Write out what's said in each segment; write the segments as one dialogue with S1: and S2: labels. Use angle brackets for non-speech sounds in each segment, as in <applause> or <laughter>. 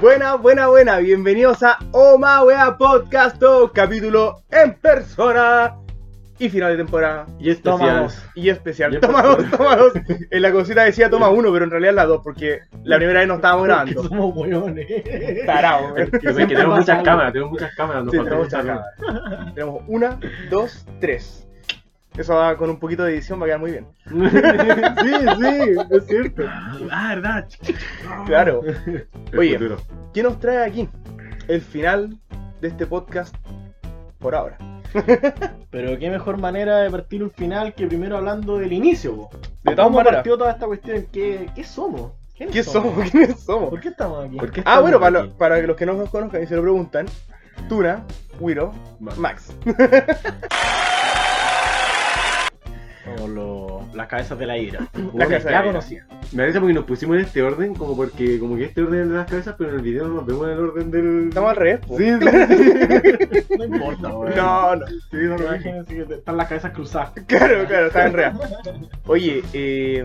S1: buena, buena, buena. Bienvenidos a Oma Wea Podcast, todo capítulo en persona y final de temporada.
S2: Y especial.
S1: Toma dos. Y
S2: Y
S1: especial.
S2: especial.
S1: Toma dos, toma dos. En la cosita decía toma uno, pero en realidad la dos, porque la primera vez no estábamos
S3: Porque
S1: grabando.
S3: somos hueones.
S1: Tarao,
S3: <laughs>
S1: güey. <laughs>
S2: Que que tenemos muchas cámaras, tenemos muchas cámaras, nos
S1: Sí,
S2: falta
S1: tenemos
S2: muchas
S1: muchas
S2: cámaras.
S1: Tenemos una, dos, tres. Eso va con un poquito de edición, va a quedar muy bien. Sí, sí, es cierto.
S3: Ah, verdad.
S2: <laughs>
S1: Claro.
S2: El
S1: Oye.
S2: futuro.
S1: ¿Qué nos trae aquí? El final de este podcast por ahora.
S3: Pero qué mejor manera de partir un final que primero hablando del inicio, po.
S1: De todas
S3: ¿Cómo
S1: maneras.
S3: partió toda esta cuestión? ¿Qué, qué somos? ¿Quiénes
S1: ¿Quiénes somos? <laughs> ¿Quiénes somos?
S3: ¿Por qué estamos aquí?
S2: ¿Por qué
S1: Ah,
S2: estamos
S1: bueno, para,
S2: aquí?
S1: lo- para que los que no nos conozcan y se lo preguntan, Tuna, Wiro,
S2: Ma-
S1: Max.
S3: Somos los- las cabezas de la hidra.
S1: La
S3: Hueones
S1: cabeza
S3: ya
S1: de la
S3: conocía.
S2: Me parece porque nos pusimos en este orden, como porque como que este orden es de las cabezas, pero en el video no nos vemos en el orden del.
S1: Estamos al revés, po. <laughs>
S2: Sí, sí, sí.
S3: <laughs> No importa, weón.
S1: No, no.
S2: Sí, no lo dije.
S3: Imagínense que están las cabezas cruzadas.
S1: Claro, claro, está en real. Oye, eh,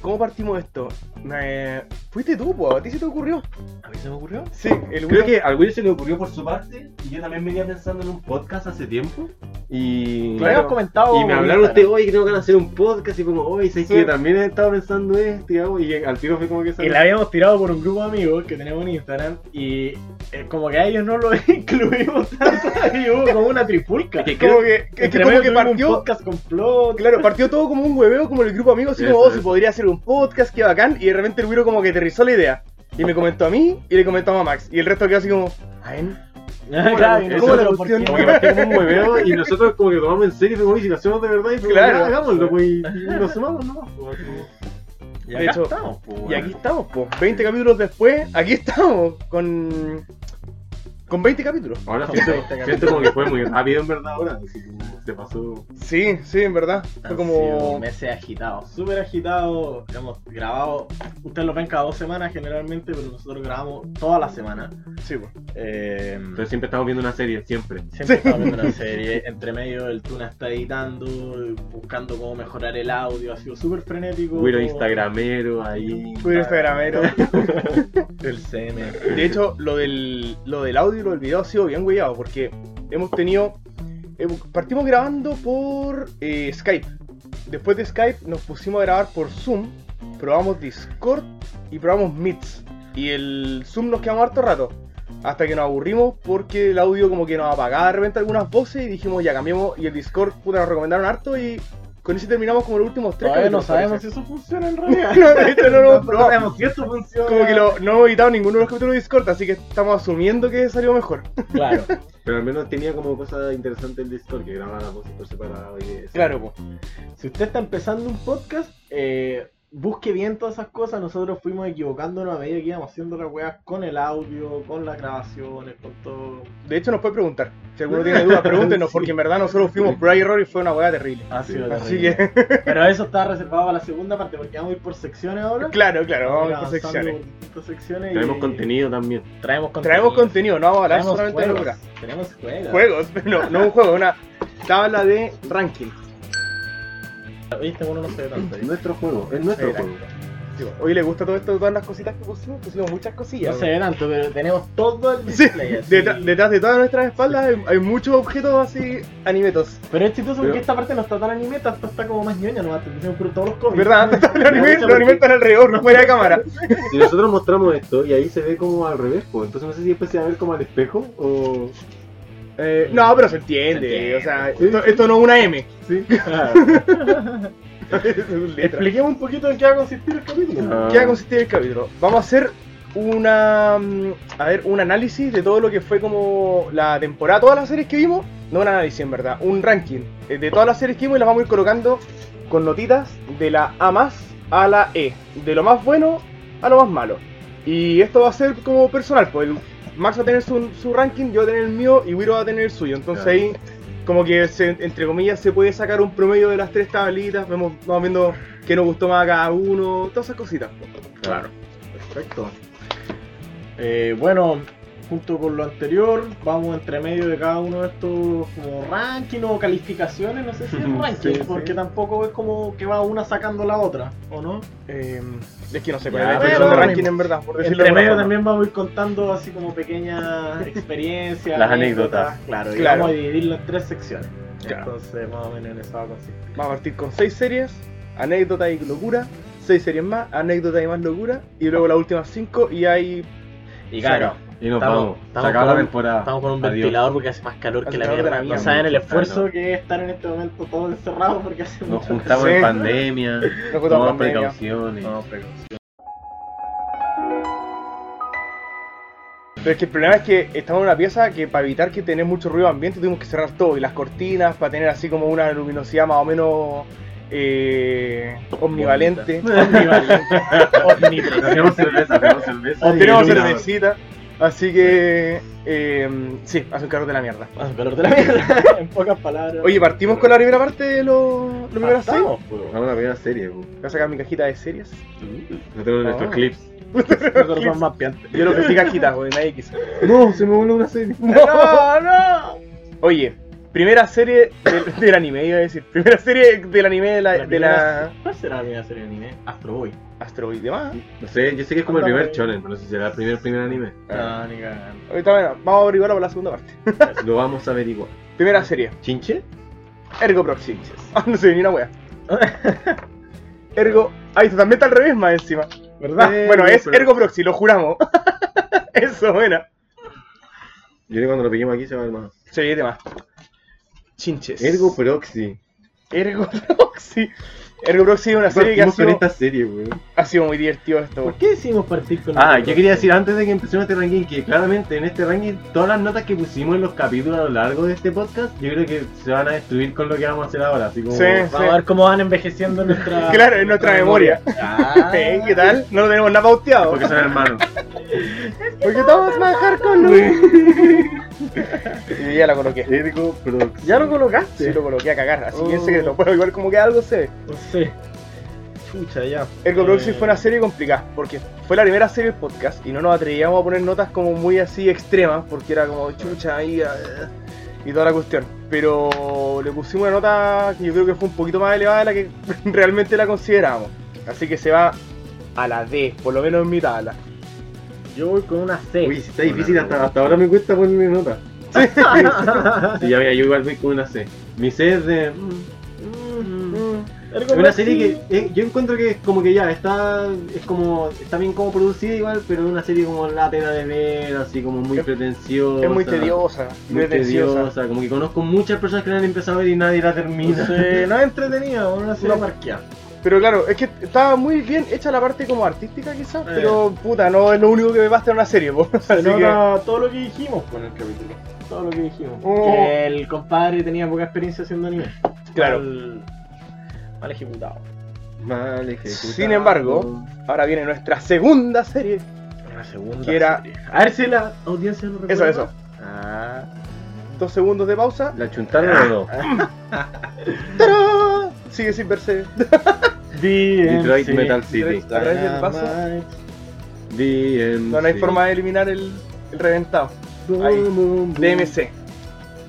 S1: ¿cómo partimos esto? Me- ¿Fuiste tú, po? ¿A ti se te ocurrió?
S3: ¿A mí se me ocurrió?
S1: Sí, el
S2: Creo
S1: Wiro.
S2: que al Will se le ocurrió por su parte, y yo también venía pensando en un podcast hace tiempo. Y.
S1: Claro.
S3: habíamos comentado.
S2: Y me
S3: por
S2: hablaron ustedes
S3: Instagram.
S2: hoy que tengo que hacer un podcast y como, hoy ¿sabes
S1: Sí.
S2: que también he estado pensando esto y hago", y al tiro fue como que
S3: Y la habíamos tirado por un grupo de amigos que tenemos en Instagram y eh, como que a ellos no lo <laughs> incluimos tanto y hubo como una tripulca.
S2: que
S1: Como que, es que
S3: Entre
S1: como
S3: medio
S1: que
S3: tuvimos Un
S1: partió.
S3: podcast complot.
S1: Claro, partió todo como un hueveo, como el grupo amigo, así como,
S2: Eso,
S1: oh, se
S2: eso.
S1: podría hacer un podcast, qué bacán. Y de repente el Wiro como que aterrizó la idea. Y me comentó a mí y le comentamos a Max. Y el resto quedó así como, ¿a él?
S3: Ah, Claro, y
S2: Eso,
S3: nosotros,
S1: la
S3: ¿por
S1: cuestión?
S3: qué? <laughs>
S2: Como que partió como un hueveo y nosotros como que tomamos en serio y como, "Oye, si lo hacemos de verdad y como,
S1: Claro.
S2: "Ya, hagámoslo, pues, y y nos sumamos, ¿no? Pues, como-
S3: Y
S1: De
S3: acá
S1: hecho,
S3: estamos, po,
S1: Y
S3: weón.
S1: aquí estamos, po. 20 capítulos después, aquí estamos. Con. Con 20 capítulos.
S2: Ahora siento, siento como que fue muy rápido en verdad ahora, así como se pasó.
S1: Sí, sí, en verdad. Fue
S3: Han
S1: como.
S3: sido meses agitados, súper agitados. Hemos grabado, ustedes lo ven cada dos semanas generalmente, pero nosotros grabamos toda la semana.
S1: Sí, po.
S3: Eh,
S2: Entonces siempre estamos viendo una serie, siempre.
S1: <laughs>
S3: siempre estamos viendo una serie. Entre medio, el Tuna está editando, buscando cómo mejorar el audio. Ha sido súper frenético.
S2: Fueron instagramero ahí.
S1: Twitter Instagramero.
S3: El CM.
S1: De hecho, lo del, lo del audio y lo del video ha sido bien weyado porque hemos tenido. hemos- Partimos grabando por eh, Skype. Después de Skype nos pusimos a grabar por Zoom, probamos Discord y probamos Meets. Y el Zoom nos quedamos harto rato. Hasta que nos aburrimos porque el audio como que nos apagaba de repente algunas voces y dijimos ya cambiamos. Y el Discord puta, nos recomendaron harto y con ese terminamos como los últimos tres.
S3: Todavía no
S1: capítulos,
S3: sabemos si
S1: parece.
S3: eso funciona <laughs> en realidad.
S1: No, de hecho, no lo hemos
S3: no
S1: probado.
S3: sabemos si esto funciona.
S1: Como que lo- no hemos editado ninguno de los capítulos de Discord, así que estamos asumiendo que salió mejor.
S3: Claro.
S2: Pero al menos tenía como cosa interesante el Discord que grababa la voz por separado y eso.
S1: po.
S3: Si usted está empezando un podcast, eh, busque bien todas esas cosas. Nosotros fuimos equivocándonos a medida que íbamos haciendo las weas con el audio, con las grabaciones, con todo.
S1: De hecho, nos puede preguntar. Si alguno tiene dudas, pregúntenos,
S3: <laughs> Sí.
S1: porque en verdad nosotros fuimos por error y fue una hueá terrible.
S3: Ha
S2: Ah, Sí.
S3: sido
S1: Así
S3: terrible.
S1: que,
S3: <laughs> Pero eso está reservado para la segunda parte, porque vamos a ir por secciones ahora.
S1: claro, claro, vamos a
S3: ir
S1: ir por
S3: avanzando
S1: secciones.
S3: por distintas secciones y-
S2: Tenemos contenido también.
S3: Traemos contenido.
S1: Traemos contenido, no vamos a hablar
S3: Tenemos
S1: solamente de
S3: juegos.
S1: locura.
S3: Tenemos juegos.
S1: Juegos, <laughs> no, no un juego, una tabla de ranking.
S3: Oye, este mono no se ve tanto.
S2: Es nuestro juego, es nuestro
S1: Mira.
S2: juego.
S1: Sí, Hoy le gusta todo esto, todas las cositas que pusimos, pusimos muchas
S3: No
S1: cosillas.
S3: se ve tanto, pero tenemos todo el
S1: Sí,
S3: display. así.
S1: detrás, detrás de todas nuestras espaldas hay, hay muchos objetos así, animetos.
S3: Pero es chistoso
S2: Pero-
S3: porque esta parte no está tan anime, esta esta está como más ñoña nomás, te dicen por todos los cómics.
S1: ¿Verdad? <laughs> Antes estaban los anime-
S3: Mucho
S1: los animes están alrededor, no fuera de cámara.
S2: Si nosotros mostramos esto y ahí se ve como al revés, pues entonces no sé si después se va a ver como al espejo o.
S1: Eh, no, pero se entiende,
S3: Se entiende.
S1: o sea, esto, esto no es una M. <laughs>
S2: Sí.
S1: Es un letra.
S3: Expliquemos un poquito en qué va a consistir el capítulo.
S2: Ah.
S1: Ah, ¿Qué va a consistir el capítulo? Vamos a hacer una mm, a ver, un análisis de todo lo que fue como la temporada, todas las series que vimos, no un análisis en verdad, un ranking eh, de todas las series que vimos y las vamos a ir colocando con notitas de la A más a la E, de lo más bueno a lo más malo. Y esto va a ser como personal, pues el Max va a tener su, su ranking, yo voy a tener el mío y Wiro va a tener el suyo. Entonces
S2: Claro.
S1: ahí como que se- entre comillas se puede sacar un promedio de las tres tablitas, vemos, vamos viendo qué nos gustó más a cada pues. uno, todas esas cositas.
S2: Claro.
S3: Perfecto. Eh, bueno, junto con lo anterior, vamos entre medio de cada uno de estos como ranking o calificaciones, no sé si es ranking,
S1: Sí, sí.
S3: porque tampoco es como que va una sacando la otra, ¿o no?
S1: Eh, es que no sé
S3: Em, Ya,
S1: cuál es la
S3: pero-
S1: definición de ranking en verdad, por decirlo
S3: Entre
S1: de
S3: medio
S1: alguna forma.
S3: también vamos a ir contando así
S1: <laughs>
S3: como pequeñas experiencias,
S2: Las
S3: claro, y
S1: Claro.
S3: vamos a dividirlo en tres secciones.
S1: Claro.
S3: Entonces, más o menos en eso va a consistir.
S1: Va a partir con seis series, anécdota y locura, seis series más, anécdota y más locura, y luego las últimas cinco y hay
S4: Y claro,
S2: Y nos
S4: Estamos-
S2: vamos.
S4: estamos
S2: Se acaba la
S4: con-
S2: temporada.
S4: estamos con un
S2: Adiós.
S4: ventilador porque hace más calor que la
S1: Ventilador de la
S4: mierda. No
S1: mierda.
S4: saben el esfuerzo.
S3: esfuerzo que es estar en este momento todos encerrados porque hace
S2: Nos
S1: <laughs>
S3: mucho
S2: juntamos
S1: Sí.
S2: en pandemia.
S1: recotamos
S2: Tomamos
S1: pandemia.
S2: precauciones.
S1: Pero es que el problema es que estamos en una pieza que para evitar que tener mucho ruido ambiente tuvimos que cerrar todo y las cortinas para tener así como una luminosidad más o menos eh, omnivalente.
S3: omnipresente.
S2: Tenemos cerveza, tenemos cerveza. y
S1: Tenemos
S2: iluminador.
S1: cervecita, así que eh, sí, hace un calor de la mierda.
S3: Hace calor de la mierda, <laughs> en pocas palabras.
S1: Oye, partimos con la primera parte de los primeros seis.
S3: Partamos,
S2: Vamos a ver la serie, po.
S1: Voy a sacar mi cajita de series.
S2: Yo tengo nuestros
S1: Ah.
S2: clips.
S3: Nosotros somos más piantes.
S1: Yo lo que estoy cajita, güey, nadie quiso.
S2: No, se me voló una serie.
S1: <laughs>
S3: <laughs> ¡No, no!
S1: Oye, primera serie del, del anime, iba a decir. Primera serie del anime de la, de la
S3: ¿Cuál será la primera serie de anime? Astro Boy.
S1: Astro Boy. Demás.
S2: No sé, yo sé que es como el primer
S3: Ándale.
S2: shonen, pero no sé si será el primer primer <laughs> anime.
S3: No, ni cagando.
S1: Ahorita bueno, vamos a averiguarlo por la segunda parte.
S2: Lo vamos a averiguar.
S1: Primera serie,
S2: ¿Chinche?
S1: Ergo Proxy. <laughs> Ah, no sé, ni una wea. Ergo. Ahí también está al revés más encima.
S3: ¿Verdad?
S2: Eh,
S1: bueno,
S2: no,
S1: es
S2: pero-
S1: Ergo Proxy, lo juramos. <laughs> Eso, bueno.
S2: Yo creo que cuando lo pillemos aquí se va a ver más.
S1: Se viene más. Chinches.
S2: Ergo Proxy.
S1: Ergo <laughs> Proxy. Ergo Proxy es una serie que ha
S2: Partimos con
S1: sido,
S2: esta serie, weón.
S1: ha sido muy divertido esto.
S3: ¿Por qué decidimos partir con
S2: Ah,
S3: Astro
S2: yo quería
S3: Boy?
S2: decir antes de que empecemos este ranking que claramente en este ranking todas las notas que pusimos en los capítulos a lo largo de este podcast, yo creo que se van a destruir con lo que vamos a hacer ahora, así como <laughs>
S1: Sí.
S3: <laughs> Vamos a ver cómo van envejeciendo nuestra.
S1: Ah, <laughs> Claro, en nuestra memoria. <laughs>
S3: Ah.
S1: Eh, ¿Qué tal? No lo tenemos nada pauteado.
S2: porque son hermanos.
S1: Porque todos bajar con luz. <laughs> y ya la coloqué.
S2: Ergo Proxy.
S3: ¿Ya lo colocaste?
S1: Sí, lo coloqué a cagar, así que en
S3: Oh.
S1: secreto. Bueno, igual como que algo se ve.
S3: No sé. Chucha, ya.
S1: Ergo Proxy
S3: Eh.
S1: fue una serie complicada, porque fue la primera serie del podcast y no nos atrevíamos a poner notas como muy así extremas, porque era como chucha ahí ah, y toda la cuestión. Pero le pusimos una nota que yo creo que fue un poquito más elevada de la que <laughs> realmente la considerábamos. Así que se va a la D, por lo menos en mi tabla.
S3: Yo voy con una C.
S2: Uy, si está difícil, hasta, hasta ahora me cuesta ponerle nota. <laughs> Sí, ya mira, yo igual voy con una C. Mi C es de...
S3: Ergo
S2: Es una
S3: Proxy.
S2: serie que eh, yo encuentro que es como que ya está es como está bien como producida igual, pero es una serie como látera de ver, así como muy
S1: Es-
S2: pretenciosa.
S1: Es muy tediosa, muy
S2: Muy
S1: pretenciosa.
S2: tediosa, como que conozco muchas personas que la han empezado a ver y nadie
S1: <laughs>
S2: la termina.
S3: Sí, no es entretenida, una serie
S1: No.
S3: parqueada.
S1: Pero claro, es que estaba muy bien hecha la parte como artística quizás,
S3: Eh.
S1: pero puta, no es lo único que me basta en una serie, po. <laughs>
S3: Se
S1: Así que...
S3: nota todo lo que dijimos con el capítulo. Todo lo que dijimos.
S1: Oh.
S3: Que el compadre tenía poca experiencia haciendo anime.
S1: Claro.
S3: Mal, mal ejecutado.
S2: Mal ejecutado.
S1: Sin embargo, Ahora viene nuestra segunda serie.
S3: Una segunda.
S1: Que era-
S3: serie. A ver si la audiencia lo
S1: Eso,
S3: recuerda.
S1: eso.
S3: Ah.
S1: Dos segundos de pausa.
S2: ¿la chuntaron o no?
S1: ¡Tarán! Sigue sin verse.
S2: Detroit Metal City.
S1: Detroit- través del vaso.
S2: DMC.
S1: No, no hay forma de eliminar el, el reventado. Ahí. DMC,
S2: DMC.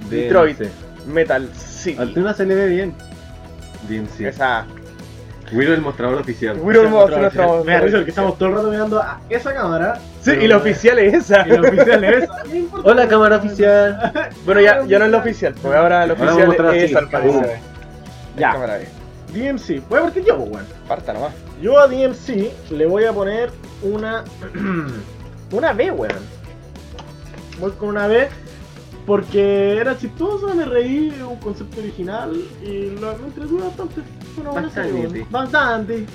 S1: Detroit. Metal City.
S2: Altuna se le ve bien. DMC.
S1: Esa.
S2: Wiro el mostrador oficial.
S1: Wiro el modo nuestro.
S3: Me da risa porque estamos todo el rato mirando a esa cámara.
S1: Sí, y la oficial es esa.
S3: Y la oficial es <laughs> esa. No importa.
S2: Hola cámara oficial.
S1: Bueno, ya, ya no es la oficial, porque ahora la
S2: Ahora vamos a
S1: oficial
S2: mostrar
S1: es
S2: así.
S1: al
S2: Uh.
S1: parecer.
S3: Ya.
S1: Cámara B.
S3: DMC. Voy a partir yo, pues, weón.
S1: Parta nomás.
S3: Yo a DMC le voy a poner una. <clears throat> una B, weón. Voy con una B porque era chistoso, me reí, era un concepto original y lo me entretuve bastante. Fue una buena serie,
S2: Bastante.
S3: weón. Bastante.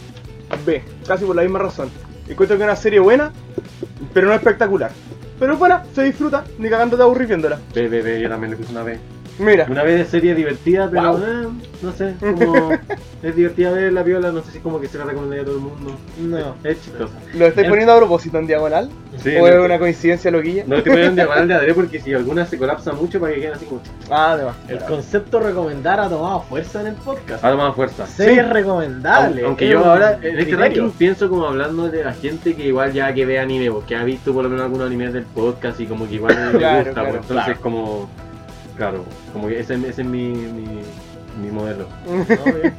S1: B, casi por la misma razón. Encuentro que es una serie buena, pero no espectacular. Pero es buena, se disfruta, ni cagando te aburrís viéndola.
S2: Ve, ve, ve, yo también le puse una B.
S1: Mira,
S2: Una vez de serie divertida, pero
S1: Wow.
S2: eh, no sé, como es divertida ver la viola, no sé si como que se la recomendaría a todo el mundo.
S3: No.
S2: Es chistosa.
S1: ¿lo estáis
S2: en-
S1: poniendo a propósito en diagonal?
S2: Sí,
S1: ¿O
S2: no,
S1: es una coincidencia loquilla?
S2: no te ponen un diagonal de adrede porque si alguna se colapsa mucho para que queden así como
S1: Ah, además.
S3: El concepto recomendar ha tomado fuerza en el podcast.
S2: ahora más fuerza.
S3: Sí, es recomendable.
S2: Ah, Aunque
S3: es
S2: yo
S3: un
S2: ahora en este
S3: criterio.
S2: ranking pienso como hablando de la gente que igual ya que ve anime, o que ha visto por lo menos algunos animes del podcast y como que
S1: <laughs>
S2: igual le
S1: Claro,
S2: gusta,
S1: claro,
S2: pues, entonces como claro, como que ese, ese es mi, mi, mi modelo.
S3: No, bien.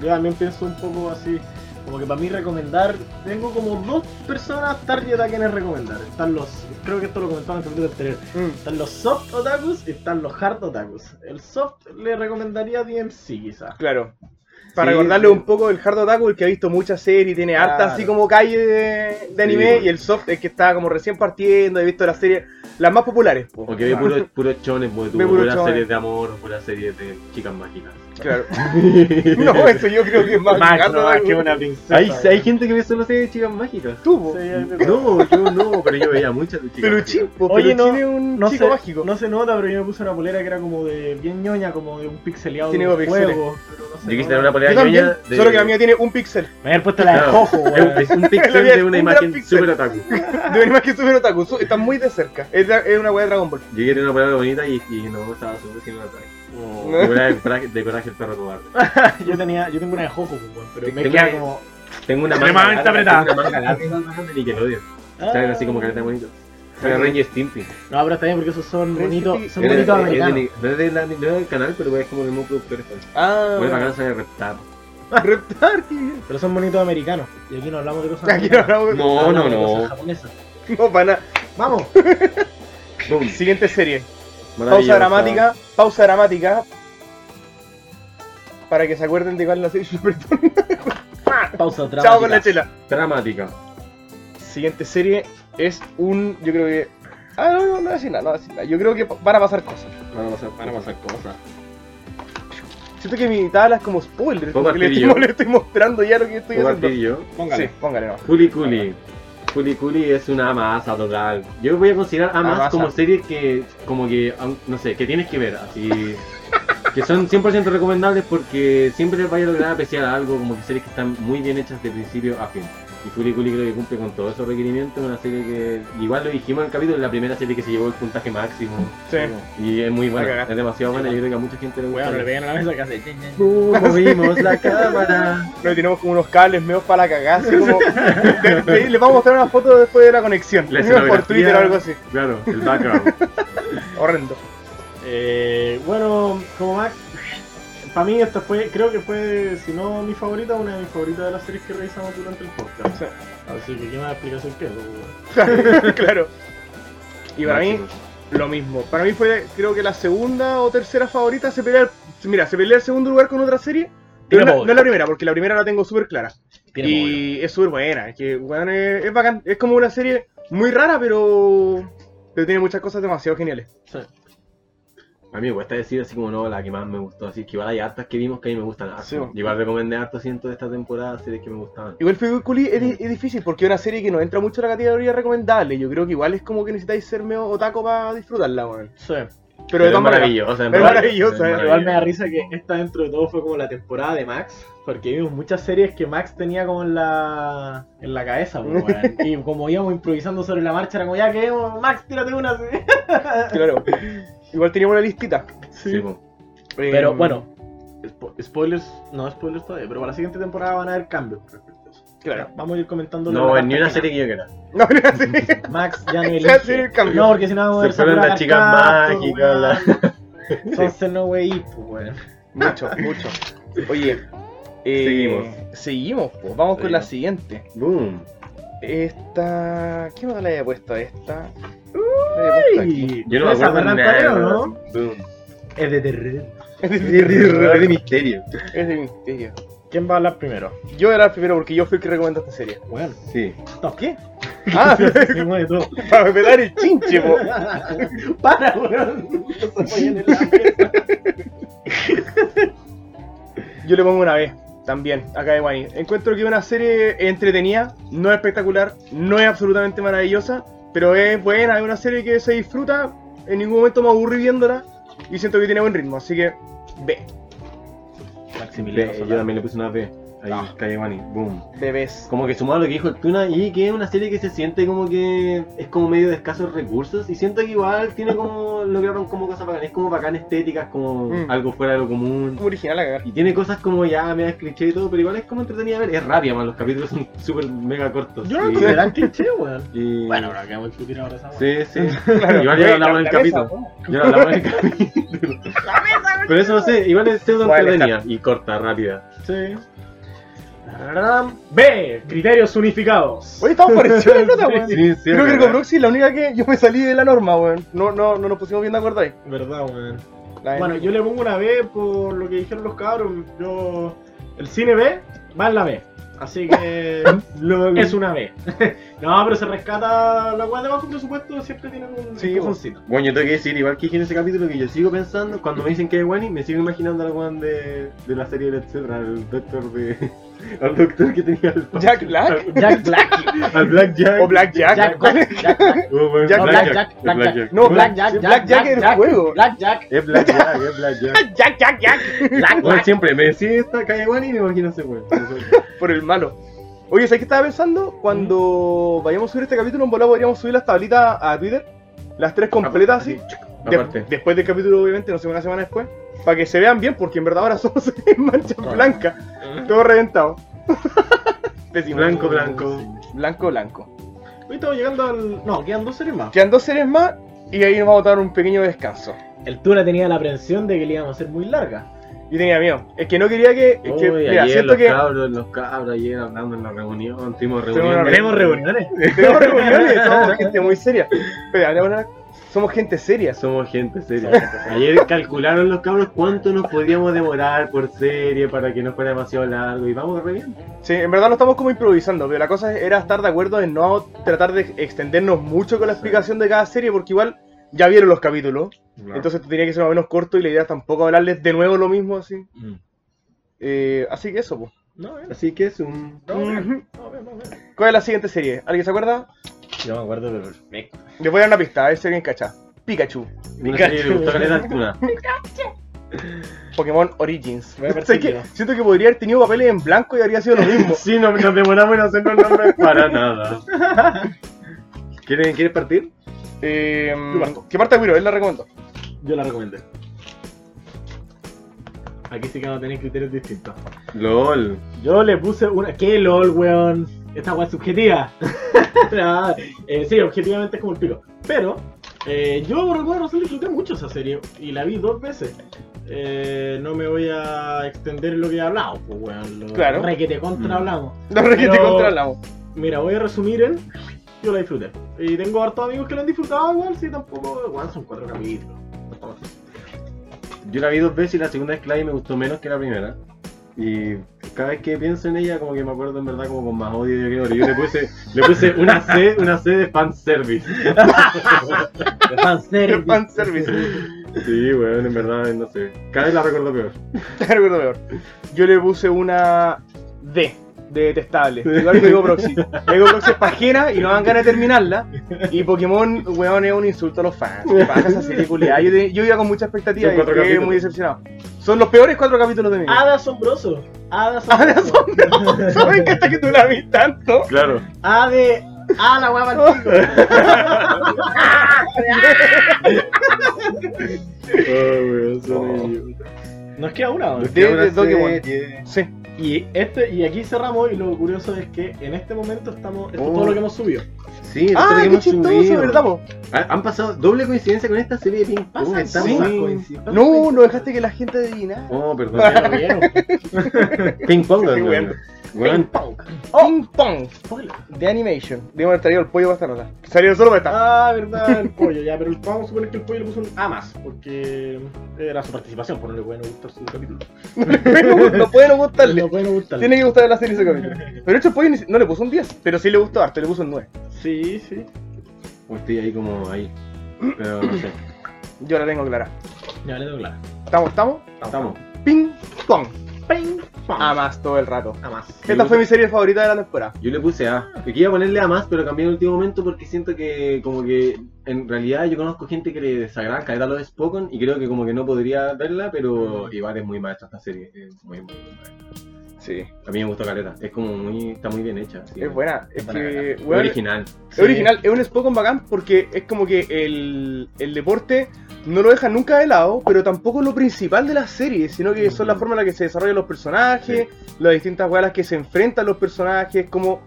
S3: Yo también pienso un poco así, como que para mí recomendar, tengo como dos personas target a quienes recomendar. Están los, creo que esto lo comentaba en el capítulo anterior,
S1: Mm.
S3: están los soft otakus y están los hard otakus. El soft le recomendaría DMC quizá.
S1: Claro. Para
S2: Sí,
S1: recordarle
S2: sí.
S1: un poco el Hard Otaku, el que ha visto muchas series, tiene harta
S3: Claro.
S1: así como calle de, de anime,
S2: bueno.
S1: y el soft, el que está como recién partiendo, he visto las series, las más populares. po.
S2: O que ve puro, puro chones, porque tú,
S1: Ve puro
S2: puras
S1: chones.
S2: series de amor, o puras series de chicas mágicas.
S1: <laughs> Claro. No, eso yo creo que es más,
S3: Más,
S1: Hard
S3: no,
S1: Otaku.
S3: que una princesa.
S2: Hay, hay gente que ve solo series de chicas mágicas.
S1: Tú, po.
S3: Sí, hay-
S2: No, yo no, pero yo veía muchas de chicas
S1: Peluchín,
S2: mágicas.
S1: po, Peluchín
S3: Oye, no-
S1: es un
S3: No
S1: chico
S3: se,
S1: mágico.
S3: no se nota, pero yo me puse una polera que era como de bien ñoña, como de un pixeleado
S1: Tiene
S3: de un
S1: dos píxeles.
S3: juego. pero no se
S2: Yo quise
S3: nota.
S2: tener una
S1: Yo
S2: polera
S1: también,
S2: ñoña de-
S1: solo que la mía tiene un
S2: <laughs>
S1: píxel.
S3: Me había puesto la de
S2: Claro.
S3: Jojo,
S2: Es un-
S3: weón.
S2: Es un
S1: <laughs> La
S2: pixel
S1: mía
S2: de
S1: es un
S2: una
S1: gran
S2: imagen
S1: pixel.
S2: super otaku.
S1: De una que super otaku, su- está muy de cerca. Es, dra- es una weá de Dragon Ball.
S2: Yo quería una palabra bonita y, y no estaba súper sin un ataque.
S1: Oh.
S2: De coraje- De coraje el perro cobarde.
S3: Yo tenía, yo tengo una de Jojo, weón, pero me
S2: Tengo
S3: queda
S2: una-
S3: como.
S2: Tengo una manga
S3: Extremadamente
S2: larga,
S3: apretada.
S2: tengo una manga larga, manga de Nickelodeon. Sale así como careta bonito.
S1: Ah.
S2: Sale Ranger Stimpy.
S3: Ah. No, pero está bien porque esos son
S1: Pero
S3: bonitos,
S1: sí,
S3: son
S1: es-
S2: Era-
S1: bonito
S2: era-
S3: bonitos
S2: era de
S3: americanos.
S2: Ni- No es de la- no es del canal, pero es como el mismo productor. este. está.
S1: Ah,
S2: Bueno, bacán sale Reptar. <laughs>
S1: Reptar, <laughs> qué bien.
S3: Pero son bonitos americanos. Y aquí no hablamos de cosas
S1: Aquí no
S3: americanas.
S1: hablamos no.
S2: No, no,
S3: Hablamos de cosas
S2: no.
S3: japonesas.
S1: para nada.
S3: Vamos.
S2: Boom.
S1: Siguiente serie.
S2: Maravillosa.
S1: Pausa dramática, pausa dramática. Para que se acuerden de cuál es la serie. <laughs> Perdón.
S3: Pausa
S1: <laughs>
S3: dramática.
S1: Chao con la chela.
S2: Dramática.
S1: Siguiente serie es un. Yo creo que. Ah, no, no, no voy a decir nada, no voy a decir nada. Yo creo que pa- van a pasar cosas.
S2: Van a pasar, van a pasar cosas.
S1: Siento que mi tabla es como spoiler.
S2: ¿Puedo
S1: Porque le
S2: partir
S1: estoy,
S2: yo?
S1: <laughs> le estoy mostrando ya lo que estoy
S2: Como
S1: haciendo.
S2: partir yo.
S1: Sí, póngale, no.
S2: Culi Culi. Culi Culi es una masa total. Yo voy a considerar
S1: Amasa.
S2: amas como series que, como que, aun- no sé, que tienes que ver, así. que son 100% recomendables porque siempre les vaya a lograr apreciar algo, como que series que están muy bien hechas de principio a fin. Y Culi Culi creo que cumple con todos esos requerimientos, una serie que, igual lo dijimos en el capítulo, es la primera serie que se llevó el puntaje máximo.
S1: Sí.
S2: Y es muy
S1: La
S2: buena,
S1: cagaste.
S2: es demasiado buena, yo creo que a mucha gente le gusta.
S3: Weón, le pegan a la mesa que hace.
S2: Uh, movimos la cámara.
S1: No, y tenemos como unos cables medio para la cagada. así como- de- de- les vamos a mostrar una foto después de la conexión. por
S2: La escenografía.
S1: Twitter o algo así.
S2: Claro, el background.
S3: <laughs>
S1: Horrendo.
S3: Eh, bueno, como Max, para mí esta fue, creo que fue, si no mi favorita, una de mis favoritas de las series que revisamos durante el podcast.
S1: Sí.
S3: Así que qué más explicación que eso, weón.
S1: claro. Y para mí,
S2: Máximo.
S1: lo mismo. Para mí fue, creo que la segunda o tercera favorita. Se pelea, el- mira, se pelea el segundo lugar con otra serie. Pero
S3: Tiene
S1: no,
S3: poder.
S1: no es la primera, porque la primera la tengo súper clara.
S3: Tiene
S1: y es súper buena. Es, que, weón, es, es bacán. Es como una serie muy rara, pero, pero tiene muchas cosas demasiado geniales.
S2: A mí me cuesta decir así como no, la que más me gustó. Así que igual hay hartas que vimos que a mí me gustan. harto.
S1: Sí, bueno.
S2: Igual recomendé harto ciento de esta temporada series que me gustaban.
S1: Igual Figure Culi es, di- es difícil porque es una serie que no entra mucho en la categoría recomendable. Yo creo que igual es como que necesitáis ser medio otaco para disfrutarla, weón.
S3: Sí.
S1: Pero, de todas maneras.
S2: maravillosa. eh.
S1: es maravillosa, es
S3: Igual me da risa que esta dentro de todo fue como la temporada de Max, porque vimos muchas series que Max tenía como en la, en la cabeza, pues, weón.
S2: <laughs>
S3: y como íbamos improvisando sobre la marcha, era como ya que vemos, Max, tírate una. así.
S1: Claro. Igual teníamos una listita.
S2: Sí, pues. po.
S3: Pero
S1: Em,
S3: bueno, pues. Eh, spo- spoilers, no spoilers todavía, pero para la siguiente temporada van a haber cambios respecto a eso.
S1: Claro. <laughs>
S3: Vamos a ir comentando.
S2: No, ni una serie que yo quiera.
S1: No, no sé.
S3: Max
S2: <laughs>
S3: ya no
S1: Se hace el
S3: elige.
S1: cambio.
S3: No, porque si no vamos a ver
S2: Se fueron
S3: Sakura
S2: las chicas
S3: Card Captor,
S2: mágicas, la-
S3: weón. Entonces no, wey, pues, weón.
S1: Mucho, mucho. Oye, eh,
S2: Seguimos.
S1: Seguimos, pues. Vamos con la siguiente.
S2: Boom.
S1: Esta. ¿Qué más le había puesto a esta? Le había puesto aquí. <laughs>
S2: Yo no me
S3: ¿Ustedes
S2: acuerdo
S3: sabrán cuál era,
S2: nada.
S3: no?
S2: Boom.
S3: Es de terror.
S1: Es
S2: Es de
S1: de
S2: misterio.
S1: misterio.
S3: ¿Quién va a hablar primero?
S1: Yo era el primero porque yo fui el que recomendó esta serie.
S3: Bueno,
S2: Sí.
S3: <laughs> ¿qué?
S1: Ah, <laughs>
S3: Se mueve todo.
S1: para pelar el chinche, po.
S3: Para, weón. No se vayan en la mesa.
S1: Yo le pongo una B también, acá de Wani. Encuentro que es una serie entretenida, no es espectacular, no es absolutamente maravillosa, pero es buena, es una serie que se disfruta, en ningún momento me aburrí viéndola. Y siento que tiene buen ritmo, así que B.
S4: Maximiliano
S2: B,
S4: Solano.
S2: yo también le puse una B. Ahí,
S1: Ah.
S2: Cayamani, boom.
S1: Bebés.
S2: Como que sumado a lo que dijo el Tuna, y que es una serie que se siente como que es como medio de escasos recursos, y siento que igual tiene como, lograron como cosas bacanas, es como bacán estéticas, como
S1: Mm.
S2: algo fuera de lo común.
S1: Como original a cagar.
S2: Y tiene cosas como ya medias cliché y todo, pero igual es como entretenida de ver. Es rápida, man, los capítulos son <laughs> súper mega cortos.
S3: Yo no lo
S2: Y-
S3: consideran cliché, weón.
S1: <laughs>
S2: y-
S4: Bueno, ahora acabamos de discutir ahora esa weá.
S2: Sí, sí.
S1: Claro,
S2: Igual
S1: güey,
S2: ya lo hablamos en el
S1: la cabeza,
S2: capítulo. Ya lo hablamos en el capítulo. Pero eso no sé, igual es pseudo
S1: Voy a
S2: entretenida y corta, rápida.
S1: <laughs>
S3: Sí. Tararán. B. Criterios unificados.
S1: Oye, estamos parecidos en nota, weón.
S2: Sí,
S1: Creo
S2: sí,
S1: que
S2: es verdad.
S1: Recobroxy es la única que yo me salí de la norma, weón. No, no, no nos pusimos bien de acuerdo ahí.
S3: Verdad, weón.
S1: La-
S3: Bueno, yo le pongo una B por lo que dijeron los cabros. Yo. El cine B va en la B. Así que. es una B. <laughs> no, pero se rescata la weá de bajo presupuesto. Siempre tienen un
S1: Sí,
S3: empujoncito.
S2: Bueno, yo tengo que decir, igual que dije en ese capítulo, que yo sigo pensando, cuando me dicen que es Wani, me sigo imaginando al Juan de, de la serie de etcétera, al doctor de. <laughs> al doctor que tenía al.
S1: Jack Black.
S4: Jack Black.
S2: al Black Jack.
S1: O Black Jack.
S4: Jack Black. Jack Black.
S2: Oh, bueno,
S1: Jack-
S4: Black
S2: Black, Jack.
S4: Jack,
S2: es
S4: Black
S2: Black
S4: Jack.
S2: Jack.
S1: No,
S4: Black Jack.
S1: Black Jack
S4: es
S1: era el juego.
S4: Black Jack.
S2: Es Black Jack, es Black Jack.
S1: Jack, Jack, Jack.
S4: Black
S2: Bueno,
S4: Jack.
S2: siempre me decía esta calle Wani y me imagino ese weón.
S1: Por el malo. Oye, ¿sabes qué estaba pensando?
S2: Mm.
S1: Cuando vayamos a subir este capítulo, en volada podríamos subir las tablitas a Twitter. Las tres completas, así. De-
S2: Aparte.
S1: después del capítulo, obviamente, no sé, una semana después. Para que se vean bien, porque en verdad ahora <laughs> somos seis manchas blancas. Todo reventado. <laughs> Pésimo.
S2: Blanco, blanco.
S1: Blanco, blanco.
S3: Hoy estamos llegando al. No, quedan dos series más.
S1: Quedan dos series más y ahí nos vamos a dar un pequeño descanso.
S3: El Tuna tenía la aprensión de que le íbamos a hacer muy larga.
S1: Yo tenía miedo. Es que no quería que. Es que,
S2: Uy,
S1: mira,
S2: ayer
S1: siento
S2: los
S1: que.
S2: cabros, los cabros ayer hablando en la reunión, tuvimos
S1: una
S2: reunión.
S1: reunión.
S3: Tenemos reuniones.
S1: Tenemos reuniones,
S2: <laughs>
S1: somos gente muy seria. Pero hablemos ahora, somos gente seria.
S2: Somos gente seria. Ayer calcularon los cabros cuánto nos podíamos demorar por serie para que no fuera demasiado largo y vamos re bien.
S1: Sí, en verdad no estamos como improvisando, pero la cosa era estar de acuerdo en no tratar de extendernos mucho con la explicación de cada serie, porque igual ya vieron los capítulos. Entonces esto tenía que ser más o menos corto y la idea es tampoco hablarles de nuevo lo mismo así.
S2: Mm.
S1: Eh, así que eso, pues.
S3: No, eh.
S2: Así que es un...
S1: Ujú.
S3: No, no, no. no.
S1: ¿Cuál es la siguiente serie? ¿Alguien se acuerda?
S4: Yo me acuerdo perfecto.
S1: Les voy a dar una pista, a ver si alguien cacha. Pikachu.
S2: Una serie que le gustó caleta al Tuna.
S1: Pokémon Origins. <laughs>
S3: Voy a ver
S1: Sé
S3: si
S1: que-
S3: quiero.
S1: siento que podría haber tenido papeles en blanco y habría sido lo mismo.
S3: <laughs>
S2: Sí, no- nos demoramos en hacer los nombres para nada. ¿Quieren- ¿Quieres partir?
S1: Eh, que parte Guiro, él la recomiendo.
S3: Yo la recomendé. Aquí sí que vamos a tener criterios distintos.
S2: LOL.
S3: Yo le puse una. ¡Qué lol, weón! Esta weá es subjetiva. <laughs> Nah, eh, sí, objetivamente es como el pico. Pero, eh, yo por alguna razón disfruté mucho esa serie y la vi dos veces. Eh, no me voy a extender en lo que he hablado, pues weón. Lo
S1: Claro.
S3: Requete contra
S2: Mm.
S3: hablamos.
S1: No requete
S3: Pero-
S1: contra <laughs> la voz.
S3: Mira, voy a resumir en. Yo la disfruté. Y tengo hartos amigos que la han disfrutado, weón. Sí, tampoco. Weón, son cuatro capítulos.
S2: Yo la vi dos veces y la segunda vez que la vi me gustó menos que la primera. Y cada vez que pienso en ella, como que me acuerdo en verdad como con más odio yo creo. pero Yo le puse, le puse una C, una C de fanservice.
S1: El fan service.
S2: Sí, weón, en verdad, no sé. Cada vez la recuerdo peor.
S1: <laughs> Te recuerdo peor. Yo le puse una D de detestable. Igual que Ego Proxy. Ego Proxy es pajera y no dan ganas de terminarla. Y Pokémon, weón, es un insulto a los fans. Baja esa serie culiada. Yo, te- yo iba con mucha expectativa
S2: Son
S1: y
S2: cuatro
S1: quedé
S2: capítulos.
S1: muy decepcionado. Son los peores cuatro capítulos de mi <laughs> vida.
S3: Hada asombroso. Hada
S1: Hada
S3: asombroso.
S1: ¿Saben que hasta este que tú la vi tanto?
S2: <laughs> Claro.
S3: A de. A la guapa al pico. Nos queda una, weón.
S1: De- Oh. de Pokémon. Sí.
S3: Y, este, y aquí cerramos. Y lo curioso es que en este momento estamos. Esto
S2: Oh.
S3: es todo lo que hemos subido.
S2: Sí, esto
S1: Ah,
S2: que
S1: qué
S2: hemos
S1: chistoso,
S2: subido.
S1: ¿verdad, po?
S2: Ha- Han pasado doble coincidencia con esta serie de Ping Pong.
S3: Pasan
S2: estamos-
S1: cosas,
S2: Sí.
S3: coincidencias.
S1: No, no dejaste que la gente adivinara.
S2: Oh, perdón.
S3: Ya lo
S1: <laughs>
S3: vieron.
S2: Ping Pong,
S1: Sí,
S2: weón. Weón,
S3: Pong.
S1: Ping Pong de Animation. Debo haber traído el pollo para esta nota. Salió solo para <laughs> esta.
S3: Ah, verdad, el pollo, ya, pero vamos a suponer que el pollo le puso un A más, porque era su participación, por no le pueden gustar su capítulo.
S1: no puede no gustarle.
S3: No pueden gustarle.
S1: Tiene que gustarle la serie ese
S2: <laughs>
S1: capítulo. Pero de hecho, el pollo ni si- no le puso un 10, pero sí le gustó harto, le puso un 9.
S3: Sí, sí.
S2: estoy ahí como ahí. Pero no sé.
S1: Yo la tengo clara.
S3: Ya le doy claro.
S1: ¿Estamos, estamos?
S2: Estamos.
S1: Ping Pong.
S3: ping, pong.
S1: A más todo el rato.
S3: A más.
S1: Esta fue mi serie favorita de la temporada.
S2: Yo le puse A. Yo quería ponerle A más, pero cambié en el último momento porque siento que, como que, en realidad yo conozco gente que le desagrada caer a los Spoken y creo que, como que no podría verla, pero igual es muy maestra esta serie. Es muy, muy, muy maestra.
S1: Sí.
S2: A mí me gustó Caleta. Es como muy. Está muy bien hecha. sí.
S1: Es buena. Es
S4: Es buena,
S1: que,
S4: ¿verdad?
S2: Es
S1: weón,
S2: original.
S1: es original. Es un Spoken bacán porque es como que el, el deporte no lo deja nunca de lado, pero tampoco es lo principal de la serie, sino que son la
S2: Ujú.
S1: forma en la que se desarrollan los personajes, las distintas weas a las que se enfrentan los personajes, como.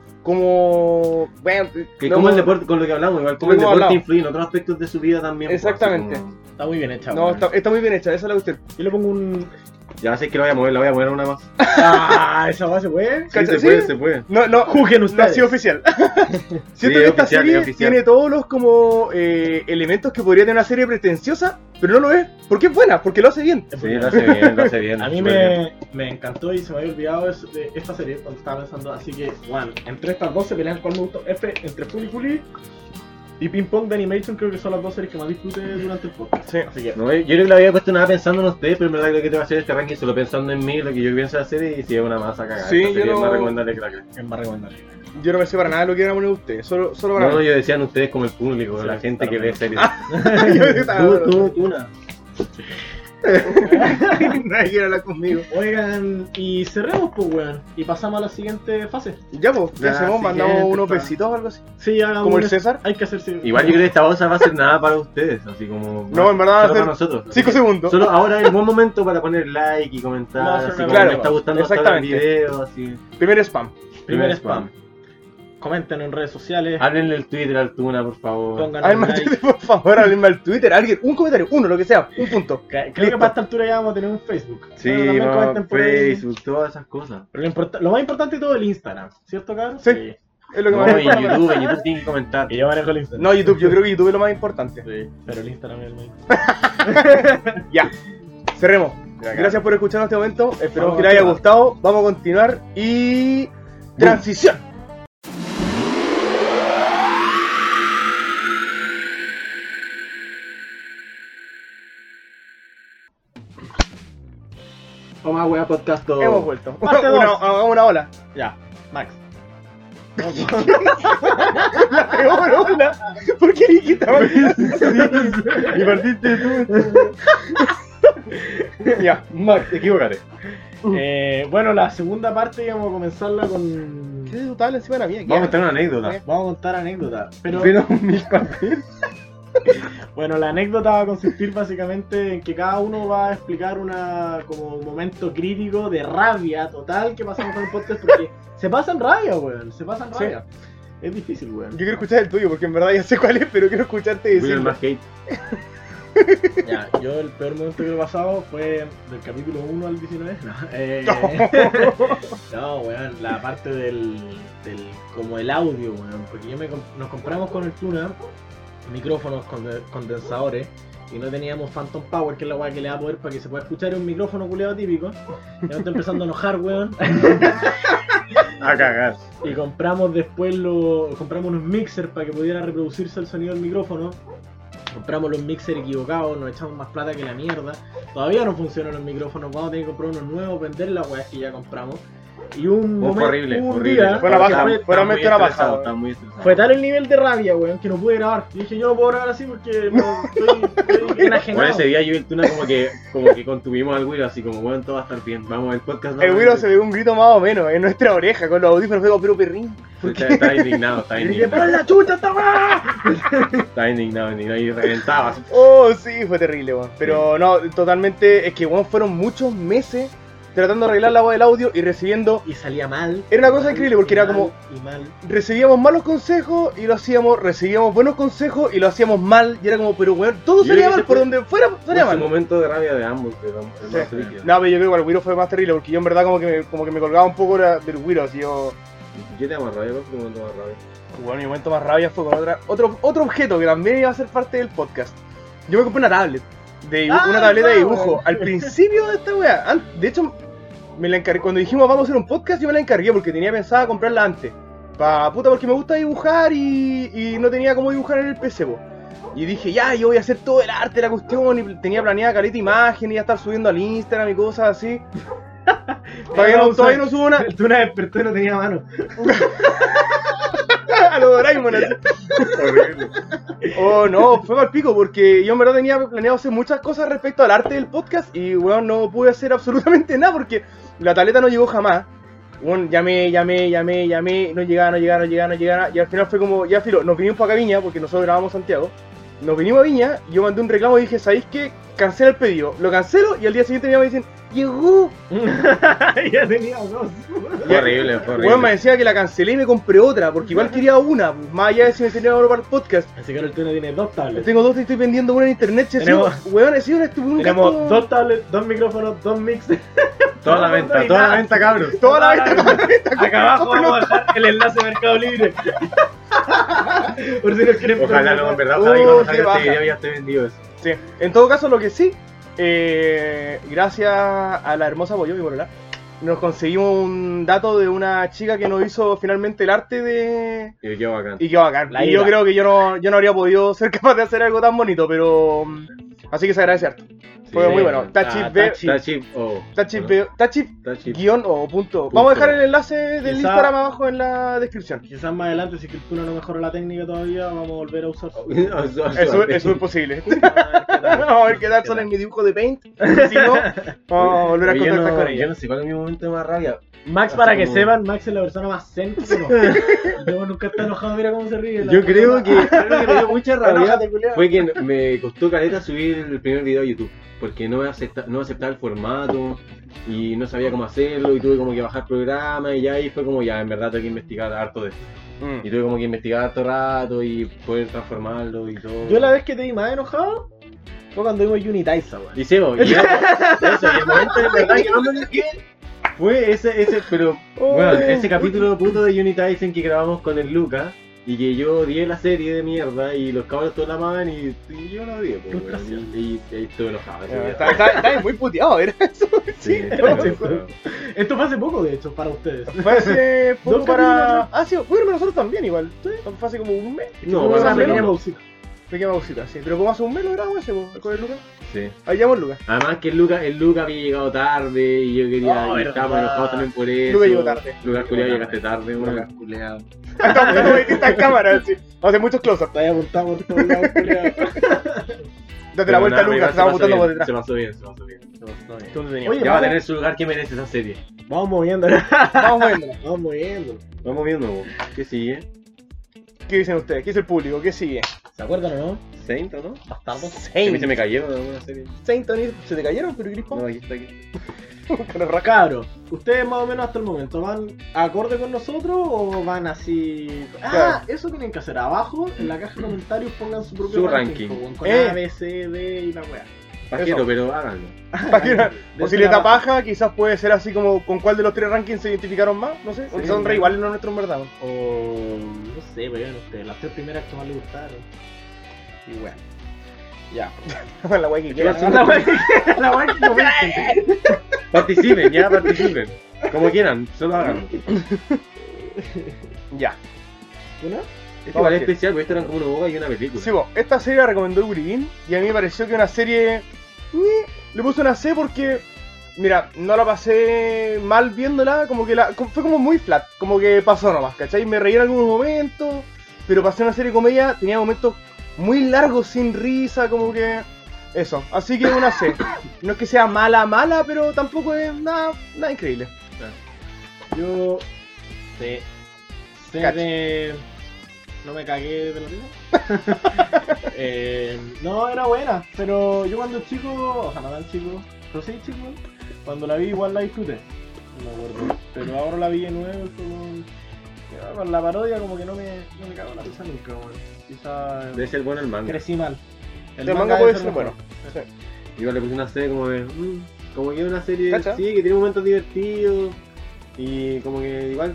S1: como bueno,
S2: Que
S1: no-
S2: como el deporte, con lo que hablamos, igual como
S1: Lo
S2: el
S1: que hemos
S2: deporte
S1: hablado.
S2: influye en otros aspectos de su vida también. pues, así
S1: Exactamente.
S2: como-
S4: Está muy bien hecha.
S1: No,
S4: weón.
S1: está, está muy bien hecha, esa es la cuestión.
S3: eh, Yo le pongo un. <laughs>
S2: Ya sé que la voy a mover, la voy a mover una más.
S3: ¡Ah! Esa base, güey.
S2: Sí,
S1: ¿Cachai?
S2: se
S1: Sí.
S2: puede, se puede.
S1: No, no,
S3: Juzguen
S1: No ha
S3: ustedes.
S1: sido oficial. Siento
S2: <laughs> Sí,
S1: que esta
S2: oficial,
S1: serie
S2: es oficial.
S1: tiene todos los como eh, elementos que podría tener una serie pretenciosa, pero no lo es, porque es buena, porque lo hace bien.
S2: Sí, lo hace bien, lo hace bien.
S3: A mí
S2: súper bien.
S3: me, me encantó y se me había olvidado es- de esta serie cuando estaba pensando. Así que, Juan, entre estas dos se pelean cuál me gustó. F entre Fuli Fuli y Ping Pong de Animation, creo que son las dos series que más disfruté durante el podcast.
S1: Sí.
S3: Así que,
S2: No, yo yo creo que la había puesto nada pensando en ustedes, pero en verdad creo que te va a hacer este ranking solo pensando en mí, lo que yo pienso hacer y si es una masa cagada.
S1: Sí,
S2: Esta
S1: yo
S2: serie es
S1: no-
S2: más recomendable que la creen.
S4: Es más
S2: <laughs>
S4: recomendable.
S1: Yo no me sé para nada lo que eran a ustedes, solo, solo para
S2: No, no, yo decía en ustedes como el público,
S4: Sí,
S2: la gente
S4: claro.
S2: que ve series.
S1: mí. <laughs>
S2: <laughs>
S1: Yo estaba-
S2: tú, tú, tú, una.
S1: <laughs> Nadie quiere hablar conmigo.
S3: oigan, y cerremos, pues, weón. Y pasamos a la siguiente fase.
S1: Ya, pues, ¿qué
S2: Ya,
S1: hacemos? ¿Mandamos
S2: siguiente,
S1: unos
S2: pa.
S1: besitos o algo así?
S3: Sí, hagamos
S1: ¿Como el
S3: un-
S1: César?
S3: Hay que hacerse.
S2: Igual yo creo que esta bolsa va a ser nada para ustedes, así como.
S1: No, en verdad va a
S2: solo
S1: ser
S2: para nosotros. así
S1: Cinco
S2: que-
S1: segundos.
S2: Solo ahora es el buen momento para poner like y
S3: Vamos a
S2: comentar,
S3: hacer
S2: así
S3: una
S2: como
S1: prueba.
S2: me está gustando hasta el
S1: Exactamente.
S2: video, así.
S1: Primer spam.
S3: Primer spam. Comenten en redes sociales.
S2: Háblenle el Twitter al Tuna, por
S1: <laughs>
S2: favor.
S3: Pónganos
S1: Alma,
S3: un like.
S1: por favor, háblenme al Twitter, alguien, un comentario, uno, lo que sea, un punto.
S3: Cre- Creo que para esta altura ya vamos a tener un Facebook.
S2: Sí,
S3: Pero también
S2: vamos,
S3: comenten por ahí.
S2: Facebook, todas esas cosas.
S3: Pero lo, importa- lo más importante de todo es el Instagram, ¿cierto, cabrón?
S1: Sí. Es lo que
S2: No,
S1: más me
S2: en
S1: importa.
S2: YouTube, en YouTube tienen que comentar.
S3: Y yo manejo el Instagram.
S1: No, YouTube, yo creo que YouTube es lo más importante.
S3: Sí, pero el Instagram es el mismo.
S1: Cerremos. Gracias por escucharnos este momento. Esperamos
S3: Vamos
S1: que
S3: a
S1: les haya
S3: continuar.
S1: gustado. Vamos a continuar y. Transición.
S3: O más wea podcast todo.
S1: Hemos vuelto.
S3: Parte
S1: Una,
S3: dos.
S1: hagamos una
S2: <laughs>
S1: ola.
S3: Ya, Max.
S1: La peor ola. ¿Por qué Nikita?
S2: Y partiste tú.
S1: <laughs> Ya.
S2: Max, equivocate.
S3: Eh, bueno, la segunda parte íbamos a comenzarla con.
S1: ¿Qué disfrutable encima de la mía?
S2: Vamos a contar una anécdota.
S1: Bien.
S3: Vamos a contar anécdotas. Pero
S2: Pero mil partidos.
S3: bueno, la anécdota va a consistir básicamente en que cada uno va a explicar una como un momento crítico de rabia total que pasamos con el podcast porque se pasan rabia, weón. Se pasan
S1: Sí.
S3: rabia. Es difícil, weón.
S1: Yo quiero escuchar el tuyo porque en verdad ya sé cuál es, pero quiero escucharte
S2: Will
S1: decirlo.
S2: más hate.
S3: Ya, yo el peor momento que he pasado fue del capítulo 1 al 19. No, eh, <laughs> no, weón, la parte del, del. como el audio, weón. Porque yo me, com- nos compramos con el Tuna micrófonos conde- condensadores y no teníamos Phantom Power, que es la weá que le da poder para que se pueda escuchar un micrófono culeado típico. Ya me estoy empezando a enojar, weón.
S2: A cagar.
S3: Y compramos después lo, compramos unos mixer para que pudiera reproducirse el sonido del micrófono. Compramos los mixer equivocados, nos echamos más plata que la mierda. Todavía no funcionan los micrófonos, vamos a tener que comprar unos nuevos, vender las weas que ya compramos. Y un,
S2: Oh,
S3: momento-
S2: Fue horrible,
S3: un
S2: horrible.
S3: día-
S1: Fue una baja,
S2: Está-
S1: fue
S2: está
S1: realmente
S2: muy
S1: una baja,
S2: estresado,
S1: weón.
S2: Está muy estresado.
S3: fue tal el nivel de rabia, weón, que no pude grabar. Y dije, yo no puedo grabar así porque no, estoy,
S1: <laughs>
S3: estoy enajenado.
S2: Bueno, ese día yo y el Tuna como que, como que contuvimos al Wiro, así como, bueno, todo va a estar bien, vamos, el podcast va
S1: El Wiro se ve un grito más o menos en nuestra oreja con los audífonos. Fue como, pero perrín.
S2: Está, está
S1: <laughs>
S2: indignado, está
S3: Y dije, pero
S2: indignado,
S3: la chucha esta weá.
S2: está indignado, indignado,
S1: <laughs>
S2: y reventaba. así.
S1: Oh, sí, fue terrible, weón. Pero no, totalmente. Es que, weón, fueron muchos meses tratando de arreglar la voz del audio y recibiendo
S3: Y salía mal.
S1: Era una cosa
S3: mal,
S1: increíble porque
S3: y
S1: era
S3: mal,
S1: como-
S3: Y mal. <laughs>
S1: recibíamos malos consejos y lo hacíamos, recibíamos buenos consejos y lo hacíamos mal, y era como, pero weón, todo
S2: Yo
S1: salía
S2: creo que
S1: mal,
S2: ese
S1: por
S2: fue-
S1: donde fuera, salía
S2: Fue un
S1: mal.
S2: momento de rabia de ambos, pero el más
S1: Sí.
S2: líquido.
S1: No, pero yo creo que el Wiro fue más terrible, porque yo en verdad como que me, como que me colgaba un poco era del Wiro, así yo...
S2: Yo te amo rabia, ¿cuál fue tu momento más rabia?
S1: Bueno, mi momento más rabia fue con otra, otro, otro objeto que también iba a ser parte del podcast. Yo me compré una tablet, de dibu-
S3: Ah,
S1: una tableta de
S3: claro.
S1: dibujo, al principio de esta weá. An- De hecho, me la encargué, cuando dijimos vamos a hacer un podcast, yo me la encargué porque tenía pensada comprarla antes. Pa puta, porque me gusta dibujar y, y no tenía cómo dibujar en el PC, po. Y dije, ya, yo voy a hacer todo el arte, la cuestión, y tenía planeada caleta imagen, iba a estar subiendo al Instagram y cosas así. Todavía no, todavía no subo una.
S3: Tú una despertó y no tenía mano. <laughs>
S1: <laughs> A lo Doraemon así. Oh, no, fue mal pico porque yo en verdad tenía planeado hacer muchas cosas respecto al arte del podcast y, weón, no pude hacer absolutamente nada porque la tableta no llegó jamás. Weón, llamé, llamé, llamé, llamé, no llegaba, no llegaba, no llegaba, no llegaba y al final fue como, ya filo, nos vinimos para acá a Viña porque nosotros grabamos Santiago. Nos vinimos a Viña, yo mandé un reclamo y dije, ¿sabéis qué? Cancela el pedido. Lo cancelo y al día siguiente me llaman y dicen, llegó.
S3: ya tenía dos.
S2: Fue horrible, fue
S1: Weón, me
S2: horrible.
S1: decía que la cancelé y me compré otra porque igual quería una, más allá de si me tenía valor para el podcast.
S3: Así que ahora tú no tienes dos tablets.
S1: Tengo dos y estoy vendiendo una en internet, che,
S3: Tenemos-
S1: sí, weón, he sido un estuvo un
S3: Tenemos
S1: gasto-
S3: dos tablets, dos micrófonos, dos mixes.
S2: Toda la venta, toda la venta,
S1: <laughs>
S2: cabros.
S1: Toda la venta.
S3: Acá abajo vamos a dejar el enlace de
S1: <laughs>
S3: Mercado Libre. Por si nos quieren
S2: Ojalá no, en
S3: preguntar.
S2: verdad,
S1: Uh,
S2: ojalá
S1: qué
S2: que cuando salga
S1: baja.
S2: este video ya esté vendido eso.
S1: Sí. En todo caso, lo que sí, eh, gracias a la hermosa Boyomi Morola, nos conseguimos un dato de una chica que nos hizo finalmente el arte de.
S2: Y yo bacán.
S1: Y quedó bacán.
S3: La
S1: y yo
S3: ira.
S1: creo que yo no, yo no habría podido ser capaz de hacer algo tan bonito, pero. mm, Así que se agradece harto. Fue
S2: Sí.
S1: muy bueno. Tachi
S3: Ah,
S1: B.
S3: Tachi.
S2: Tachi o.
S1: Tachi
S2: ¿no?
S1: B- Tachi
S2: Tachi. <laughs>
S1: guión o punto. Vamos a dejar el enlace del
S3: Quizá-
S1: Instagram abajo en la descripción.
S3: Quizás más adelante, si Crispuna no mejora la técnica todavía, vamos a volver a usar.
S1: Eso,
S2: Eso
S1: eso es posible.
S3: <laughs> Vamos
S1: <laughs> Vamos a ver qué tal son en mi dibujo de Paint. <laughs> Si no, vamos a volver a
S2: Oye, yo
S1: contactar
S2: no-
S1: con
S2: Yo
S1: ella.
S2: no sé cuál es mi momento de más rabia.
S3: Max, para que sepan, Max es la persona más
S1: <laughs>
S3: zen que conozco. Yo nunca está enojado, mira cómo se ríe. la
S2: Yo
S3: persona
S2: creo
S3: más-
S2: que, creo que me dio mucha <laughs> rabia
S3: Enójate, culiao.
S2: fue que me costó caleta subir el primer video a YouTube porque no acepta, no aceptaba el formato y no sabía cómo hacerlo y tuve como que bajar programa y ya ahí fue como ya en verdad tengo que investigar harto de esto
S1: Mm.
S2: y tuve como que investigar harto rato y poder transformarlo y todo.
S3: Yo la vez que te vi más enojado fue cuando vimos Unitiza, weón.
S2: Y Sebo, y eso, eso, y el momento de verdad que no me dejé fue ese, ese, pero, bueno, ese capítulo puto de Unitizen que grabamos con el Luca y que yo odié la serie de mierda y los cabros todos la amaban y, y yo la odié, pues, weón, y, y- y ahí estuve enojado. ese día.
S1: Está, está- está muy puteado, era <laughs> eso.
S2: Sí,
S3: sí,
S2: weón.
S3: Esto fue hace poco, de hecho, para ustedes.
S1: Fue hace poco
S3: Dos
S1: para.
S3: capítulos.
S1: Ah, sí, bueno, nosotros también igual. Fue hace como un mes.
S2: No,
S1: Fue
S2: bueno,
S1: hace
S3: una
S2: sí,
S1: menos-
S3: pequeña
S2: no.
S3: pausita.
S1: Pequeña pausita, sí. Pero como hace un mes lo grabamos ese, po, con el Lucas.
S2: Sí.
S1: Ahí llamó el Lucas.
S2: Además que el Luca, el Luca había llegado tarde y yo quería,
S3: No,
S2: y
S3: verdad.
S2: estábamos enojados también por eso.
S1: Luca llegó tarde.
S2: Luca culiao, llegaste tarde, weón.
S4: Una culeada.
S1: Estamos estamos en
S2: <laughs>
S1: distintas cámaras, sí. Vamos a hacer muchos close-ups.
S3: Está ahí apuntado por todos lados, culiao.
S1: Date la
S2: Pero
S1: vuelta,
S2: nada,
S1: Lucas.
S2: igual
S1: Te estamos
S2: se pasó
S1: apuntando por
S2: bien,
S1: detrás.
S2: Se pasó bien, se pasó bien.
S3: Oye,
S2: Ya va a
S3: vamos,
S2: tener su lugar que merece esa serie.
S3: vamos moviendo,
S1: Vamos viendo.
S3: vamos moviendo.
S2: Vamos viendo, po. ¿qué sigue?
S1: ¿Qué dicen ustedes? ¿Qué dice el público? ¿Qué sigue?
S3: ¿Se acuerdan o no?
S2: Saint, ¿o ¿no?
S3: Bastardos.
S2: Que a mí se me cayó en alguna serie.
S1: Saint Anís- ¿Se te cayeron, pero
S2: No,
S1: Crispo?
S2: aquí está aquí.
S1: Con el rasca-
S3: Cabros, ¿ustedes más o menos hasta el momento van acorde con nosotros o van así? Ah,
S1: Claro.
S3: eso tienen que hacer abajo, en la caja de comentarios pongan su propio
S2: Su ranking.
S3: po, Con
S1: Eh.
S3: A, B, C, D y la weá.
S2: Pajero,
S1: Eso.
S2: pero háganlo.
S1: <laughs> Imagina,
S3: De
S1: O si
S3: esa
S1: le
S3: la-
S1: tapaja, quizás puede ser así como con cuál de los tres rankings se identificaron más, no sé. Porque
S3: Sí.
S1: son re iguales los nuestros, en ¿verdad?
S3: O no sé, vean ustedes, las tres primeras que más les gustaron. Y weá. Ya.
S1: <laughs> La guay que quiera.
S3: La weá que- la weá que comenten.
S2: Participen, ya participen. Como quieran, solo háganlo. Este
S1: Ya.
S3: ¿Una?
S2: Este igual es especial, porque esto eran como una boga y una película.
S1: Sí, vos, esta serie la recomendó el Guribín y a mí me pareció que una serie... Ñe. Le puse una C porque, mira, no la pasé mal viéndola, como que la... como- fue como muy flat, como que pasó nomás, ¿cachai? Me reí en algunos momentos, pero pasé una serie de comedia, tenía momentos muy largos sin risa, como que... Eso, así que una
S3: <coughs>
S1: C. No es que sea mala, mala, pero tampoco es nada, nada increíble.
S3: Yo sé. Sé
S1: Cacho.
S3: de. No me cagué de la vida.
S1: <laughs>
S3: Eh, no, era buena, pero yo cuando chico, ojalá tan chico, pero sí chico, cuando la vi igual la disfruté. No me acuerdo. Pero ahora la vi de nuevo y fue como- ya, con la parodia como que no me, no me cago en la risa nunca, weón. Quizá
S2: Debe ser bueno el manga.
S3: crecí mal.
S1: El manga puede
S3: debe
S1: ser
S3: mejor.
S2: Igual le puse una serie como de. mm, como que es una serie.
S1: ¿Cacha?
S2: Sí, que tiene momentos divertidos. Y como que igual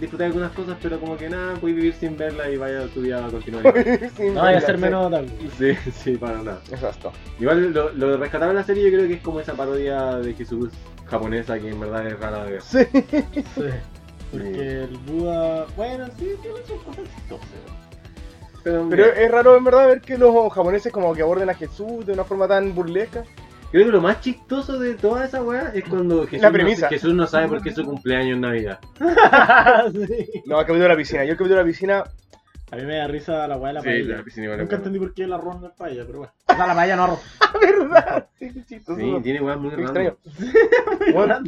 S2: disfrutar algunas cosas, pero como que nada, puedes vivir sin verla y vaya tu vida a continuar. igual.
S1: Sin
S3: No, vaya a
S1: risa, <laughs>
S3: ser
S1: sí.
S3: menos notable.
S2: sí, <laughs> sí, para nada.
S1: Exacto.
S2: Igual lo, lo rescatable de la serie yo creo que es como esa parodia de Jesús japonesa que en verdad es rara de ver.
S1: Sí. <laughs>
S3: Porque el Buda. Bueno, sí, tiene sus cosas chistosas.
S2: Pero,
S1: Pero es raro en verdad ver que los japoneses como que aborden a Jesús de una forma tan burlesca.
S2: Creo que lo más chistoso de toda esa weá es cuando Jesús,
S1: La
S2: no-
S1: premisa.
S2: Jesús no sabe por qué es su cumpleaños en Navidad.
S3: Ah, Sí.
S1: No, el capítulo de la piscina. Yo el capítulo de la piscina
S3: A mí me da risa la weá de la
S2: Sí,
S3: paella.
S2: la piscina igual es
S3: Nunca
S2: buena.
S3: entendí por qué el arroz no es paella, pero bueno. O sea, la paella no arroz.
S1: ¿Verdad? Sí, qué chistoso.
S2: Sí, tiene weá muy
S1: Qué
S2: raras.
S1: extraño. Bueno,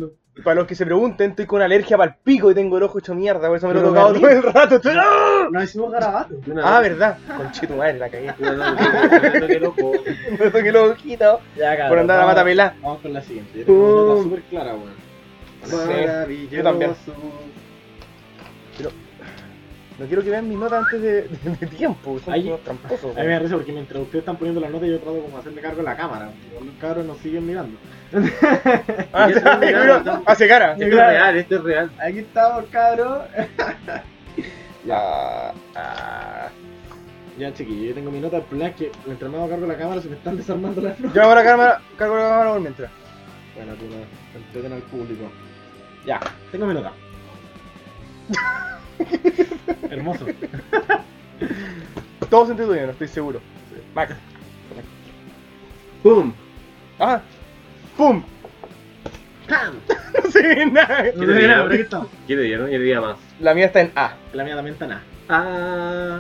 S1: para los que se pregunten, estoy con alergia para el pico y tengo el ojo hecho mierda, por eso me lo he
S3: Pero
S1: tocado
S3: Berlín.
S1: todo el rato. Estoy- ¡Ah!
S3: No hicimos garabato.
S2: Yo una
S1: Ah,
S2: vez-
S1: verdad. Conchito madre, la cagué.
S2: <laughs> yo una vez- yo una
S1: <laughs>
S2: vez- loco.
S1: Me toqué los ojitos
S3: Ya, cabrón.
S1: por andar a la
S3: vamos-
S1: mata pelada.
S3: Vamos con la siguiente. Yo
S1: Uh.
S3: tengo una nota súper clara, weón.
S2: Maravilloso.
S1: yo también. No quiero que vean mis notas antes de, de- de tiempo, son
S3: Ahí-
S1: unos tramposos.
S3: A mí me da risa porque mientras ustedes están poniendo la nota yo trato como de hacerle cargo a la cámara. porque Los cabros nos siguen mirando.
S1: Ah,
S2: Y eso es
S1: mira,
S2: real.
S1: hace cara.
S2: Este es real, este es real.
S3: Aquí estamos, cabros.
S1: Ah, ah.
S3: Ya, chiquillos, yo tengo mi nota. El problema es que mientras me hago cargo de la cámara se me están desarmando las notas.
S1: Yo hago la cámara, cargo la cámara por mientras.
S3: Bueno, tú no. Entreten al público. Ya, tengo mi <laughs> nota. Hermoso.
S1: Todos sentido no estoy seguro. Max.
S2: ¡Pum!
S1: Ah. ¡Pum! <laughs>
S3: ¡Pam!
S1: No se ve nada.
S3: No sé nada, pero aquí estamos.
S2: ¿Qué te dieron? Yo día más.
S1: La mía está en A.
S3: La mía también está nada.
S2: Ah,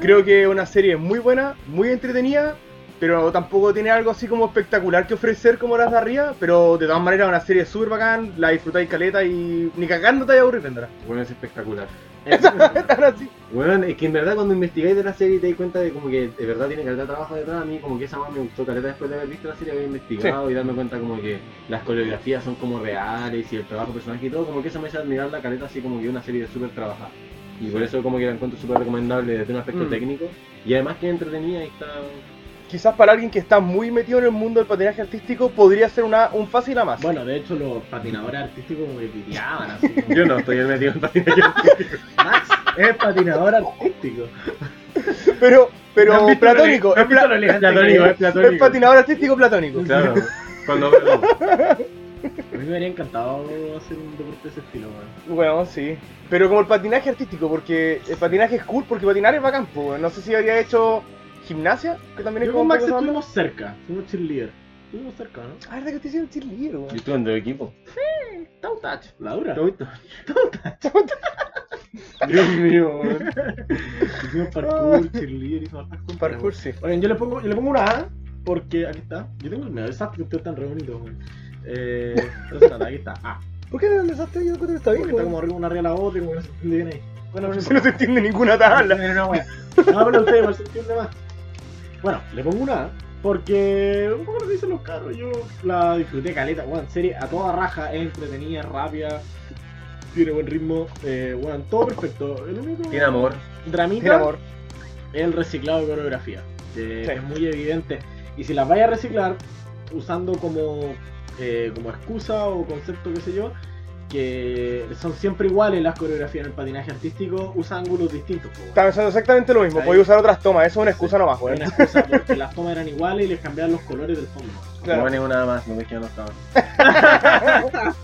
S1: Creo que es una serie muy buena, muy entretenida, pero tampoco tiene algo así como espectacular que ofrecer como las de arriba, pero de todas maneras es una serie súper bacán, la disfrutáis caleta y ni cagando te vayas a aburrir, vendrá.
S2: bueno,
S1: <laughs>
S2: es espectacular.
S1: Están así.
S2: Bueno, es que en verdad cuando investigáis de la serie te dais cuenta de como que de verdad tiene caleta de trabajo detrás. A mí como que esa más me gustó caleta después de haber visto la serie, haber investigado y darme cuenta como que las coreografías son como reales y el trabajo de personaje y todo. Como que eso me hace admirar la caleta así como que una serie de súper trabajada. Y por eso como que la encuentro súper recomendable desde un aspecto
S1: Mm.
S2: técnico. Y además que es entretenida y está...
S1: Quizás para alguien que está muy metido en el mundo del patinaje artístico podría ser una, un fácil a más.
S3: Bueno, de hecho, los patinadores artísticos como que piteaban así. como,
S2: Yo no estoy metido en patinaje. <laughs>
S3: Max es patinador artístico.
S1: <laughs> pero pero
S3: ¿No han visto
S1: platónico, <laughs>
S3: lo- no
S1: es,
S3: han
S1: pla-
S3: visto lo
S2: es
S3: elegante
S2: platónico, es
S3: que es?
S1: es
S2: platónico.
S1: patinador artístico platónico.
S2: Claro, cuando hablamos.
S3: A mí me habría encantado hacer un deporte de ese estilo, weón.
S1: Bueno, sí. Pero como el patinaje artístico, porque el patinaje es cool, porque patinar es bacán, po. No sé si habría hecho gimnasia, que también es
S3: Yo con Max
S1: esa onda.
S3: estuvimos cerca, fuimos cheerleader. Estuvimos cerca, ¿no?
S1: Ah, verdad que estoy siendo cheerleader,
S2: Yo
S1: weón.
S2: estuve en dos equipos.
S3: Tow touch. La dura.
S2: <laughs> Dios mío.
S3: Hicimos parkour, cheerleader, hicimos hartas cosas.
S1: <laughs> Parkour, sí.
S3: Oigan, yo le pongo, yo le pongo una A, porque aquí está. Yo tengo el desastre que ustedes están re bonitos, weón. Eh, entonces <laughs> nada, aquí está. A.
S1: ¿Por qué el desastre? Yo creo que está
S3: Porque
S1: bien,
S3: está
S1: weón.
S3: como arriba una arriba de la otra y como que no se entiende bien ahí.
S1: <laughs>
S3: Bueno, no
S1: Si no se entiende ninguna tabla.
S3: No, no, bueno. No, pero usted igual se entiende más. Bueno, le pongo una A, porque un poco lo que dicen los carros, yo la disfruté caleta, weón, serie a toda raja, es entretenida, es rápida, tiene buen ritmo, eh, weón, todo perfecto. El único
S2: Tiene amor.
S1: Tiene
S3: dramita
S1: amor.
S3: es el reciclado de coreografía, que
S1: Sí.
S3: es muy evidente. Y si las vaya a reciclar, usando como, eh, como excusa o concepto, qué sé yo, que son siempre iguales las coreografías en el patinaje artístico, usa ángulos distintos. po, weón.
S1: Estaba pensando exactamente lo mismo.
S3: Ahí.
S1: Podía usar otras tomas. Eso es una excusa nomás,
S3: Fue
S1: weón.
S3: una excusa porque las tomas eran iguales y les cambiaban los colores del fondo.
S1: Claro.
S2: No gané una más, no me quedan los cabros.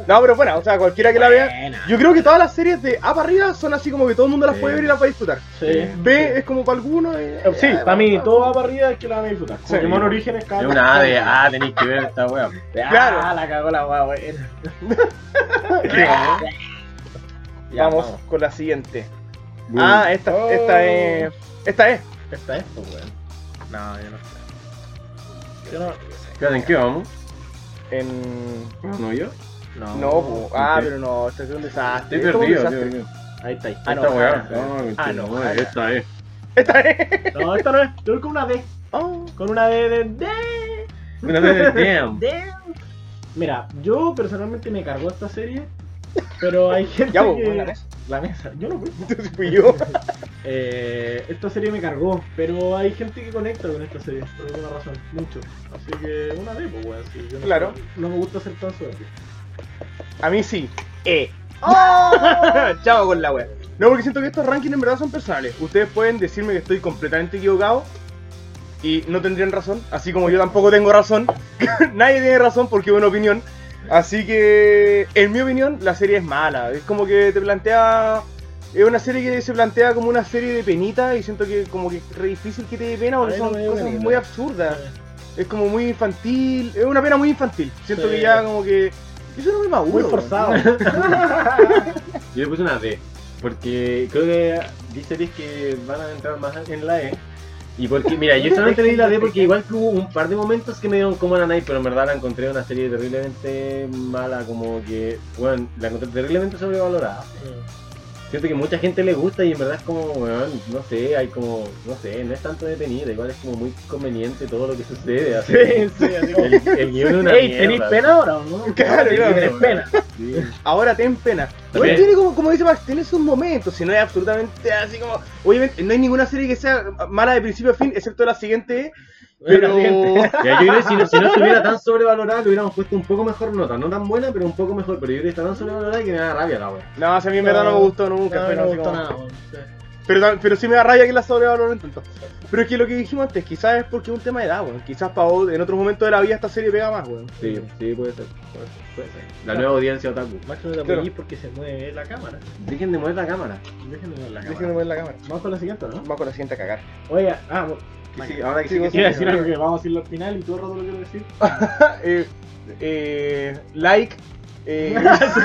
S1: No, pero bueno, o sea, cualquiera que la vea.
S3: Buena.
S1: Yo creo que todas las series de A para arriba son así como que todo el mundo las puede ver y las va a disfrutar.
S3: Sí.
S1: B es como para algunos. eh, y-
S3: Sí, para mí, todo va para arriba es que la van a disfrutar.
S1: Sí.
S3: Pokémon Orígenes cada
S2: Es una A de A, tenéis que ver esta wea.
S1: Claro.
S3: Ah, la cagó la weá, buena. Ya,
S1: Vamos
S3: vamos.
S1: con la siguiente.
S2: Boom.
S1: Ah, esta,
S3: Oh.
S1: esta es. Esta es.
S3: Está esto, weón.
S1: No, yo no.
S3: Yo no.
S2: Espérate, ¿en qué vamos?
S1: En.
S2: ¿No yo?
S3: No.
S1: No, po. ah,
S2: ok.
S1: pero no, esto es un desastre. Esto
S2: Estoy
S1: es un
S2: perdido,
S1: desastre.
S2: tío. tío.
S3: Ahí está, ahí está.
S1: Ah, no,
S2: Esta weá.
S1: ah, no.
S2: No,
S1: Ah, no,
S2: no,
S1: ah,
S2: esta es.
S1: Esta es.
S3: No, esta no es. Yo voy con una D.
S1: Oh.
S3: Con una D de. de...
S2: Una vez de damn.
S3: Mira, yo personalmente me cargó esta serie, pero hay gente <laughs>
S1: Ya, po, <laughs>
S3: que...
S1: la mesa.
S3: La mesa. Yo no fui.
S1: Entonces fui yo.
S3: Eh, esta serie me cargó, pero hay gente que conecta con esta serie, por alguna razón, mucho. Así que una vez, pues, weón. sí, yo no,
S1: Claro.
S3: No me gusta ser tan suerte.
S1: A mí sí. E. <laughs> Chao con la wea. No, porque siento que estos rankings en verdad son personales. Ustedes pueden decirme que estoy completamente equivocado y no tendrían razón. Así como yo tampoco tengo razón. <laughs> Nadie tiene razón porque es una opinión. Así que, en mi opinión, la serie es mala. Es como que te plantea. Es una serie que se plantea como una serie de penita y siento que como que es re difícil que te dé pena
S3: A
S1: porque
S3: mí no
S1: son
S3: me dio
S1: cosas
S3: penita.
S1: muy absurdas. Es como muy infantil, es una pena muy infantil. Siento
S3: Sí.
S1: que ya como que. Eso no me maduro.
S3: Muy
S1: weón. <laughs>
S3: forzado.
S2: <laughs> Yo le puse una D, porque creo que dice series que van a entrar más en la E. Y porque, mira, yo solamente leí la D porque igual que hubo un par de momentos que me dieron como la night, pero en verdad la encontré una serie terriblemente mala, como que, bueno, la encontré terriblemente sobrevalorada. Siento que mucha gente le gusta y en verdad es como, weón, no sé, hay como, no sé, no es tanto detenida, igual es como muy conveniente todo lo que sucede. así
S3: sí, sí, así
S2: como
S3: como.
S2: el, el guión es una
S3: Ey,
S2: mierda,
S3: ¿tenéis pena ahora o
S1: <laughs>
S3: no?
S1: Claro, claro.
S3: Tenés pena.
S2: sí.
S1: Ahora ten pena.
S2: También-
S1: Bueno, tiene como, como dice Max, tiene sus momentos, si no es absolutamente así como. Obviamente, no hay ninguna serie que sea mala de principio a fin, excepto la siguiente. Pero.
S2: Ya, yo creo que si no, si no estuviera tan sobrevalorada, le hubiéramos puesto un poco mejor nota. No tan buena, pero un poco mejor. Pero yo creo que está tan sobrevalorada que me da rabia la wea.
S1: <laughs> No, si a mí en verdad no me gustó nunca.
S3: No,
S1: pero
S3: no me
S1: así
S3: gustó
S1: como-
S3: nada, weón. Sí.
S1: Pero, tam- pero sí me da rabia que la sobrevaloren tanto. Pero es que lo que dijimos antes, quizás es porque es un tema de edad, weón. Quizás para en otros momentos de la vida esta serie pega más, weón.
S2: Sí, sí, puede ser. Puede ser. La nueva audiencia otaku.
S3: Max no te
S1: Claro.
S3: apoyís porque se mueve la cámara.
S2: Dejen de mover la cámara.
S3: Déjenme ver la
S1: Déjenme
S3: cámara.
S1: poner la cámara.
S3: Vamos con la siguiente, ¿no?
S1: Va con la siguiente a cagar.
S3: Oiga, ah, bueno,
S1: Que sí, ahora que sí, que sí. <laughs>
S4: Quiero decir algo que vamos a decirlo al final y todo el rato lo quiero
S3: <laughs>
S4: decir.
S1: Eh, eh, like, eh,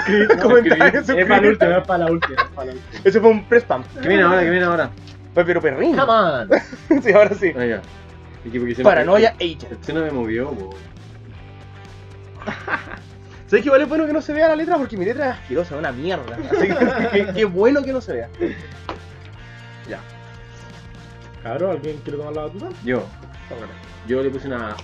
S1: <laughs> comentario,
S3: es para la
S1: suscribir.
S3: última, es para la última. es para la última.
S1: Ese fue un press spam.
S2: Que viene ahora, que viene ahora.
S1: Fue pero perrín.
S3: Ah. Come on.
S1: <laughs> Sí, ahora sí.
S2: Ah, ya. Y que porque se me-
S1: Paranoia Agent.
S2: Se no me movió, po.
S1: ¿Sabes que igual es bueno que no se vea la letra? Porque mi letra es asquerosa, una mierda. Así que, <laughs> que- que bueno que no se vea.
S3: Cabrón, ¿alguien quiere tomar la batuta?
S2: Yo. Yo le puse una.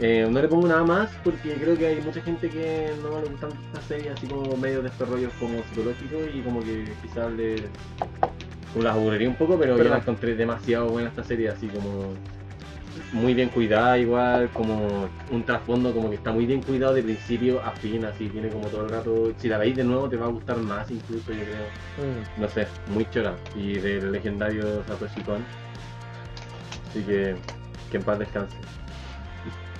S2: Eh, no le pongo nada más porque creo que hay mucha gente que no le gustan estas series así como medio de estos rollos como psicológicos y como que quizás le como las aburriría un poco, pero yo la
S1: Perdón.
S2: encontré demasiado buena esta serie, así como muy bien cuidada igual, como un trasfondo como que está muy bien cuidado de principio a fin, así tiene como todo el rato, si la veis de nuevo te va a gustar más incluso yo creo,
S3: Mm.
S2: no sé, muy chora y del legendario Satoshi Kon. Así que que en paz descanse.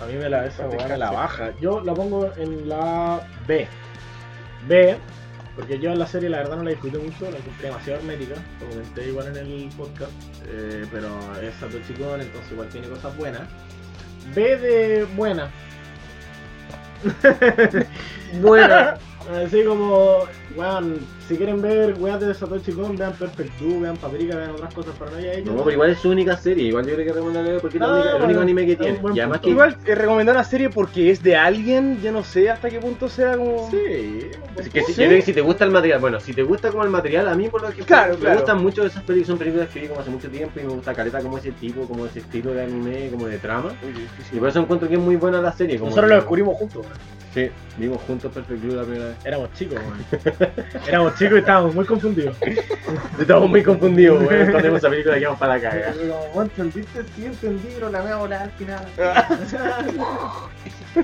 S3: A mí me la, esa
S1: Te
S3: weá me
S1: cacha.
S3: la baja. Yo la pongo en la B. B, porque yo en la serie la verdad no la disfruté mucho, la encontré demasiado hermética, lo comenté igual en el podcast, eh, pero es Satoshi Kon, entonces igual tiene cosas buenas. B de buena.
S1: <laughs>
S3: buena. Así como, weón, si quieren ver weas de Satoshi Kon, vean Perfect Blue, vean Paprika, vean otras cosas para no haya hecho.
S2: No, pero igual es su única serie, igual yo creo que recomendarle porque es la
S3: Ah,
S2: única- el
S3: bueno,
S2: único anime que
S3: es un
S2: tiene.
S3: buen
S2: Y además
S3: punto.
S2: que
S1: Igual eh, recomendar una serie porque es de alguien, yo no sé hasta qué punto sea como.
S3: Sí.
S2: Así que si, yo creo que si te gusta el material, bueno, si te gusta como el material, a mí por lo que
S1: Claro,
S2: me
S1: claro.
S2: gustan mucho esas películas, son películas que vi como hace mucho tiempo y me gusta caleta como ese tipo, como ese estilo de anime, como de trama. Y
S1: <laughs>
S2: por eso encuentro que es muy buena la serie. Como
S3: Nosotros
S2: que-
S3: lo descubrimos juntos, weón.
S2: Sí, vimos juntos Perfect Blue la primera vez.
S3: Éramos chicos, weón. Éramos chicos y estábamos muy <laughs> confundidos.
S2: <laughs> Estamos muy confundidos, güey. Cuando vimos esa película quedamos para la caga.
S3: Como, ¿entendiste? Sí, entendí, pero la voy a volar al final.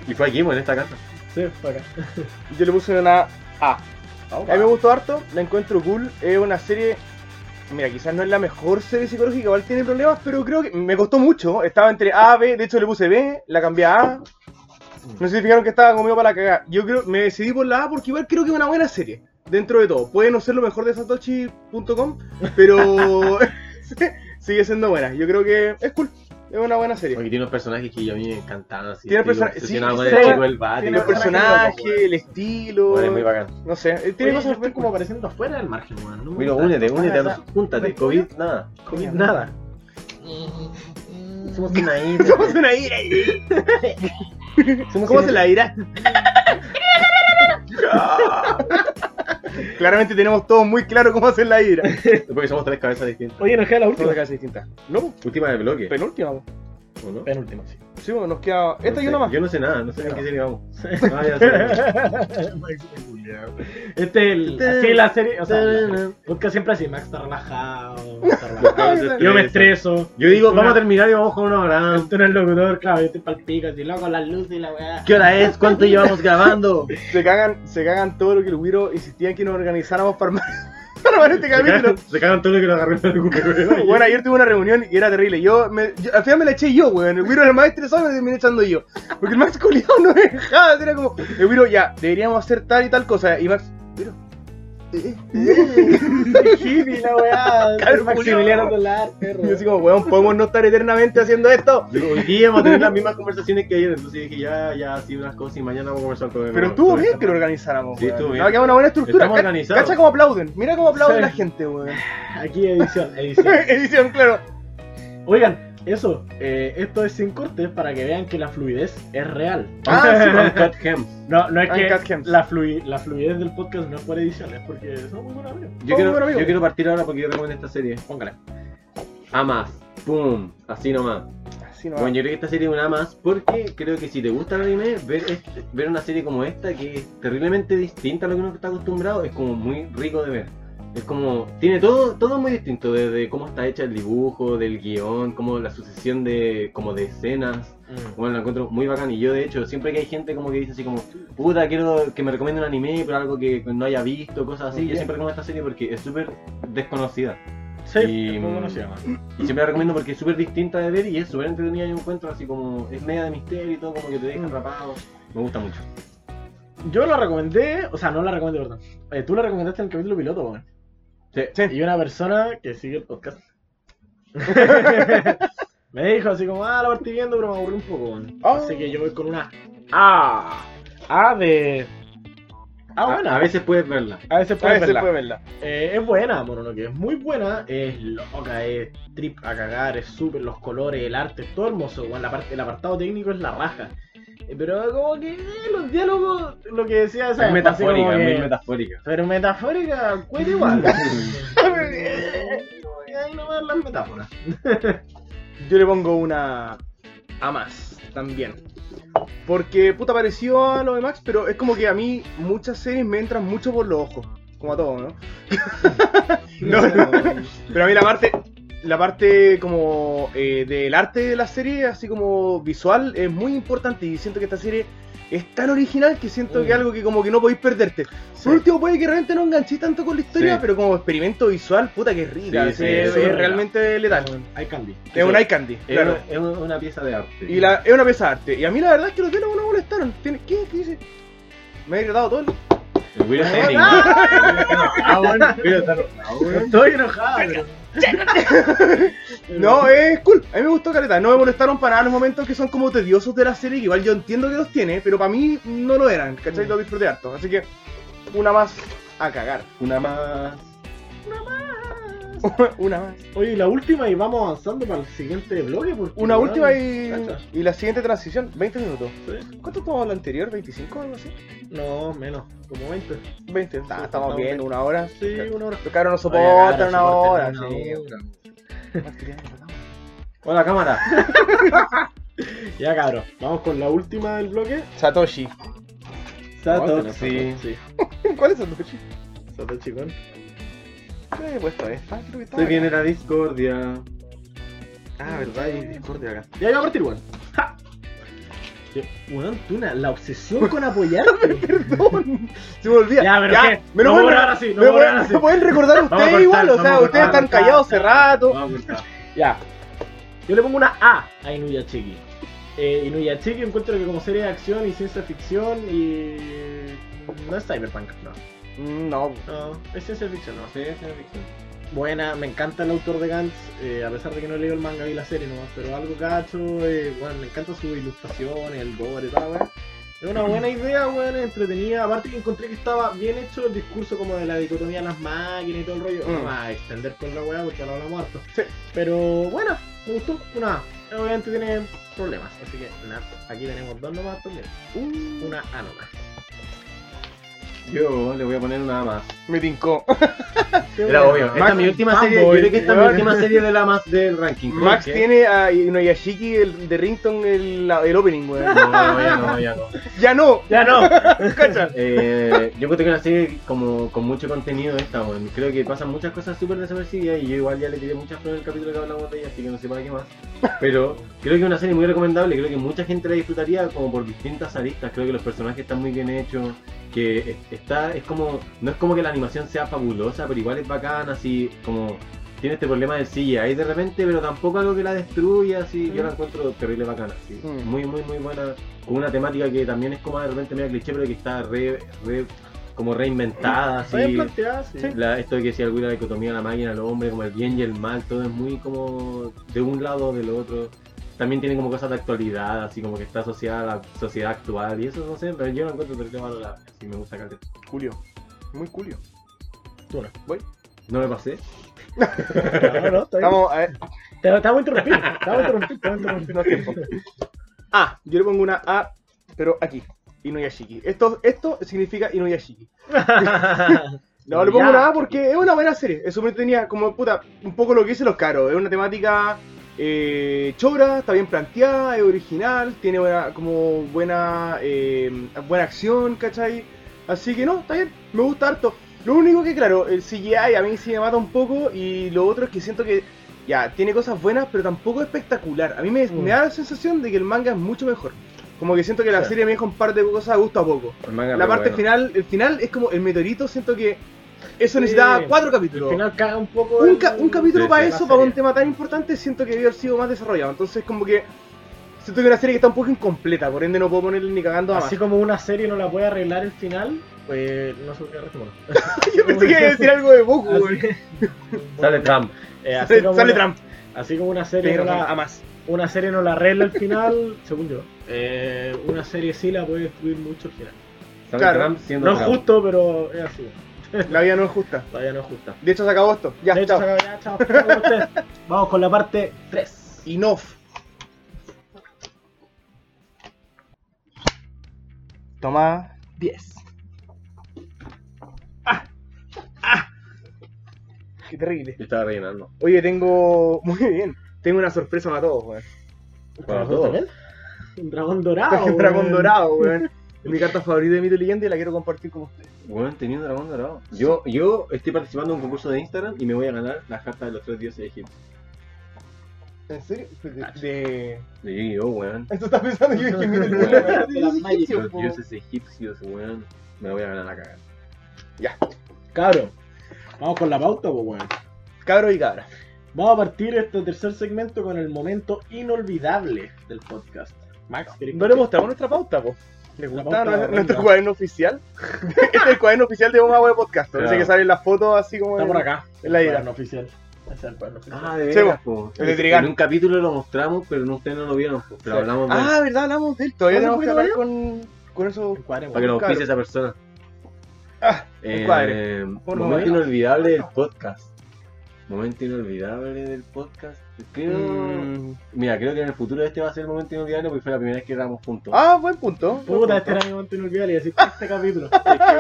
S2: Y fue aquí, bueno, en esta casa.
S3: Sí, para acá.
S1: Yo le puse una A. A mí me gustó harto, la encuentro cool. Es una serie. Mira, quizás no es la mejor serie psicológica, igual tiene problemas, pero creo que me costó mucho. Estaba entre A, B, de hecho le puse B, la cambié a A. No sé si fijaron que estaba conmigo para la cagada. Yo creo, me decidí por la A porque igual creo que es una buena serie. Dentro de todo, puede no ser lo mejor de Satoshi.com, pero <laughs> sigue siendo buena. Yo creo que es cool, es una buena serie.
S2: Porque tiene unos personajes que yo a mí me encantaban. Así,
S1: Tiene
S2: estoy
S1: personajes-
S2: obsesionado
S1: sí,
S2: con
S1: sí,
S2: el
S1: sí.
S2: chico del bat.
S1: Tiene el
S3: personajes
S1: personaje, el estilo.
S2: Bueno, es muy bacán.
S1: No sé, eh, tiene
S3: Oye, yo
S1: cosas
S3: estoy
S1: muy
S3: como
S1: como.
S3: apareciendo afuera del margen, weón. No me
S2: Mira,
S3: gusta.
S2: únete, únete,
S3: Ah,
S2: anda, júntate.
S3: ¿Me
S2: COVID, nada.
S3: COVID, nada.
S2: Somos una
S3: <laughs>
S1: Somos una ira. ¿Cómo se la dirá? Claramente tenemos todos muy claro cómo hacer la ira.
S2: Porque somos tres cabezas distintas.
S3: Oye, nos queda la
S1: Son
S3: última.
S1: de casa distinta. No, pues,
S2: Última del bloque.
S1: penúltima. po.
S2: ¿o no?
S3: Penúltima, <laughs> sí.
S1: Sí, bueno, nos queda.
S2: No
S1: Esta y
S2: sé,
S1: una más.
S2: Yo no sé nada, no sé en qué
S1: <laughs>
S2: serie vamos. <laughs> Ah, ya sé.
S3: Max, qué culiao. Este es el. Así la serie. O sea, la- el podcast siempre así. Max está relajado. está relajado. Yo me estreso.
S2: Yo digo,
S3: Una-
S2: vamos a terminar y vamos con una hora.
S3: Tú eres el locutor, claro. Yo te palpico así, loco, las luces y la weá.
S2: ¿Qué hora es?
S1: <laughs>
S2: ¿Cuánto llevamos grabando?
S1: Se cagan, se cagan todo lo que el Wiro insistía en que nos organizáramos para armar, <laughs> para armar este
S2: Se
S1: capítulo.
S2: cagan, se cagan todo lo que lo agarré en el Google.
S1: <laughs> Bueno, ayer tuve una reunión y era terrible. Yo, me, yo- al final me la eché yo, weón. El Wiro era el más estresado y me la terminé echando yo. Porque el Max culiado no me dejaba. Era como, el Wiro, ya, deberíamos hacer tal y tal cosa. Y Max, Wiro,
S3: Hippie, la <laughs> weá.
S1: Claro,
S3: Maximiliano
S1: culiao.
S3: Dolar,
S1: Y yo así como, weón, podemos no estar eternamente haciendo esto.
S2: Digo, hoy día vamos a tener las mismas conversaciones que ayer, entonces dije, ya, ya, así unas cosas y mañana vamos a conversar con
S1: Pero estuvo bien que lo organizáramos.
S2: Sí,
S1: weón.
S2: estuvo bien.
S1: Nos ha quedado una buena estructura.
S2: Estamos
S1: Ca-
S2: organizados.
S1: Cacha cómo aplauden. Mira cómo aplauden
S3: Sí.
S1: la gente, weón. <laughs>
S3: Aquí edición, edición.
S1: Edición, claro.
S3: Oigan, eso, eh, esto es sin cortes para que vean que la fluidez es real.
S2: <laughs>
S1: Ah,
S2: Uncut Gems.
S3: No, no es
S1: Uncut
S3: que
S1: Gems.
S3: la, flui- la fluidez del podcast no es por edición, es porque somos muy buenos amigos.
S2: Yo
S1: Oh, bueno,
S2: quiero,
S1: amigo.
S2: yo quiero partir ahora porque yo recomiendo esta serie. Póngala. Amas. Pum. Así nomás.
S1: Así no va.
S2: Bueno, yo creo que esta serie es una más porque creo que si te gusta el anime, ver, este- ver una serie como esta que es terriblemente distinta a lo que uno está acostumbrado es como muy rico de ver. Es como, tiene todo, todo muy distinto, desde cómo está hecha el dibujo, del guión, como la sucesión de, como de escenas. Bueno, lo encuentro muy bacán y yo de hecho, siempre que hay gente como que dice así como, puta, quiero que me recomiende un anime, pero algo que no haya visto, cosas así, yo
S3: Bien.
S2: siempre recomiendo esta serie porque es súper desconocida.
S3: Sí,
S2: Y-
S3: es muy bueno, se llama.
S2: Y siempre la recomiendo porque es súper distinta de ver y es súper entretenida. Yo encuentro así como es media de misterio y todo, como que te deja
S3: Mm.
S2: atrapado. Me gusta mucho.
S3: Yo la recomendé, o sea, no la recomendé, perdón. Eh, tú la recomendaste en el capítulo piloto, weón.
S2: Sí.
S3: Y una persona que sigue el podcast. me dijo así como, ah, la partí viendo, pero me aburrí un poco, weón.
S1: Ah.
S3: Así que yo voy con una A. A de. Ah,
S2: A-
S3: bueno,
S2: a, veces puedes verla.
S3: A veces
S1: A
S3: puedes
S1: veces
S3: verla.
S1: puede verla.
S3: Eh, es buena, Mononoke, es muy buena, es loca, es trip a cagar, es súper, los colores, el arte, es todo hermoso, weón, la parte, el apartado técnico es la raja. Eh, Pero como que eh, los diálogos, lo que decía esa
S2: es
S3: así como
S2: metafórica, es
S3: que-
S2: muy
S3: <laughs>
S2: metafórica.
S3: Pero metafórica, cuesta igual.
S2: <laughs>
S3: Ahí no van las metáforas.
S1: Yo le pongo una a más también. Porque puta pareció a lo de Max, pero es como que a mí muchas series me entran mucho por los ojos. Como a todos, ¿no? <laughs> No, no. Pero a mí la parte. La parte como eh, del arte de la serie, así como visual, es muy importante. Y siento que esta serie es tan original que siento
S3: Mm.
S1: que es algo que como que no podéis perderte. Por último, puede que realmente no enganchéis tanto con la historia,
S2: Sí.
S1: pero como experimento visual, puta que rica.
S2: Sí,
S1: es-
S2: sí,
S1: es,
S2: es súper rica.
S1: realmente letal.
S3: Hay candy.
S1: Es
S3: <laughs>
S1: un eye candy,
S2: Es,
S1: claro.
S2: una- es una, una pieza de arte.
S1: Y la, es una pieza de arte. Y a mí la verdad es que los diálogos no me molestaron. Tiene- ¿Qué? ¿Qué dice? Me he gritado todo el...
S2: El
S3: <laughs>
S2: Will Henning. <laughs>
S3: Ah, bueno,
S2: Ah,
S3: estoy enojado. pero-
S1: No, es cool. A mí me gustó Caleta. No me molestaron para nada los momentos que son como tediosos de la serie, que igual yo entiendo que los tiene, pero para mí no lo eran, ¿cachai? Lo disfruté harto. Así que una más a cagar.
S2: Una más.
S1: una más.
S3: Oye, y la última y vamos avanzando para el siguiente bloque. Porque,
S1: Una
S3: weón,
S1: última y,
S3: cacha.
S1: y la siguiente transición, 20 minutos.
S3: Sí.
S1: ¿Cuánto tomamos la anterior? ¿25 o algo así?
S3: No, menos, como 20.
S1: 20. Ah,
S3: Sí,
S1: estamos
S3: estamos
S1: bien,
S3: bien.
S1: una hora.
S3: Sí, una hora.
S1: Los cabros no
S3: Oye,
S1: soportan
S3: claro,
S1: una
S3: soportan
S1: hora.
S3: una
S1: sí.
S3: hora.
S2: Hola, cámara.
S3: Ya, cabrón. Vamos con la última del bloque.
S1: Satoshi.
S2: Satoshi.
S3: Sí.
S1: <laughs> ¿Cuál es Satoshi?
S3: Satoshi, weón.
S1: ¿Qué le he puesto a esta? Creo que estaba
S2: Se viene
S1: acá.
S2: la discordia.
S3: Ah, verdad, hay discordia acá. Ya iba a partir, weón. ¡Ja! Que, Weón, Tuna, la obsesión con <laughs> apoyarte.
S1: Perdón. <laughs> Se me olvida.
S3: Ya, pero ¿qué?
S1: menos
S3: No
S1: mal,
S3: borrar así, no
S1: me
S3: borrar
S1: pueden-
S3: así.
S1: me pueden recordar
S2: Vamos a
S1: ustedes
S2: cortar,
S1: igual, o
S2: vamos a
S1: sea,
S2: cortar,
S1: ustedes están
S2: vamos a
S1: callados hace rato.
S2: Vamos a cortar.
S3: ya. Yo le pongo una A a Inuyashiki. Eh, Inuyashiki encuentro que como serie de acción y ciencia ficción y... eh, No es cyberpunk, no.
S1: Mm, No,
S3: No, es ciencia ficción, no.
S2: Sí, sí, sí.
S3: Buena, me encanta el autor de Gantz, eh, a pesar de que no he leído el manga y la serie nomás, pero algo cacho, eh, bueno, me encanta su ilustración, el gore y tal, weón. Es una buena idea, weón, es entretenida, aparte que encontré que estaba bien hecho el discurso como de la dicotomía de las máquinas y todo el rollo, no
S1: Mm.
S3: me voy a extender con la weá porque ya lo hablamos harto.
S1: Sí.
S3: Pero bueno, me gustó, una A. Obviamente tiene problemas, así que nada, aquí tenemos dos nomás también,
S1: Mm,
S3: una A nomás.
S2: Yo le voy a poner una más.
S1: me tincó.
S2: Era obvio. Esta es
S1: Max
S2: mi última
S1: Mambo,
S2: serie. Yo creo que esta es mi
S1: weón.
S2: última serie de la más del ranking.
S1: Max
S2: Porque-
S1: tiene a Inuyashiki el, de Rington el, la- el opening, weón. <laughs>
S2: No, ya no, ya no.
S1: ya no,
S3: Ya no,
S1: cacha.
S2: Eh, yo creo que una serie como con mucho contenido esta, weón. Creo que pasan muchas cosas súper desapercibidas y yo igual ya le tiré muchas flores en el capítulo que hablamos de ella, así que no sé para qué más. Pero creo que es una serie muy recomendable, creo que mucha gente la disfrutaría como por distintas aristas. Creo que los personajes están muy bien hechos, que es- está, es como, no es como que la animación sea fabulosa, pero igual es bacana, así como tiene este problema del CGI de repente, pero tampoco algo que la destruya, así yo la encuentro terrible bacana, así.
S1: Mm.
S2: muy muy muy buena, con una temática que también es como de repente media cliché, pero que está re, re como reinventada,
S3: Está bien
S2: así.
S3: planteada, sí.
S2: La- esto de que si alguna dicotomía de la máquina, los hombres, como el bien y el mal, todo es muy como de un lado o del otro. También tiene como cosas de actualidad, así como que está asociada a la sociedad actual, y eso no sé, pero yo lo encuentro terrible valorable, así me gusta caleta.
S1: Julio. Muy Julio.
S3: Tú no.
S1: Voy.
S2: No me pasé.
S3: <laughs> No, no, está bien.
S1: Estamos. a ver,
S3: Te, te vamos a interrumpir, te vamos a interrumpir, te vamos a interrumpir.
S1: no tiempo. A. Ah, Yo le pongo una A, pero aquí. Inuyashiki. Esto, esto significa Inuyashiki. No, le pongo
S3: Ya.
S1: una A porque es una buena serie. Es súper tenía como puta, un poco lo que dicen los caros. Es una temática eh, chora, está bien planteada, es original, tiene buena, como buena, eh, buena acción, ¿cachai? Así que no, está bien, me gusta harto. Lo único que, claro, el CGI a mí sí me mata un poco y lo otro es que siento que ya tiene cosas buenas, pero tampoco espectacular. A mí me,
S3: Mm.
S1: me da la sensación de que el manga es mucho mejor. Como que siento que la
S3: Sí.
S1: serie me deja un par de cosas a gusto a poco.
S2: El manga es
S1: La
S2: re
S1: parte
S2: bueno.
S1: final, el final es como el meteorito, siento que eso
S3: Sí.
S1: necesitaba cuatro
S3: Al
S1: capítulos.
S3: final caga un poco.
S1: Un,
S3: el-
S1: ca- un capítulo
S2: Sí,
S1: para
S2: sí.
S1: eso,
S3: la
S1: para un
S3: serie.
S1: tema tan importante, siento que debió haber sido más desarrollado. Entonces como que siento que una serie que está un poco incompleta, por ende no puedo ponerle ni cagando a más.
S3: Así como una serie no la puede arreglar el final, pues no se puede respondo.
S1: <laughs> Yo pensé que iba a decir algo de Boku, güey.
S2: Sale Trump.
S3: Eh, así
S1: Sale,
S3: como
S1: sale
S3: una-
S1: Trump.
S3: Así como una serie,
S1: Tenés
S3: no
S1: razón, a
S3: la,
S1: más.
S3: una serie no la arregla el final, según yo. eh, una serie sí la puede destruir mucho el final.
S2: Sale
S1: Claro.
S2: Trump siendo
S3: No es
S2: Trump.
S3: justo, pero es así.
S1: La vida no es justa.
S3: Todavía no es justa.
S1: De hecho se acabó esto. Ya,
S3: De hecho,
S1: chao.
S3: se acabó. Ya, chao. Chao con ustedes. Vamos con la parte 3.
S1: Enough. Toma 10. Ah. Ah. Qué terrible.
S2: Yo estaba rellenando.
S1: Oye, tengo. <laughs> Muy bien. Tengo una sorpresa para todos, weón.
S2: Para todos.
S3: Un dragón dorado.
S1: Traje <laughs> un
S3: weón.
S1: dragón dorado, Ah, <laughs> weón. Es mi carta favorita de Mito y Leyenda y la quiero compartir con ustedes.
S2: Bueno, teniendo dragón dorado. Yo, yo estoy participando en un concurso de Instagram y me voy a ganar las cartas de los tres dioses de Egipto.
S1: ¿En serio? Pues De. de-
S2: De Yu-Gi-Oh, weón.
S1: Esto está pensando yo dije Mito y
S2: Weón,
S1: Leyenda.
S2: Los dioses egipcios, weón. Me la voy a ganar la cagada.
S3: Cabro.
S4: Vamos con la pauta, pues, weón.
S1: Cabro y cabra.
S3: Vamos a partir este tercer segmento con el momento inolvidable del podcast. Max, ¿querés
S1: No le mostramos nuestra pauta, po. ¿Les
S3: La
S1: gusta
S3: pauta
S1: ¿No?
S3: de la
S1: nuestro
S3: banda.
S1: cuaderno oficial? este es el cuaderno oficial de Bomba Web Podcast. Parece
S2: Claro.
S1: que salen las fotos así como.
S3: Está
S1: en-
S3: por acá.
S1: en la
S3: El
S1: ira.
S3: cuaderno oficial. Ese es el cuaderno oficial.
S2: Ah, de
S1: Sí,
S2: veras, po.
S1: el de Trigal.
S2: En un capítulo lo mostramos, pero no, ustedes no lo vieron, po. Pero
S3: Sí.
S2: hablamos de
S1: Ah, ¿verdad? Hablamos de él. Todavía
S3: ¿No
S1: tenemos
S3: se
S1: que
S3: puede
S1: hablar con, con eso.
S3: El cuaderno,
S2: Para que nos
S1: claro.
S2: auspicie esa persona.
S1: Ah,
S2: Eh,
S1: encuadre.
S2: momento
S1: favor.
S2: inolvidable del podcast. Momento inolvidable del podcast. Creo.
S1: Mm.
S2: Mira, creo que en el futuro este va a ser el momento inolvidable porque fue la primera vez que grabamos juntos.
S1: Ah, buen punto. buen
S3: Puta, este
S1: punto.
S3: era mi momento inolvidable. Y así <laughs> este capítulo.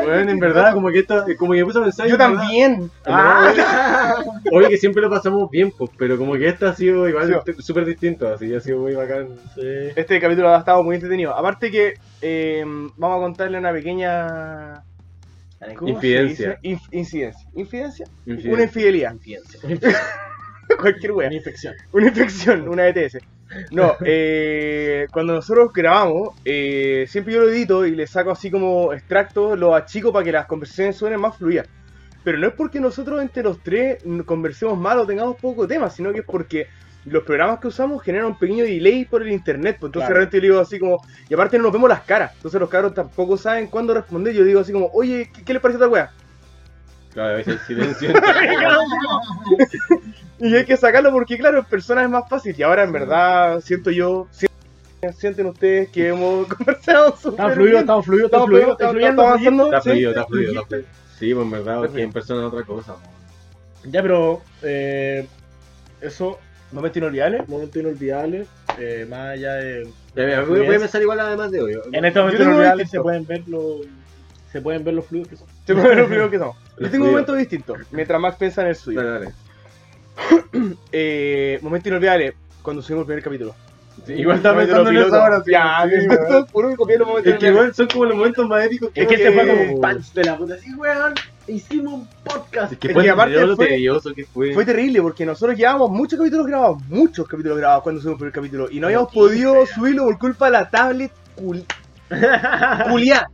S2: Bueno, en verdad, como que esto, como que me puse a pensar. y
S1: Yo
S2: en verdad-
S1: también. Ah.
S2: Oye, que siempre lo pasamos bien, pues, pero como que esto ha sido igual
S1: Sí.
S2: t- súper distinto, así ha sido muy bacán.
S3: Sí.
S1: Este capítulo ha estado muy entretenido. Aparte que eh, vamos a contarle una pequeña. ¿cómo se
S2: Infidencia.
S1: dice? Inf- incidencia. ¿Infidencia? Una
S2: Infidencia.
S1: infidelidad. <laughs>
S3: <laughs>
S1: Cualquier wea.
S3: Una infección.
S1: <laughs> Una infección, una ETS. No, eh, cuando nosotros grabamos, eh, siempre yo lo edito y le saco así como extractos, lo achico para que las conversaciones suenen más fluidas. Pero no es porque nosotros entre los tres n- conversemos mal o tengamos poco tema, sino que es porque los programas que usamos generan un pequeño delay por el internet. Pues entonces
S3: Claro.
S1: realmente yo digo así como, y aparte no nos vemos las caras, entonces los cabros tampoco saben cuándo responder. Yo digo así como, oye, ¿qué, qué les parece esta wea?
S2: Claro, a veces hay silencio.
S1: <laughs> Y hay que sacarlo porque, claro, en persona es más fácil. Y ahora, en verdad, siento yo, si- sienten ustedes que hemos <laughs> conversado
S3: Estaba
S1: súper
S3: fluido,
S1: bien.
S3: estaba fluido, estaba
S1: Estamos
S3: fluido.
S1: fluyendo,
S3: Está
S1: estamos
S3: fluyendo, fluyendo.
S1: avanzando.
S2: Está
S1: sí.
S2: fluido, está fluido, está fluido. Sí, pues en verdad, que en persona es otra cosa. po.
S3: Ya, pero. eh, eso,
S1: Momento inolvidable.
S3: momento inolvidable. eh, más allá de.
S2: Ya, mira, voy, voy a pensar igual además de hoy.
S3: En este momento
S1: tengo uno
S3: inolvidable
S1: distinto.
S3: se pueden ver los. Se pueden ver los fluidos que son.
S1: Se puede ver lo
S2: <laughs>
S1: primero que somos. Yo
S2: Los
S1: tengo un
S2: fluidos.
S1: momento distinto, mientras Max piensa en el suyo.
S2: Dale, dale.
S1: Eh, momento inolvidable, cuando subimos el primer capítulo.
S2: Sí, igual estaba pensando en eso
S1: piloto.
S2: ahora. sí.
S1: Ya, <laughs>
S2: Sí,
S1: me-
S2: weón.
S1: puro que copié los momentos
S2: Es que
S1: inolvidables.
S2: igual son como los momentos más épicos que
S1: Es que
S2: hemos
S1: este fue como
S2: tenido,
S1: un
S2: po.
S3: punch de la puta. Sí, weón. Hicimos un podcast.
S2: Es que
S1: Es
S2: fue
S1: que aparte
S2: lo
S1: fue-
S2: tedioso que fue.
S1: Fue terrible porque nosotros llevábamos muchos capítulos grabados, muchos capítulos grabados cuando subimos el primer capítulo y no habíamos podido subirlo por culpa de la tablet
S2: <laughs>
S1: cul culiá.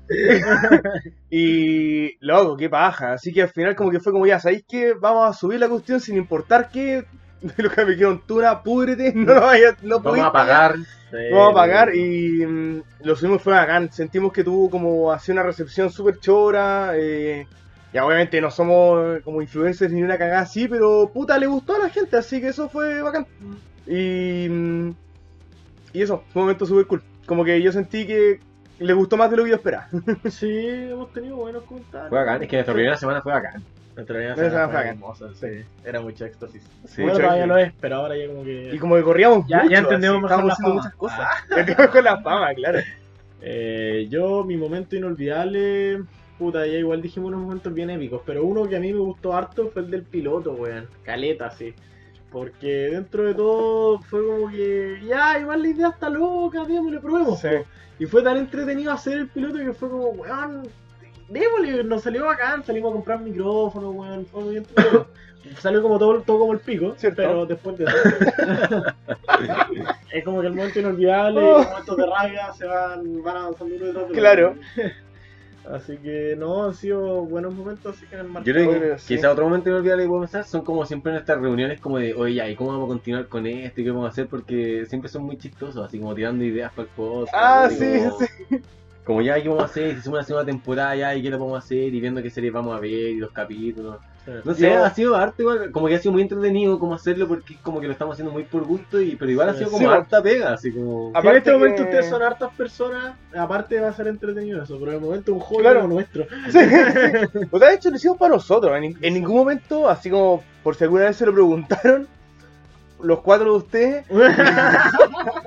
S1: y loco, qué paja. Así que al final como que fue como ya, ¿sabéis que vamos a subir la cuestión <laughs> sin importar que de lo que me dijeron tuna, púdrete, no lo vayas, no
S2: Vamos
S1: pudiste,
S2: a pagar.
S3: Eh,
S1: vamos a pagar y mm, lo subimos fue bacán. Sentimos que tuvo como así una recepción súper chora. eh, ya obviamente no somos como influencers ni una cagada así, pero puta le gustó a la gente, así que eso fue bacán. Y, mm, y eso, fue un momento súper cool. Como que yo sentí que le gustó más de lo que yo esperaba.
S3: Sí, hemos tenido buenos comentarios.
S2: Fue bacán, es que nuestra primera semana fue bacán.
S3: Nuestra vida
S1: Esa
S3: fue
S1: fue bacán.
S3: hermosa, sí. Era mucho éxtasis.
S2: Sí,
S1: <laughs>
S3: bueno,
S1: mucho
S3: todavía
S1: éxtasis.
S3: lo es, pero ahora ya como que.
S1: Y como que corríamos
S3: Ya- ya
S1: mucho, así,
S3: entendemos mejor
S1: estábamos
S3: la
S1: haciendo
S3: fama.
S1: muchas cosas. <laughs> Entendemos con la fama,
S3: <laughs>
S1: claro.
S3: Eh, yo, mi momento inolvidable, puta, ya igual dijimos unos momentos bien épicos, pero uno que a mí me gustó harto fue el del piloto, weón. Caleta, sí. Porque dentro de todo fue como que, ya, igual la idea está loca, démosle, probemos.
S1: Sí.
S3: po. Y fue tan entretenido hacer el piloto que fue como, weón, démosle, nos salió bacán, salimos a comprar micrófono, weón, fue muy entretenido. Salió como todo, todo como el pico,
S1: Cierto.
S3: pero después de eso. es como que el momento inolvidable, y los momentos de rabia se van, van avanzando uno detrás de otro.
S1: Claro.
S3: Así que no, han sido buenos momentos, así que han marcado.
S2: Yo creo que
S1: Bueno, sí.
S2: quizá otro momento inolvidable que puedo pensar son como siempre nuestras reuniones como de, oye, ya, ¿y cómo vamos a continuar con esto? ¿Y qué vamos a hacer? Porque siempre son muy chistosos, así como tirando ideas para el podcast.
S1: Ah,
S2: y
S1: sí,
S2: como, Como ya, ¿qué vamos a hacer? Si hicimos una segunda temporada ya, ¿y qué lo vamos a hacer? Y viendo qué series vamos a ver y los capítulos. No sé,
S1: Yo-
S2: ha sido harto igual, como que ha sido muy entretenido como hacerlo porque es como que lo estamos haciendo muy por gusto, y pero igual ha
S3: Sí,
S2: sido
S1: sí,
S2: como
S1: bueno.
S2: harta pega, así como...
S1: Ah,
S3: Si en este
S1: Aparte
S3: momento
S1: que-
S3: ustedes son hartas personas, aparte va a ser entretenido eso, pero de momento un juego
S1: Claro.
S3: como nuestro.
S1: Sí, sí. O sea, de hecho lo hicimos para nosotros. En, en ningún momento, así como por si alguna vez se lo preguntaron, los cuatro de ustedes,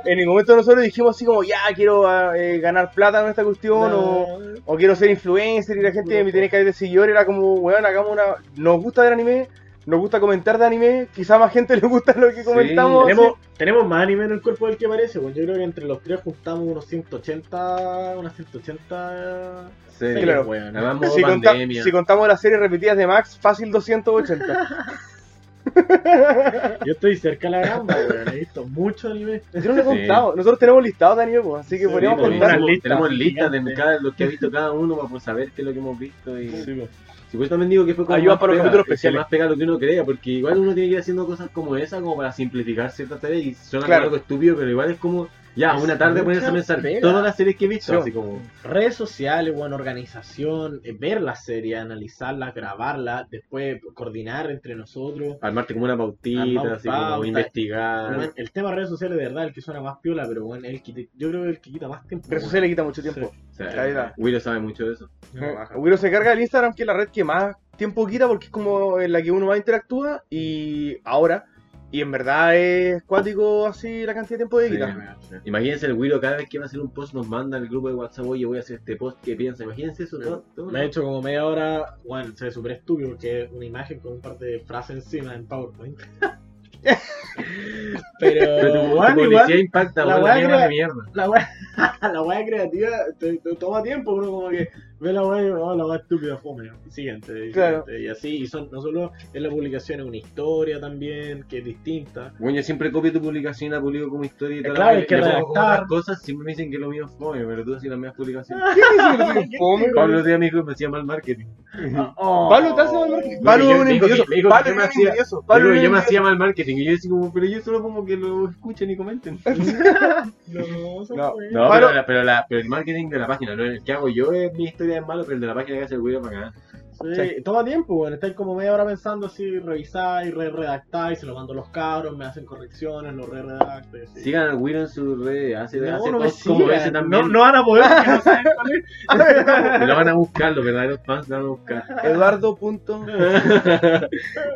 S1: en ningún momento nosotros dijimos así como, ya quiero ah, eh, ganar plata con esta
S3: <laughs>
S1: cuestión o, o quiero ser influencer y la gente me tiene que de seguidores. Era como, weón, hagamos una. Nos gusta ver anime, nos gusta comentar de anime. Quizá a más gente le gusta lo que comentamos.
S3: Tenemos, tenemos más anime en el cuerpo del que parece, bueno, yo creo que entre los tres juntamos unos 180, unas 180
S2: Sí,
S1: claro.
S3: weón.
S2: Además, modo
S1: Si, conta-
S2: pandemia.
S1: si contamos las series repetidas de Max, fácil 280.
S3: Yo estoy cerca de la gamba, weón, he visto mucho anime.
S1: Yo no lo he
S2: Sí.
S1: contado. Nosotros tenemos listados de anime, pues, así que
S3: Sí,
S1: podríamos
S2: tenemos,
S3: pues,
S1: contar.
S3: una lista
S2: tenemos listas de
S3: gigante.
S2: cada, lo que ha visto cada uno para pues, saber qué es lo que hemos visto y...
S3: Sí, po.
S2: Sí, pues también digo que fue como
S1: Ayuda
S2: más
S1: para los
S2: pega,
S1: capítulos
S2: es que
S1: especiales.
S2: Más pega lo que uno crea, porque igual uno tiene que ir haciendo cosas como esa, como para simplificar ciertas tareas, y suena
S1: Claro.
S2: como algo estúpido, pero igual es como, ya,
S3: Es
S2: una tarde
S3: mucha
S2: ponerse a pensar
S3: pega.
S2: todas las series que he visto,
S1: Sí.
S2: así como,
S3: redes sociales, bueno, organización, eh, ver la serie, analizarla, grabarla, después coordinar entre nosotros.
S2: armarte como una pautita,
S3: Armar
S2: así como
S3: pauta.
S2: investigar.
S3: Bueno, el tema de redes sociales, de verdad, el que suena más piola, pero bueno, el que te- yo creo que el que quita más tiempo.
S1: Redes
S3: bueno.
S1: sociales quita mucho tiempo.
S2: O sea,
S1: Ahí va.
S2: Willow sabe mucho de eso.
S3: No, baja.
S1: Uno Eh, se carga el Instagram, que es la red que más tiempo quita porque es como en la que uno más interactúa y ahora. Y en verdad es cuático así la cantidad de tiempo de <laughs>
S2: Sí.
S1: quita.
S2: Imagínense el Willow cada vez que va a hacer un post nos manda al grupo de WhatsApp, oye, voy a hacer este post, ¿qué piensa? Imagínense eso. todo- todo.
S3: Me he hecho como media hora, bueno, se ve súper estúpido porque es una imagen con un par de frases encima en PowerPoint. <laughs> pero,
S2: Pero tu, tu
S3: bueno,
S2: publicidad
S3: igual,
S2: impacta,
S3: la
S2: bueno,
S3: weá
S2: la mierda
S3: crea-
S2: de mierda.
S3: la wea, <laughs> la wea creativa te, te toma tiempo, uno como que ve la wea y oh, la wea estúpida fome, siguiente, y
S1: Claro.
S3: siguiente, y así, y son, no solo es la publicación, es una historia también, que es distinta.
S2: Bueno, yo siempre copio tu publicación y la publico como historia y
S3: Eh,
S2: tal.
S3: claro, hay que redactar.
S2: cosas siempre me dicen que lo mío es fome, pero tú así las mías publicaciones.
S1: ¿Qué dice el fome?
S2: Pablo de amigo me hacía mal marketing.
S1: Pablo te hace mal marketing. Pablo
S2: Yo-
S1: es un
S2: me dijo que-
S1: envidioso.
S2: me dijo que
S1: Pablo
S2: yo
S1: es
S2: me
S1: un
S2: hacía-
S1: envidioso.
S2: Yo,
S1: Pablo es un
S2: yo me
S1: envidioso.
S2: hacía mal marketing y yo decía como, pero yo solo como que lo escuchen y comenten.
S3: No, son
S1: No,
S3: weas.
S2: No,
S1: Eh, Pablo-
S2: pero, la- pero, la- pero el marketing de la página, no el que hago yo es mi historia es malo, pero el de la página que hace el güey para acá.
S3: Sí, Toma tiempo, bueno, estáis como media hora pensando así, revisáis, re redactáis, se lo mando a los cabros, me hacen correcciones, lo re redacto. y así.
S2: Sigan al Willow en sus redes, hace,
S3: No,
S2: hace
S3: no me
S2: posts como
S3: sigan,
S2: ese también.
S3: no, no van
S2: <laughs>
S3: a poder porque no saben cuál es.
S2: Y lo van a buscar, los verdaderos fans lo van a buscar.
S1: Eduardo. punto-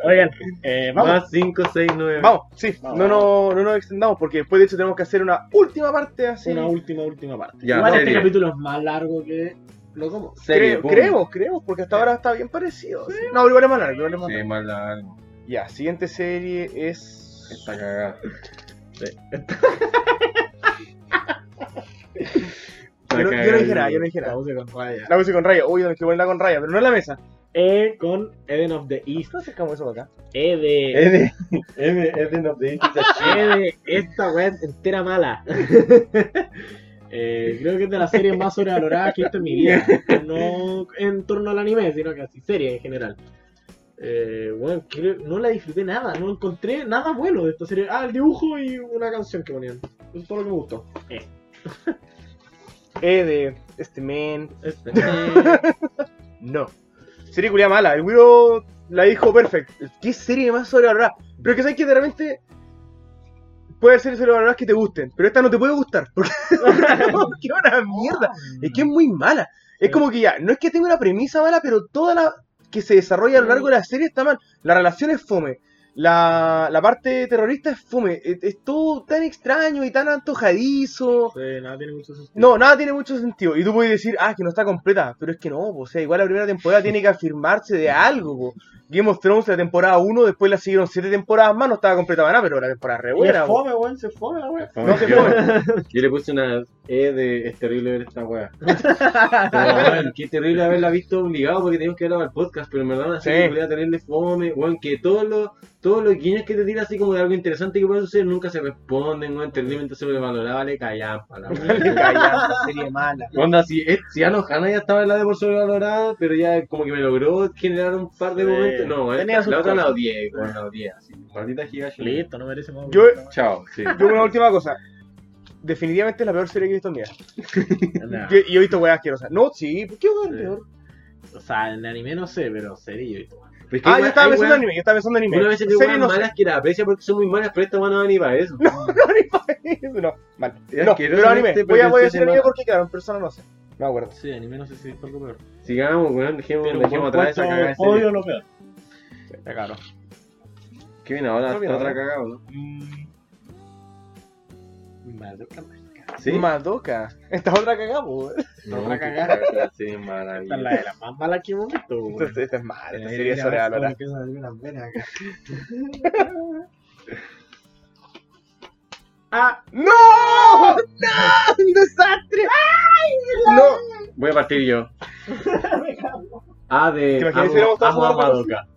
S3: Oigan, eh, vamos.
S2: Más 5, 6, 9.
S1: Vamos, sí,
S3: Vamos.
S1: No, nos, no nos extendamos porque después de hecho tenemos que hacer una última parte así.
S3: Una última, última parte.
S2: Ya,
S3: Igual
S2: serie.
S3: este capítulo es más largo que lo como.
S1: Creo- creemos, creemos, porque hasta ahora está bien parecido. sí. No, pero igual es más largo, igual es más largo.
S2: más largo.
S1: Ya, siguiente serie es.
S2: Está cagada.
S1: Yo, no- yo no dije nada, yo no dije
S3: La
S1: nada.
S3: puse con raya.
S1: La puse con raya, uy, tenemos que ponerla con raya, pero no en la mesa.
S3: E con Eden of the East.
S1: ¿Cómo acercamos eso para acá?
S3: E de.
S2: Eden, Eden of
S1: <laughs>
S2: the
S3: E de esta weá es entera mala. <laughs> Eh, creo que es de las series más sobrevaloradas que he visto en mi vida. No en torno al anime, sino que así, series en general. Eh, bueno, creo- no la disfruté nada, no encontré nada bueno de esta serie. Ah, el dibujo y una canción que ponían.
S4: Eso es todo lo que me gustó.
S1: E de este men.
S3: <laughs>
S2: Este.
S1: No. Serie culia mala. El Wiro la dijo perfect. ¿Qué serie más sobrevalorada? Pero es que sabes que de repente. Puede ser sobrevaloradas que te gusten, pero esta no te puede gustar. Porque <laughs> porque es una mierda. Es que es muy mala. Es como que ya, no es que tenga una premisa mala, pero toda la que se desarrolla a lo largo de la serie está mal. La relación es fome. La, la parte terrorista es fome. Es, es todo tan extraño y tan antojadizo.
S3: Sí, nada tiene mucho sentido.
S1: No, nada tiene mucho sentido. Y tú puedes decir, ah, que no está completa. Pero es que no, po. o sea, igual la primera temporada tiene que afirmarse de algo. po. Game of Thrones, la temporada 1, después la siguieron 7 temporadas más, no estaba completa para nada, pero la temporada re
S3: Y es
S1: buena. po.
S3: fome, weón, se fome la weá.
S1: No se
S2: yo,
S1: puede.
S2: yo le puse una E de es terrible ver esta
S1: <laughs>
S2: weá. Como, weón, qué terrible haberla visto obligado porque teníamos que grabar el podcast, pero en verdad una serie
S1: Sí.
S2: culiá terrible fome, weón, que todos los, todos los guiños que te tiran así como de algo interesante que puede suceder nunca se responden, weón, terriblemente sobrevalorada, vale
S1: <laughs>
S2: callampa la weá.
S5: serie mala.
S2: Onda, si, eh, si Ano Hana ya estaba en la de por sobrevalorada, pero ya como que me logró generar un par de
S3: Sí.
S2: momentos. No, eh,
S5: Tenía
S2: la
S5: sus
S2: otra la
S5: cosas.
S2: odié, weón, la odié, así. Maldita Higashi.
S3: Listo, no merece más.
S1: Yo-
S3: <laughs> weón.
S2: Chao,
S1: <laughs>
S2: sí.
S1: Yo una última cosa. Definitivamente es la peor serie que he visto en mi vida.
S3: Nah.
S1: Yo- Y he visto weas asquerosas. No, sí, ¿por qué weón
S2: Sí.
S1: peor?
S3: <laughs> O sea, en anime no sé, pero serio y todo.
S2: Pero es que
S1: Ah,
S2: hay
S1: yo
S2: weas-
S1: estaba
S2: hay
S1: pensando en
S2: weas-
S1: anime, yo estaba pensando en anime.
S2: Una vez se
S1: serie
S2: ve
S1: no sé.
S2: malas que la aprecia porque son muy malas, pero esta weá no va ni para eso.
S1: <laughs> No, mal.
S2: Es
S1: No,
S2: asqueroso
S1: pero anime.
S2: este,
S1: Voy a,
S2: pero
S1: voy a
S2: sí
S1: decir
S2: se
S1: anime
S2: mala.
S1: porque claro, en persona no sé. No me acuerdo.
S3: Sí, anime no sé si es algo peor.
S2: Sigamos, weón, dejemos,
S3: Pero
S2: dejemos
S3: por
S2: atrás esa
S3: cuanto
S2: cagada
S1: este
S2: de serie.
S3: odio lo peor.
S1: Está caro.
S2: ¿Qué viene ahora?
S1: No viene
S2: ¿Otra
S1: ahora.
S2: cagada o no?
S3: Mm. Madoka Mágica.
S2: ¿Sí?
S1: Madoka. <laughs> Esta es otra cagada, weón.
S2: No,
S3: otra
S2: qué
S3: cagada.
S2: cagada, <laughs> Sí,
S3: Esta es la
S2: maravilla.
S3: de las más malas que hemos visto, weón.
S1: Esta esta es mala, esta
S5: Mira,
S1: serie es
S5: mira,
S1: sobrevalorada.
S5: me empiezan a salir unas venas acá.
S3: Ah,
S1: ¡No! ¡No! ¡Un desastre! ¡No!
S2: Voy a partir
S1: <laughs>
S2: yo. A
S1: ¿Te
S2: de
S1: imaginas si
S2: amo,
S1: hubiéramos todos
S2: amo a
S1: jugado para
S2: Madoka.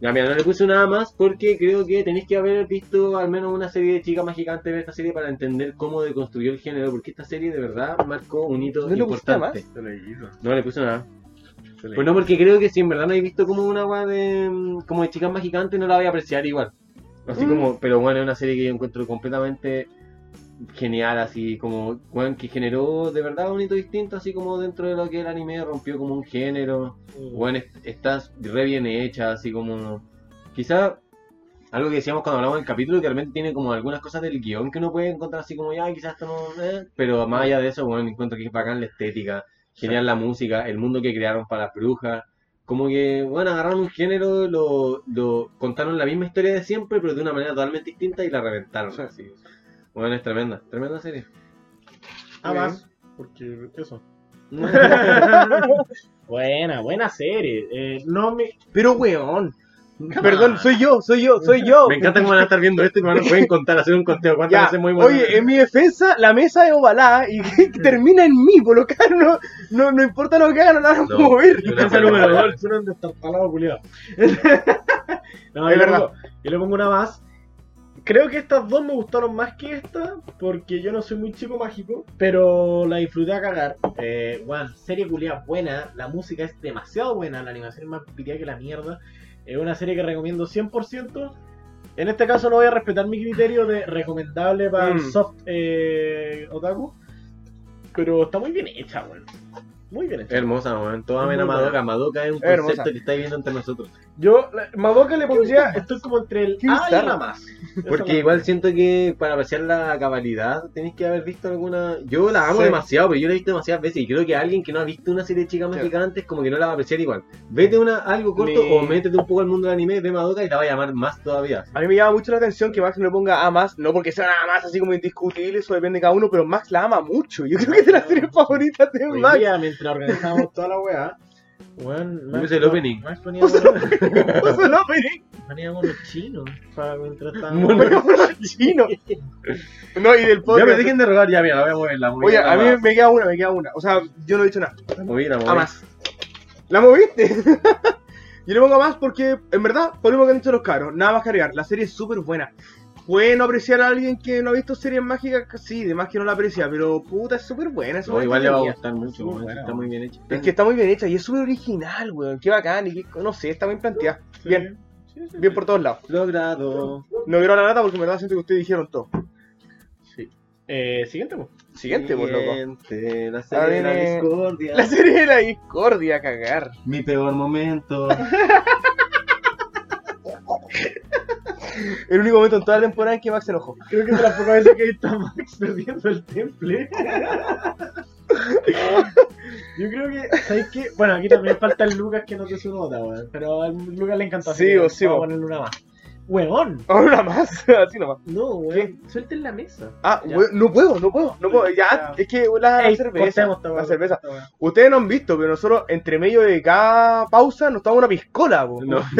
S2: Ya, mira, no le puse nada más porque creo que tenéis que haber visto al menos una serie de chicas más gigantes de esta serie para entender cómo deconstruyó el género, porque esta serie de verdad marcó un hito
S1: ¿No le pusiste
S2: importante.
S3: se le hizo.
S2: No le puse nada. Pues no, porque creo que si en verdad no habéis visto como una weá de. mm, como de chicas más gigantes, no la voy a apreciar igual. Así
S1: Mm.
S2: como, pero bueno, es una serie que yo encuentro completamente genial, así como, weón, que generó de verdad un hito distinto, así como dentro de lo que el anime rompió como un género. Bueno, está re bien hecha, así como. Quizá algo que decíamos cuando hablamos del capítulo, que realmente tiene como algunas cosas del guión que uno puede encontrar, así como ya, quizás esto no. eh", pero más allá de eso, bueno, encuentro que es bacán la estética, genial la música, el mundo que crearon para las brujas. Como que, bueno, agarraron un género, lo, lo contaron la misma historia de siempre, pero de una manera totalmente distinta y la reventaron.
S1: Sí.
S2: así. Bueno, es tremenda,
S1: <laughs>
S2: tremenda serie.
S3: Ah, más. Porque eso. Buena, buena serie. Eh, no me.
S1: Pero weón.
S3: Come
S1: Perdón,
S3: on.
S1: soy yo, soy yo, soy yo.
S2: Me encanta cómo van a estar viendo esto y me van a- pueden contar, hacer un conteo. ¿Cuántas
S1: Ya.
S2: veces muy
S1: Oye, en mi defensa, la mesa es ovalada y termina en mí, por lo que no, no, no importa lo que hagan, no la van a
S2: No.
S1: mover.
S2: Yo
S3: Defensa
S2: no,
S3: número
S2: no.
S3: 2, el Fueron
S1: <laughs>
S3: destartalado, culiado. no,
S1: Es
S3: yo le
S1: verdad.
S3: pongo- yo le pongo una más. Creo que estas dos me gustaron más que esta, porque yo no soy muy chico mágico, pero la disfruté a cagar. Eh, bueno, serie culiada buena, la música es demasiado buena, la animación es más piteada que la mierda. Es una serie que recomiendo 100%. En este caso no voy a respetar mi criterio de recomendable para
S1: Mm.
S3: el soft eh, otaku, pero está muy bien hecha, weón. Muy bien hecha.
S2: Hermosa, weón. Toda
S3: Muy
S2: amena
S3: buena.
S2: Madoka. Madoka es un
S1: Hermosa.
S2: concepto que está viviendo entre nosotros.
S1: Yo, la- Madoka le pondría.
S3: Estoy como entre el
S1: Qué
S3: A y
S1: bizarro.
S3: la más.
S2: Porque igual siento que para apreciar la cabalidad tenéis que haber visto alguna. Yo la amo
S1: Sí.
S2: demasiado, pero yo la he visto demasiadas veces. Y creo que alguien que no ha visto una serie de chicas más
S1: Sí.
S2: gigantes, como que no la va a apreciar igual. Vete una, algo corto
S1: Me-
S2: o métete un poco al mundo del anime, ve Madoka y la va a llamar más todavía.
S1: A mí me llama mucho la atención que Max no le ponga A más, no porque sea una A más así como indiscutible, eso depende de cada uno, pero Max la ama mucho. Yo creo que es de las series favoritas de
S3: Hoy
S1: Max.
S3: día, mientras organizábamos toda la weá, weón,
S2: Puse el opening.
S3: Más
S1: <laughs>
S3: poníamos,
S1: Eso no, pero-
S3: poníamos los chinos para mientras estábamos.
S2: Bueno,
S1: Pero por los <laughs> chinos. No, y del
S2: ya me
S1: podcast.
S2: dejen de rogar, ya, mira, la voy a mover la voy
S1: Oye,
S2: la
S1: a mí
S2: voy
S1: me queda una, me queda una. O sea, yo no he dicho nada.
S2: a mover, la voy
S1: A
S2: a mover.
S1: más. ¿La moviste? <laughs> yo le pongo a más porque, en verdad, por lo mismo que han dicho los caros, nada más cargar. La serie es súper buena. Pueden apreciar a alguien que no ha visto series mágicas, sí, de más que no la aprecia, pero puta, es súper buena. es
S2: No,
S1: súper
S2: igual le va a
S1: entretenida.
S2: gustar mucho,
S3: Muy
S2: weón,
S3: buena,
S2: está muy bien hecho.
S1: Es que está muy bien hecha y es súper original, weón. Qué bacán y qué, no sé, está bien planteada.
S3: Sí.
S1: Bien,
S3: Sí, sí,
S1: bien
S3: sí.
S1: por todos lados.
S2: logrado.
S1: No quiero la lata porque en verdad siento que ustedes dijeron todo.
S3: Sí. Eh, siguiente, pues.
S1: Siguiente, pues loco.
S2: Siguiente, La
S1: Ahora
S2: serie de la
S1: viene-
S2: discordia.
S1: La serie de la discordia, cagar.
S2: Mi peor momento.
S1: El único momento en toda la temporada en que Max se enojó.
S3: Creo que es la poca vez que ahí está Max perdiendo el temple. <laughs> Yo creo que, ¿sabes qué? Bueno, aquí también falta el Lucas que no te su nota, weón. Pero al Lucas le encantó. así
S1: Sí,
S3: que
S1: o sí,
S3: vamos a
S1: o.
S3: ponerle una más. Weón,
S1: <laughs> Ahora más, <laughs> así nomás.
S3: no, weón. Suelten la mesa.
S1: Ah,
S3: Ya.
S1: we- no puedo, no puedo, no puedo. Ya, es que la, la
S3: Ey,
S1: cerveza.
S3: cortemos esta
S1: la
S3: weá,
S1: cerveza.
S3: esta weá.
S1: Ustedes no han visto, pero nosotros entre medio de cada pausa nos tomamos una piscola, po.
S2: No.
S1: <laughs>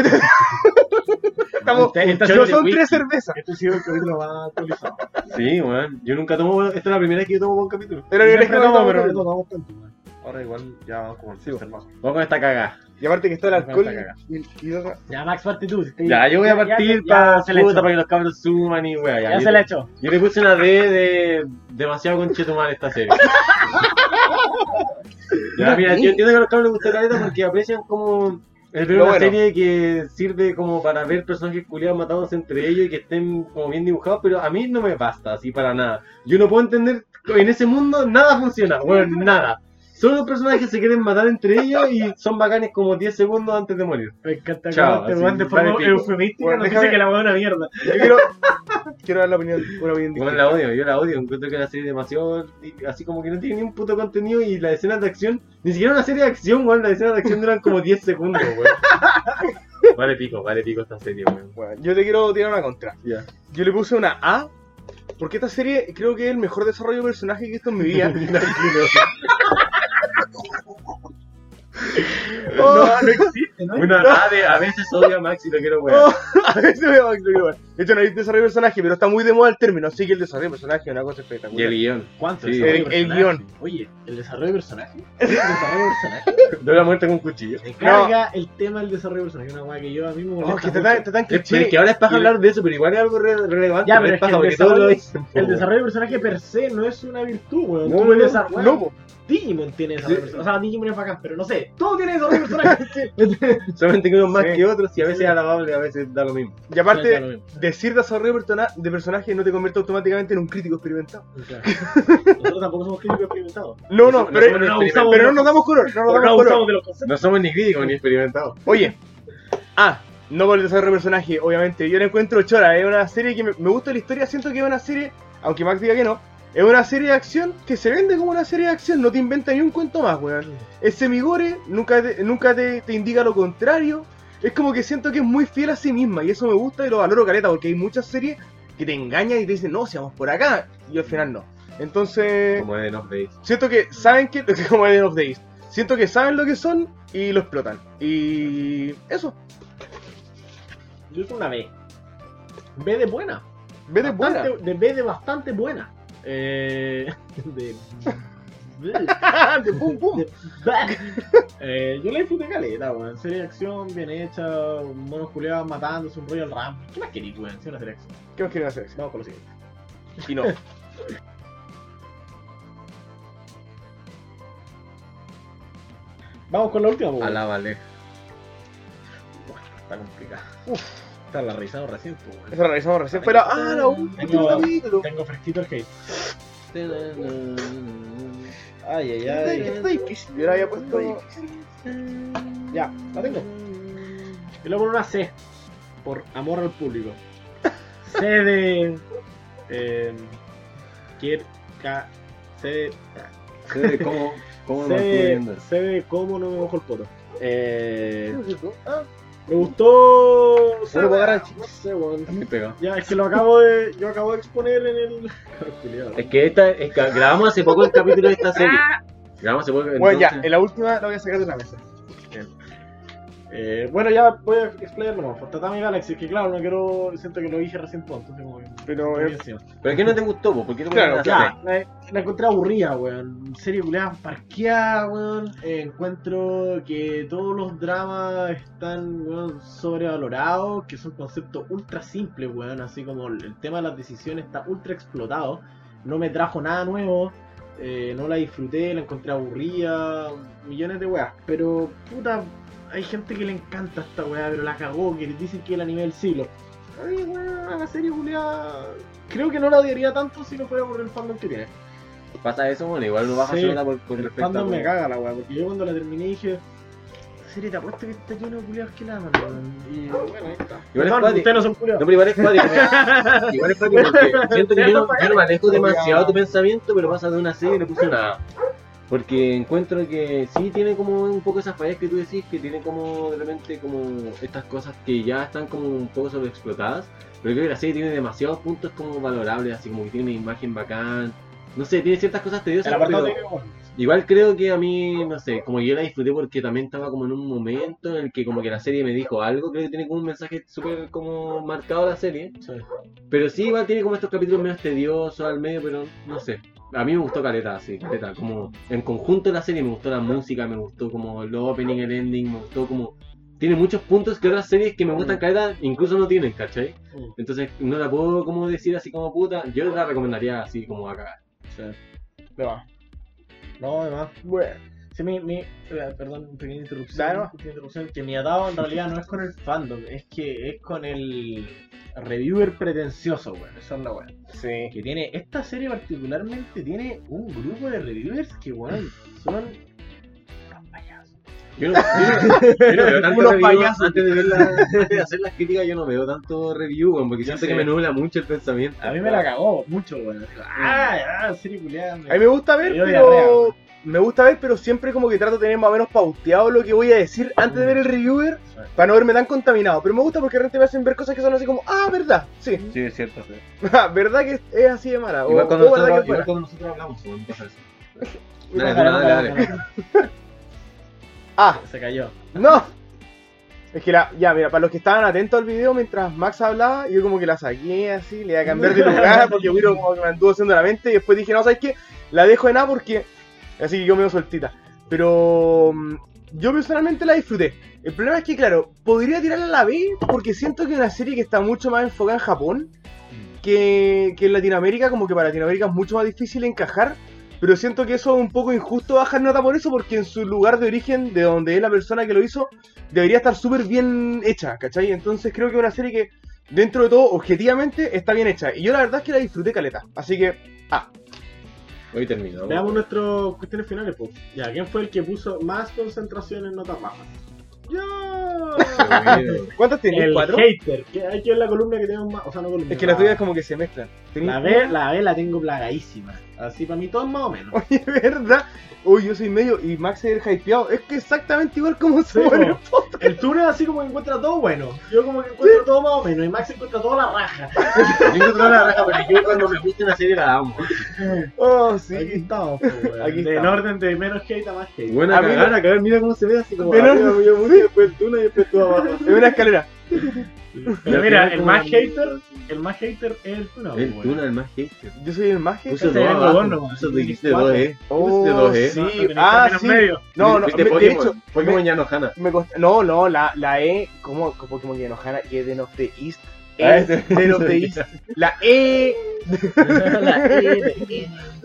S1: Estamos,
S3: Esta- esta
S1: no
S3: cerveza
S1: son
S3: de
S1: tres cervezas.
S3: Este ha sido el capítulo más actualizado.
S2: Sí, weón. Yo nunca tomo. Esta es la primera vez que yo tomo un capítulo.
S1: Era el
S3: Siempre no, pero no
S1: pero...
S3: tomamos tanto, weón.
S1: Ahora igual ya vamos con el tercer vaso.
S2: Vamos con esta cagada.
S1: Y aparte que está el
S2: Vamos
S1: alcohol
S2: a cagar.
S1: y, y otra-
S3: Ya, Max, parte tú. si te-
S2: Ya, yo voy a
S3: ya-
S2: partir
S3: ya-
S2: para
S3: ya se la echó.
S2: para que los cabros suman y weón.
S3: Ya se la echó.
S2: Yo le puse una D de demasiado conchetumal
S1: <laughs>
S2: esta serie. ya, mira, yo entiendo que a los cabros les gusta caleta porque aprecian como el ver
S1: Lo
S2: una
S1: bueno.
S2: serie que sirve como para ver personajes culiados matados entre ellos y que estén como bien dibujados, pero a mí no me basta así para nada. Yo no puedo entender, en ese mundo nada funciona, bueno, nada. Solo los personajes se quieren matar entre ellos y son bacanes como 10 segundos antes de morir.
S3: Me encanta
S2: Chao,
S3: cómo este
S2: así,
S3: weón de
S2: vale
S3: forma
S2: pico.
S3: eufemística
S1: Bueno,
S3: nos dice
S1: déjame-
S3: que la weá es una mierda.
S1: Yo quiero, <laughs> quiero dar la opinión, una opinión
S2: Bueno,
S1: distinta.
S2: la odio, yo la odio. Encuentro que la serie es demasiado. Así como que no tiene ni un puto contenido y las escenas de acción. Ni siquiera una serie de acción, weón. Las escenas de acción duran como 10 segundos, weón. <laughs> Vale pico, vale pico esta serie, weón.
S1: Bueno, yo te quiero tirar una contra.
S2: Ya.
S1: Yo le puse una A. Porque esta serie creo que es el mejor desarrollo de personaje que he visto en mi
S2: <laughs>
S1: vida. <laughs>
S3: No,
S1: Oh,
S3: no existe, ¿no?
S2: Una A de a veces odio a Max y lo quiero, weón.
S1: oh, a veces me va a igual. De hecho, no hay desarrollo de personaje, pero está muy de moda el término. Así que el desarrollo de personaje es una cosa
S2: Y el
S1: espectacular.
S2: guión.
S3: ¿Cuánto?
S2: Sí.
S3: desarrollo
S1: El-
S3: de
S1: el
S3: personaje? Oye, el desarrollo de personaje. El desarrollo de personaje.
S2: De la muerte con un cuchillo.
S1: <laughs>
S3: Me carga el tema del desarrollo de personaje. Una weá que yo a mí me
S1: Oh,
S3: molesta.
S1: que te
S3: mucho.
S1: tan, te tan
S2: Es,
S1: cliché.
S2: pero es que ahora es paja
S1: Y-
S2: hablar de eso, pero igual es algo re- relevante.
S3: Ya, pero es que
S2: paja
S3: el
S2: porque todos lo
S3: desarrollo-
S2: dicen, po,
S3: El
S2: weón.
S3: desarrollo de personaje per se no es una virtud, weón.
S2: No,
S3: Tú
S2: no,
S3: eres esa weá.
S1: No, po.
S3: Digimon tiene desarrollo de personaje. O sea, Digimon es bacán, pero no sé. Todo tiene desarrollo de personaje. <laughs>
S2: Solamente que unos más
S1: Sí.
S2: que otros y a veces es alabable, a veces da lo mismo.
S1: Y
S3: Ya, ya lo
S1: aparte,
S3: mismo.
S1: decir desarrollo de persona- de personaje no te convierte automáticamente en un crítico experimentado.
S3: Nosotros tampoco somos críticos experimentados.
S1: No,
S2: No
S1: no,
S2: somos- no
S1: pero,
S2: somos
S1: no,
S2: ni
S1: pero no nos damos color. No nos
S3: Pero
S1: damos
S3: no
S1: color.
S3: usamos de los conceptos.
S2: No somos ni críticos ni experimentados.
S1: Oye, ah, no por el desarrollo de personaje, obviamente. Yo la encuentro chora. Es una serie que me, me gusta la historia. Siento que es una serie, aunque Max diga que no, es una serie de acción que se vende como una serie de acción. No te inventa ni un cuento más, weón. Es semigore, nunca te, nunca te, te indica lo contrario. Es como que siento que es muy fiel a sí misma y eso me gusta y lo valoro careta porque hay muchas series que te engañan y te dicen, no, si vamos por acá, y al final no. Entonces,
S2: Como de Nos Days.
S1: siento que saben que, <laughs> como Eden of Days, siento que saben lo que son y lo explotan. Y eso.
S3: Yo hice una B. B de buena.
S1: Vete buena.
S3: Bastante- de B de bastante buena. Eh, <laughs> de, de-
S1: <laughs> De pum pum.
S3: de- Eh, yo la disfruté caleta, weón. Serie de acción bien hecha, monos culeados matándose, un rollo al ram. ¿Qué más querís, weón? Si una serie de acción.
S1: ¿Qué más quieren hacer?
S3: Vamos con lo siguiente.
S1: Y no.
S3: Vamos con la última, weón.
S2: Alábale.
S3: Está complicada. Uf, está la revisado recién, po,
S2: pues,
S3: weón.
S1: Eso lo revisamos recién. Pero, ah, la última
S3: Tengo-
S1: capítulo.
S3: Tengo fresquito el hate. Este,
S2: Ay, ay,
S1: Está está difícil. Yo la había puesto.
S3: Ya, la tengo. Yo le pongo una C. Por amor
S2: <laughs>
S3: al público. C de. Eh, quier- ca- C de.
S2: Sé de cómo, cómo
S3: <laughs> C
S2: me estuve
S3: de,
S2: viendo.
S3: C de cómo no me mojo el poto. Eh,
S1: Ah,
S3: me gustó. C
S1: Bueno,
S3: de-
S1: agarra el
S3: no sé, weón.
S2: Está muy pegado.
S3: Ya, es que lo acabo de. Yo acabo de exponer
S2: <laughs>
S3: en el. Culiao.
S2: Es que esta, es que grabamos hace poco el capítulo de esta serie. Grabamos hace poco.
S1: Bueno, ya,
S2: entonces-
S1: en la última la voy a sacar de la mesa.
S3: Eh, bueno, ya voy a explicarlo nomás. Por Tatami Galaxy, que claro, no quiero. Siento que lo dije recién todo, entonces como que.
S1: Pero,
S3: estoy
S1: eh,
S3: encima.
S2: ¿Pero qué no te gustó? po? ¿Por qué te
S1: Claro,
S2: pones
S3: Ya,
S2: la
S3: la, la encontré aburrida, weón. Serie culeada, parqueada, weón. Eh, encuentro que todos los dramas están, weón, sobrevalorados, que son conceptos ultra simples, weón. Así como el, el tema de las decisiones está ultra explotado. No me trajo nada nuevo. eh, no la disfruté, la encontré aburrida. Millones de weas. Pero, puta, hay gente que le encanta esta weá, pero la cagó, que dicen que es el anime del siglo. Oye, weón, la serie culiada. Creo que no la odiaría tanto si no fuera por el fandom que tiene.
S2: Ah, Pasa eso, bueno, igual no baja
S3: Sí,
S2: su nota por, con
S3: El
S2: respecto
S3: fandom
S2: a-
S3: me caga la weá, porque yo cuando la terminé dije. Serie, te apuesto que está lleno de culiados que la aman, weón". Y bueno, ahí está.
S2: Igual es
S3: Perdón,
S2: cuático.
S3: ustedes no son
S2: No,
S3: culiados.
S2: pero igual es cuático. igual es cuático porque siento que yo no, yo no manejo demasiado tu pensamiento, pero pasa de una serie y le puse nada. Porque encuentro que sí tiene como un poco esas fallas que tú decís, que tiene como de repente como estas cosas que ya están como un poco sobreexplotadas. Pero creo que la serie tiene demasiados puntos como valorables, así como que tiene una imagen bacán. No sé, tiene ciertas cosas tediosas,
S4: El apartado
S2: pero
S4: de bueno.
S2: igual creo que a mí, no sé, como yo la disfruté porque también estaba como en un momento en el que como que la serie me dijo algo, creo que tiene como un mensaje súper como marcado la serie. Pero sí, igual tiene como estos capítulos menos tediosos al medio, pero no sé. A mí me gustó Caleta, así, Caleta. Como en conjunto la serie me gustó la música, me gustó como el opening, el ending, me gustó como... Tiene muchos puntos que otras series que me gustan Caleta incluso no tienen, ¿cachai?
S3: Mm.
S2: Entonces no la puedo como decir así como puta. Yo la recomendaría así como a cagar.
S3: De más. No, de más. Bueno. Sí, mi, mi, eh, perdón, pequeña interrupción,
S1: Dale, no.
S3: pequeña interrupción, que mi atado en realidad no es con el fandom, es que es con el reviewer pretencioso, weón, esa es la weá.
S1: Sí.
S3: Que tiene, esta serie particularmente tiene un grupo de reviewers que, weón, son...
S2: Yo no, yo no- yo no veo tanto
S1: Unos
S2: review
S1: payasos.
S2: antes de, ver la- antes de hacer las críticas, yo no veo tanto review, weón, porque
S3: Ya
S2: siento
S3: sé.
S2: que me nubla mucho el pensamiento.
S3: A mí me la cagó mucho, weón. Digo, Ah, ah, serie culiada. me-
S1: A mí me gusta ver,
S3: Yo
S1: pero. Me gusta ver, pero siempre como que trato de tener más o menos pauteado lo que voy a decir antes de ver el reviewer para no verme tan contaminado. Pero me gusta porque de repente me hacen ver cosas que son así como, ah, verdad, sí.
S2: Sí, es cierto.
S1: Ah, <laughs> ¿Verdad que es- es así de mala? O,
S2: Igual cuando,
S1: o Oh, verdad que
S2: nosotros,
S1: es buena.
S2: igual cuando nosotros hablamos, weón, pasa eso.
S1: No,
S2: Dale, dale, dale, dale.
S1: <laughs> Ah,
S3: Se cayó.
S1: no. Es que la, ya, mira, para los que estaban atentos al video mientras Max hablaba, yo como que la saqué así, le iba a cambiar
S2: <laughs>
S1: de lugar porque Wiro como que me anduvo haciendo la mente y después dije, no, ¿sabes qué? La dejo en A porque... Así que yo medio soltita. Pero mm, yo personalmente la disfruté. El problema es que, claro, podría tirarla a la B porque siento que es una serie que está mucho más enfocada en Japón
S2: Mm.
S1: que, que en Latinoamérica, como que para Latinoamérica es mucho más difícil encajar. Pero siento que eso es un poco injusto bajar nota por eso, porque en su lugar de origen, de donde es la persona que lo hizo, debería estar súper bien hecha, ¿cachai? Entonces creo que es una serie que, dentro de todo, objetivamente, está bien hecha. Y yo la verdad es que la disfruté caleta. Así que,
S2: Hoy termino. weón.
S3: Veamos nuestras cuestiones finales, pues. Ya, ¿quién fue el que puso más concentración en notas bajas?
S1: <laughs> ¿cuántas tenías?
S3: El
S1: ¿Cuatro?
S3: hater. Que hay que ver la columna que tenemos más. O sea, no columna.
S1: Es que las tuyas como que se mezclan. Tenís-
S3: La B, la B la tengo plagadísima. Así para mí todo es más
S1: <laughs>
S3: o menos.
S1: Oye, ¿verdad? Uy, yo soy medio y Max es el hypeado. Es que exactamente igual como se
S3: Sí,
S1: pone.
S3: po. el Tune así como que encuentra todo bueno. Yo como que encuentro todo más o menos. Y Max encuentra toda la raja.
S2: Yo encuentro la raja, porque yo cuando me gusta una serie la amo.
S1: Oh,
S3: Aquí
S1: sí.
S3: estamos, po, weón.
S1: Aquí
S3: De- En
S1: estamos.
S3: orden de menos hate a más hate.
S2: Buena
S1: A mí
S2: cagar,
S1: no-
S2: a cagar, mira cómo se ve así como.
S1: De
S2: arriba,
S1: no-
S2: voy a morir, después tú, y después tú abajo.
S1: Es una escalera.
S3: Pero mira, el más hater,
S2: hater.
S3: el más hater es el Tuna.
S2: El Tuna, el más hater.
S1: Yo soy el más
S2: Puso
S1: hater.
S2: dos
S3: Ese era
S2: abajo,
S3: el gordo,
S2: puso
S3: man.
S2: dos, hiciste dos, eh. Hiciste
S1: Oh,
S2: dos,
S3: E.
S2: eh.
S1: sí. Ah, sí. <laughs> No, no, me-
S2: Fuiste
S1: de
S2: Pokémon,
S1: hecho,
S2: Pokémon ya no jana.
S1: me costa- No, no, la, la E. ¿Cómo? ¿Cómo Pokémon que enojara? Eden of the East.
S2: Ah,
S1: E,
S2: ese-
S1: <laughs> Eden
S2: <laughs>
S1: of the East. La E.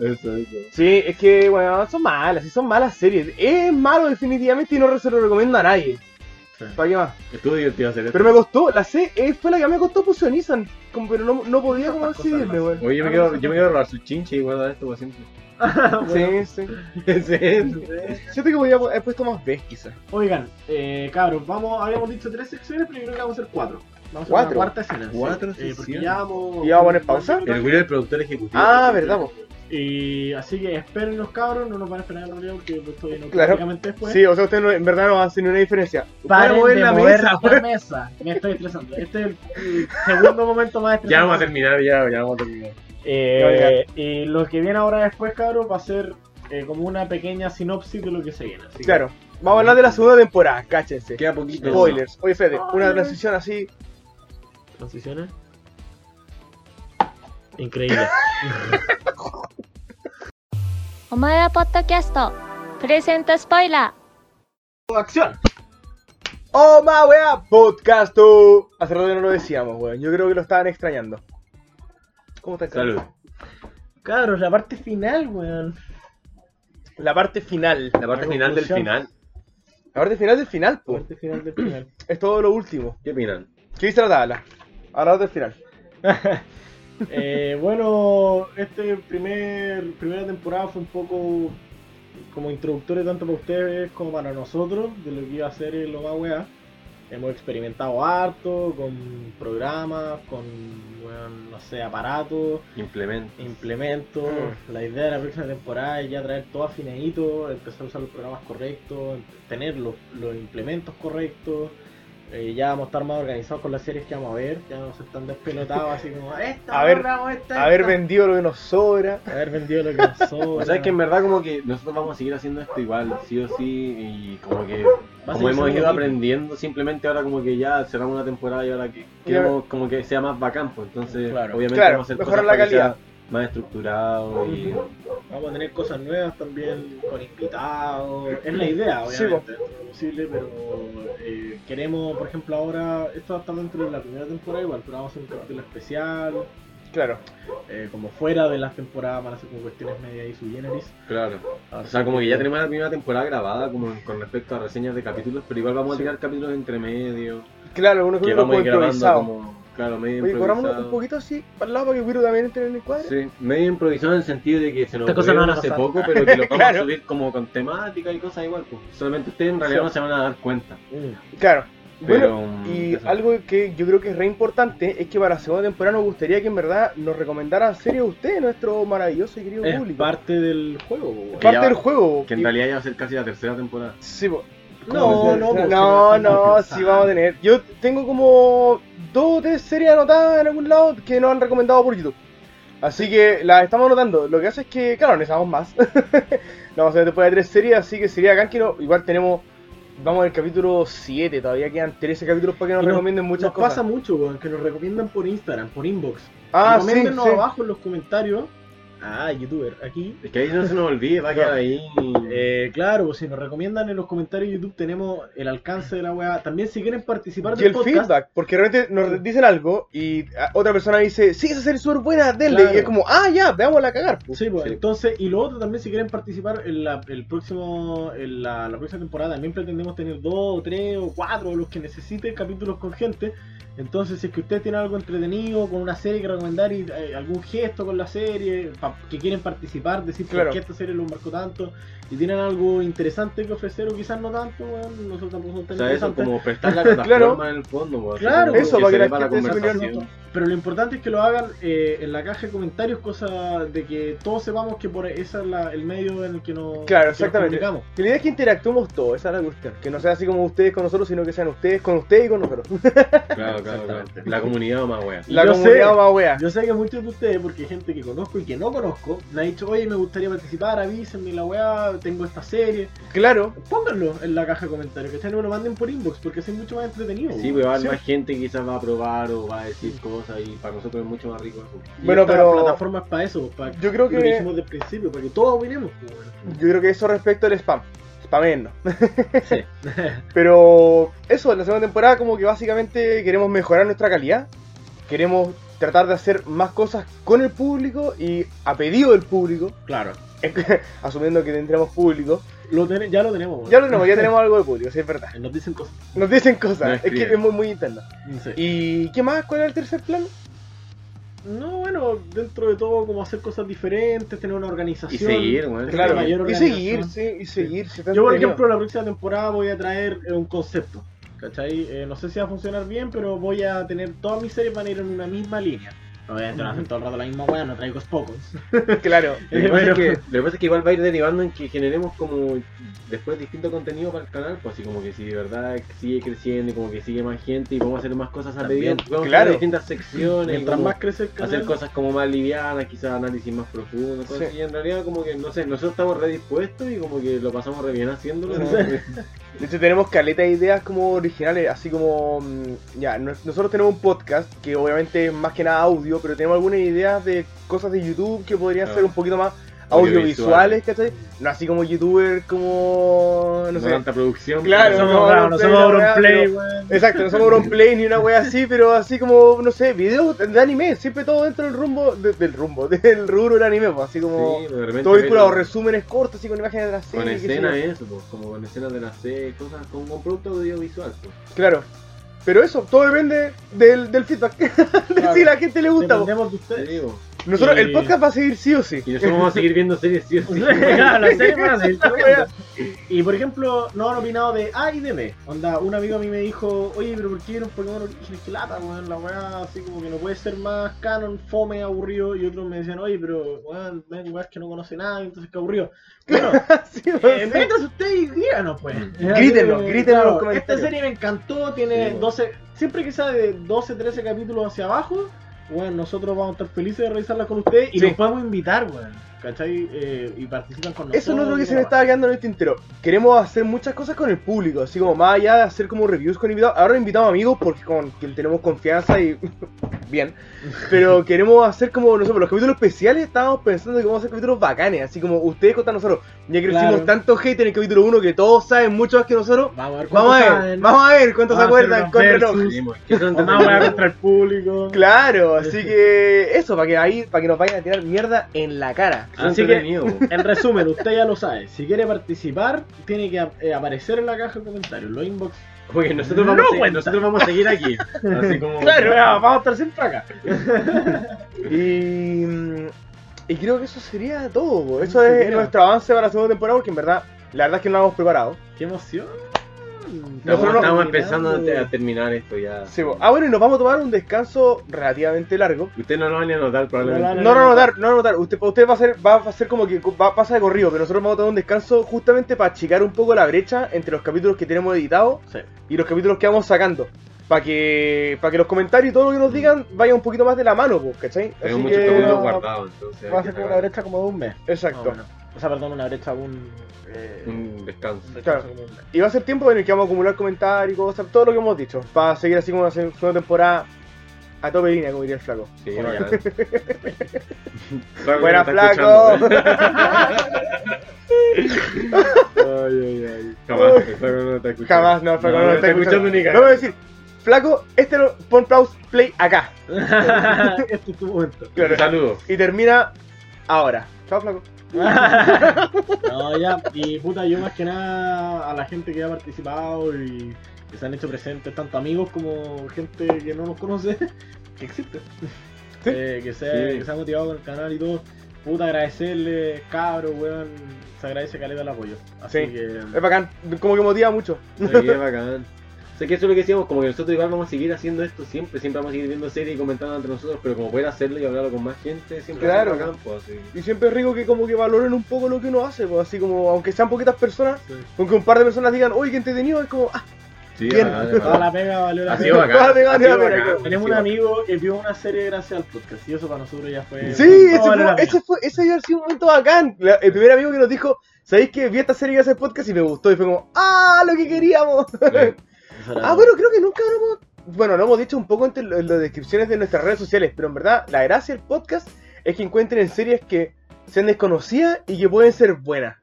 S2: Eso, eso.
S1: Sí, es que, bueno, son malas. Sí, son malas series. E Es malo, definitivamente, y no se lo recomiendo a nadie.
S3: Sí.
S1: ¿Para qué más?
S2: Estuvo divertido hacer esto.
S1: Pero me costó, la C eh, fue la que me costó fusionizan, como, pero no, no podía como
S3: Estas cosas
S1: decidirme,
S3: las-
S1: weón.
S2: Oye, yo me quiero, yo me quiero robar su chinche y guardar esto para siempre.
S1: Sí, sí. Siento que podía haber puesto más B, quizás.
S3: Oigan, eh, cabros, vamos, habíamos dicho tres secciones, pero yo creo que vamos a hacer cuatro. Vamos a hacer
S1: ¿Cuatro?
S3: una cuarta escena. sí.
S2: ¿Cuatro
S3: Eh, porque
S2: secciones?
S3: ya vamos-
S1: ¿Y vamos a poner pausa?
S2: El Will es el productor ejecutivo.
S1: Ah, verdad, po.
S3: Y así que esperen los cabros, no nos van a esperar en realidad porque pues, todavía no
S1: Claro.
S3: prácticamente después.
S1: Sí, o sea, ustedes no- en verdad no hacen ninguna diferencia.
S3: Paren
S1: Voy a mover
S3: de
S1: la mesa,
S3: mover la mesa. Me estoy estresando. Este es el, el segundo momento más estresante.
S2: Ya vamos a terminar, ya, ya vamos a terminar.
S3: Eh, y lo que viene ahora después, cabros, va a ser eh, como una pequeña sinopsis de lo que se viene. así que-
S1: Claro, vamos a hablar de la segunda temporada, cáchense.
S2: Queda poquito.
S1: Spoilers. Oye, Fede, una
S3: Ay.
S1: transición así.
S3: Transiciones. Increíble.
S6: お前はポッドキャストプレゼントスポイラー
S1: ¡Oh, ma wea! ¡Podcasto! Hace rato que no lo decíamos, weón. Yo creo que lo estaban extrañando. ¿Cómo están?
S2: Salud.
S3: Cabros, la parte final, weón.
S1: La parte final.
S2: La parte final del final.
S1: La parte final del final,
S3: La
S1: po.
S3: parte final del final.
S1: Es todo lo último.
S2: ¿Qué opinan?
S1: ¿Qué dice la tabla? Hablamos del final.
S3: Eh, bueno, este primer primera temporada fue un poco como introductorio tanto para ustedes como para nosotros de lo que iba a ser el Loma Weá. Hemos experimentado harto con programas, con weón, no sé, aparatos,
S2: Implemento.
S3: implementos.
S2: Mm.
S3: La idea de la próxima temporada es ya traer todo afinadito, empezar a usar los programas correctos, tener los, los implementos correctos. Eh, ya vamos a estar más organizados con las series que vamos a ver, ya no se están despelotados así como
S2: <laughs>
S3: esta,
S1: Haber-
S3: ahora hago esta,
S1: Haber
S3: esta".
S1: vendido lo que nos sobra.
S3: Haber vendido lo que
S2: <laughs>
S3: nos
S2: O
S3: sobra.
S2: sea, es que en verdad como que nosotros vamos a seguir haciendo esto igual, sí o sí, y como que
S3: a
S2: como
S3: seguir siendo
S2: hemos ido
S3: lo mismo.
S2: aprendiendo, simplemente ahora como que ya cerramos una temporada y ahora que queremos como que sea más bacán, pues entonces
S3: Claro.
S2: obviamente
S1: Claro,
S2: vamos a hacer
S1: mejorar
S2: cosas
S1: la
S2: para que
S1: calidad.
S2: sea más estructurado y
S3: Vamos a tener cosas nuevas también con invitados. Es la idea,
S1: Sí,
S3: obviamente. es posible, pero eh, queremos, por ejemplo, ahora, esto va a estar dentro de la primera temporada igual, pero vamos a hacer un capítulo especial.
S1: Claro.
S3: eh, como fuera de las temporadas, van a ser como cuestiones media y sub generis.
S2: claro.
S1: Ah.
S2: O sea, como que ya tenemos la primera temporada grabada como con respecto a reseñas de capítulos, pero igual vamos a tirar capítulos entre medio,
S1: Claro, algunos
S2: que
S1: capítulos
S2: vamos a
S1: como
S2: ir grabando
S1: improvisado.
S2: como claro, medio
S1: Oye, cobramos
S2: improvisado.
S1: un poquito así para el lado para que Wiro también entre en el cuadro.
S2: Sí, medio improvisado en el sentido de que se nos
S3: Estas cosas no
S2: ocurrieron
S3: van a
S2: hace
S3: pasar.
S2: poco, pero
S1: <laughs>
S2: que lo vamos
S1: Claro.
S2: a subir como con temática y cosas igual. pues. Solamente ustedes en realidad
S1: Sí.
S2: no se van a dar cuenta.
S1: Claro.
S2: Pero,
S1: bueno,
S2: mm,
S1: y
S2: eso.
S1: algo que yo creo que es re importante es que para la segunda temporada nos gustaría que en verdad nos recomendaran series a ustedes, nuestro maravilloso y querido
S3: Es
S1: público.
S3: parte del juego, weón.
S1: Parte
S2: Ya-
S1: del juego.
S2: Que en
S1: Y-
S2: realidad ya va a ser casi la tercera temporada.
S1: Sí, po.
S3: No, no,
S1: no,
S3: porque
S1: no,
S3: no
S1: sí vamos a tener. Yo tengo como dos o tres series anotadas en algún lado que nos han recomendado por YouTube. Así que las estamos anotando. Lo que hace es que, claro, necesitamos más. <laughs> no, o sea, después de tres series, así que sería acá que no- igual tenemos. Vamos al capítulo 7, todavía quedan 13 capítulos para que nos
S3: Y nos-
S1: recomienden muchas
S3: nos
S1: cosas.
S3: pasa mucho, weón, que nos recomiendan por Instagram, por inbox.
S1: ah, sí, sí.
S3: Coméntenos abajo en los comentarios. Ah, youtuber, aquí.
S2: Es que ahí no se nos olvide, va a quedar ahí.
S3: Eh, claro, pues, si nos recomiendan en los comentarios de YouTube tenemos el alcance de la weá. También si quieren participar
S1: Y
S3: del
S1: el
S3: podcast.
S1: feedback, porque realmente nos dicen algo y ah, otra persona dice, sí, esa serie es súper buena, denle.
S3: Claro.
S1: Y es como, ah, ya, veámosla cagar. po.
S3: Sí, pues,
S2: Sí.
S3: entonces, y lo otro también si quieren participar en la, el próximo, en la, la próxima temporada, también pretendemos tener dos, o tres o cuatro, o los que necesiten capítulos con gente. Entonces, si es que usted tiene algo entretenido con una serie que recomendar y eh, algún gesto con la serie, pa- que quieren participar, decir
S1: Claro.
S3: por qué esta serie los marcó tanto, y tienen algo interesante que ofrecer o quizás no tanto, bueno, nosotros tampoco somos
S2: o
S3: tan
S2: sea, eso,
S3: interesantes.
S2: como prestar la
S1: <laughs>
S2: plataforma
S1: Claro.
S2: en el fondo. pues, así
S3: Claro,
S2: como
S1: eso,
S2: que
S1: para que
S2: se dé
S1: la
S2: para
S1: gente se uniera al
S2: conversación.
S3: Pero lo importante es que lo hagan eh, en la caja de comentarios, cosa de que todos sepamos que por ese es la- el medio en el que nos,
S1: Claro,
S3: que nos
S1: exactamente.
S3: comunicamos.
S1: Que La idea es que interactuemos todos, esa es la cuestión. Que no sea así como ustedes con nosotros, sino que sean ustedes con ustedes y con nosotros.
S2: Claro, claro, claro.
S3: Exactamente.
S2: La comunidad más wea.
S1: <laughs> La
S3: yo
S1: comunidad
S3: sé.
S1: va a wea.
S3: Yo sé que muchos de ustedes, porque hay gente que conozco y que no conozco, me ha dicho, oye, me gustaría participar, avísenme la weá, tengo esta serie.
S1: Claro,
S3: Pónganlo en la caja de comentarios, que no me lo manden por inbox, porque es mucho más entretenido.
S2: Sí,
S3: weón.
S2: pues va-
S1: Sí.
S2: más gente que quizás va a probar o va a decir cosas y para nosotros es mucho más rico eso.
S3: Y
S1: Bueno,
S3: esta
S1: pero-
S3: plataforma es para eso, para
S1: yo creo
S3: lo que
S1: que
S3: hicimos desde el principio, para que todos opinemos. pues, weón.
S1: yo creo que eso respecto al spam. Spamearnos.
S2: <laughs> Sí.
S1: <laughs> Pero eso, en la segunda temporada como que básicamente queremos mejorar nuestra calidad. Queremos tratar de hacer más cosas con el público y a pedido del público,
S3: Claro.
S1: asumiendo que tendremos público.
S3: Lo ten- ya lo tenemos. weón. Eh,
S1: Ya lo tenemos, ya tenemos algo de público, sí, es verdad.
S3: Nos dicen cosas.
S1: Nos dicen cosas,
S2: Nos
S1: es que
S2: escriben.
S1: es muy, muy interno.
S3: no sé.
S1: ¿Y qué más? ¿Cuál era el tercer plan?
S3: No, bueno, dentro de todo, como hacer cosas diferentes, tener una organización.
S2: Y seguir, weón.
S1: Claro,
S3: mayor
S1: y
S3: organización.
S1: seguir, sí, y seguir. sí,
S3: Yo, por
S1: entretenido.
S3: ejemplo, la próxima temporada voy a traer eh, un concepto. ¿Cachai? Eh, no sé si va a funcionar bien, pero voy a tener todas mis series van a ir en una misma línea. Obviamente no hacen todo el rato la misma weá, no traigo Spokos.
S1: <laughs>
S3: <laughs>
S1: Claro.
S2: Lo que, pasa
S3: Pero-
S2: es que, lo que pasa es que igual va a ir derivando en que generemos como después distinto contenido para el canal, pues así como que si de verdad sigue creciendo y como que sigue más gente y vamos a hacer más cosas a
S3: También,
S2: pedido, vamos a
S1: claro.
S2: hacer distintas secciones,
S3: Mientras
S2: como
S3: más crece el canal,
S2: hacer cosas como más livianas, quizás análisis más profundo, cosas
S1: Sí.
S2: y en realidad como que no sé, nosotros estamos redispuestos y como que lo pasamos re bien haciéndolo.
S1: Sí.
S2: como que-
S1: De hecho, tenemos caleta de ideas como originales, así como. mm, Ya, nos- nosotros tenemos un podcast que obviamente es más que nada audio, pero tenemos algunas ideas de cosas de YouTube que podrían
S2: Ah.
S1: ser un poquito más
S2: Audiovisuales.
S1: audiovisuales, ¿cachai? No así como youtuber, como. No
S2: no
S1: sé.
S2: tanta producción.
S1: Claro,
S3: no
S2: pero-
S3: somos,
S1: no,
S3: claro, no
S1: no,
S3: somos
S1: no,
S3: Auronplay,
S1: no,
S3: weón.
S1: Exacto, no somos roleplay ni una wea así, pero así como, no sé, videos de anime, siempre todo dentro del rumbo, de- del rumbo, <laughs> del rubro del anime, pues, así como.
S2: Sí, de repente
S1: todo vinculado,
S2: ves-
S1: resúmenes cortos, así con imágenes de la serie.
S2: con eh.
S1: qué sé yo.
S2: escenas eso, pues, como con escenas de las series, cosas con un producto audiovisual. Pues.
S1: Claro. Pero eso, todo depende del, del feedback. <laughs> de
S3: Claro.
S1: si la gente le gusta. po.
S3: Dependemos de ustedes.
S1: Nosotros,
S2: Y-
S1: el podcast va a seguir sí o sí.
S2: Y nosotros vamos a seguir viendo series, sí o sí.
S3: <laughs> Claro, la serie para <laughs> seguir viendo. Y por ejemplo, no han opinado de A y de B. Onda, un amigo a mí me dijo, oye, pero ¿por qué era un Pokémon original que lata, weón? La weá así como que no puede ser más canon, fome, aburrido. Y otros me decían, oye, pero weón, ven weón, es que no conoce nada, entonces qué aburrido.
S1: <laughs>
S3: Bueno,
S1: <laughs> Sí o
S3: eh,
S1: sí.
S3: métase usted y díganos, pues.
S1: <laughs> Grítenlo,
S3: Eh,
S1: grítenlo en los comentarios.
S3: Esta serie me encantó, tiene
S2: Sí, bueno.
S3: 12, siempre que sea de 12, 13 capítulos hacia abajo, bueno, nosotros vamos a estar felices de revisarlas con ustedes y
S1: Sí.
S3: los podemos invitar, weón. ¿Cachai? Eh, y participan con nosotros.
S1: Eso es lo otro que se me
S3: weón.
S1: estaba quedando en el tintero. Queremos hacer muchas cosas con el público, así como más allá de hacer como reviews con invitados. Ahora invitamos amigos porque con quien tenemos confianza y. <laughs> Bien.
S3: <laughs>
S1: Pero queremos hacer como, no sé, por los capítulos especiales estábamos pensando que vamos a hacer capítulos bacanes, así como ustedes contra nosotros. Ya que
S3: Claro.
S1: hicimos tanto hate en el capítulo 1 que todos saben mucho más que nosotros.
S3: Vamos a ver
S1: Vamos a ver,
S3: saben.
S1: vamos a ver cuántos se
S3: Vamos a hacer
S1: acuerdan
S3: unos
S1: con reloj.
S3: versus.
S2: pues,
S3: <laughs> Vamos a ver contra el público.
S1: Claro, así que eso, para que ahí, para que nos vayan a tirar mierda en la cara.
S2: Así que.
S3: En resumen, usted ya lo sabe. Si quiere participar, tiene que eh, aparecer en la caja de comentarios, los inbox.
S2: Oye, nosotros vamos,
S3: No
S2: a, seguir-
S3: cuenta.
S2: nosotros vamos a seguir aquí. Así
S1: <laughs>
S2: como.
S3: weón, vamos a estar siempre acá.
S1: Y, mm, y creo que eso sería todo. po. Eso
S3: Eso
S1: es
S3: sería.
S1: nuestro avance para la segunda temporada, porque en verdad, la verdad es que no lo hemos preparado.
S3: ¡Qué emoción!
S1: Nosotros
S2: Estamos,
S1: no-
S2: estamos empezando a te- a terminar esto ya.
S1: Sí, po. ah, bueno, y nos vamos a tomar un descanso relativamente largo.
S2: Ustedes no lo van a notar
S3: Ah, No,
S2: probablemente.
S1: No, no, no, dar, no, no, dar. Usted, pa' usted va a ser, va a ser como que va, pasa de corrido, pero nosotros vamos a tomar un descanso justamente para achicar un poco la brecha entre los capítulos que tenemos editados
S3: Sí.
S1: y los capítulos que vamos sacando. Para que, para que los comentarios y todo lo que nos digan vaya un poquito más de la mano, po, ¿cachai?
S2: Tengo
S1: Así
S2: muchos
S1: que
S2: capítulos
S1: va-
S2: guardados, entonces.
S3: Va a
S2: hay que
S3: ser como una
S2: sacar
S3: brecha como de un mes.
S1: Exacto.
S3: Más o menos. O sea, perdón, una brecha un. eh,
S2: Un descanso.
S3: un
S1: Claro.
S3: rechazo como de un mes.
S1: Y va a ser tiempo en el que vamos a acumular comentarios, cosas, todo lo que hemos dicho. Para seguir así como una se- segunda temporada a tope línea, como diría el flaco.
S2: Sí,
S3: Bueno,
S2: ya. <laughs>
S3: ya.
S2: Saco
S1: Buena,
S2: que me está
S1: flaco.
S2: escuchando. Jamás, el flaco no me está escuchando.
S1: <laughs> Jamás, no, flaco, no, lo
S2: me
S1: está escuchando. No voy
S2: ni
S1: a
S2: cagando.
S1: decir, flaco, este lo, pon pause play acá.
S3: <laughs> este es tu momento.
S1: Claro.
S2: Saludos.
S1: Y termina ahora. Chao, flaco.
S3: No, ya, y puta, yo más que nada a la gente que ha participado y que se han hecho presentes, tanto amigos como gente que no nos conoce, <laughs> que existe. Eh, que, se,
S2: Sí.
S3: que se ha motivado con el canal y todo. Puta, agradecerle, cabro, weón. Se agradece caleta el apoyo. Así
S1: Sí.
S3: que.
S1: Es bacán, como que motiva mucho.
S2: Oye, qué bacán. O sea, que eso es lo que decíamos, como que nosotros igual vamos a seguir haciendo esto siempre, siempre vamos a seguir viendo series y comentando entre nosotros, pero como poder hacerlo y hablarlo con más gente, siempre va a ser
S1: Claro.
S2: bacán, pues, así.
S1: Y siempre es rico que como que valoren un poco lo que uno hace, pues así como, aunque sean poquitas personas,
S3: Sí.
S1: aunque un par de personas digan, oye, qué entretenido, es como, ah,
S2: Sí,
S1: Bien.
S2: <laughs> bacán,
S3: Toda
S2: bacán.
S3: la pega valió la
S2: Ha sido
S3: pena.
S2: bacán.
S1: Ah, venga,
S2: ha sido
S1: venga,
S2: bacán,
S1: venga.
S2: ha
S3: Tenemos un
S2: sido
S3: amigo que vio una serie gracias al podcast y eso para nosotros ya fue. <laughs>
S1: sí,
S3: todo
S1: ese
S3: valió la
S1: fue,
S3: pena.
S1: ese fue, ese había sido un momento bacán. La- el primer amigo que nos dijo, ¿sabéis que vi esta serie y hace podcast y me gustó? Y fue como, ah, lo que queríamos.
S2: bacán.
S3: Eso era
S1: Ah, bueno, creo que nunca hablamos. Bueno, lo hemos dicho un poco entre lo- en las descripciones de nuestras redes sociales, pero en verdad, la gracia del podcast es que encuentren series que sean desconocidas y que pueden ser buenas.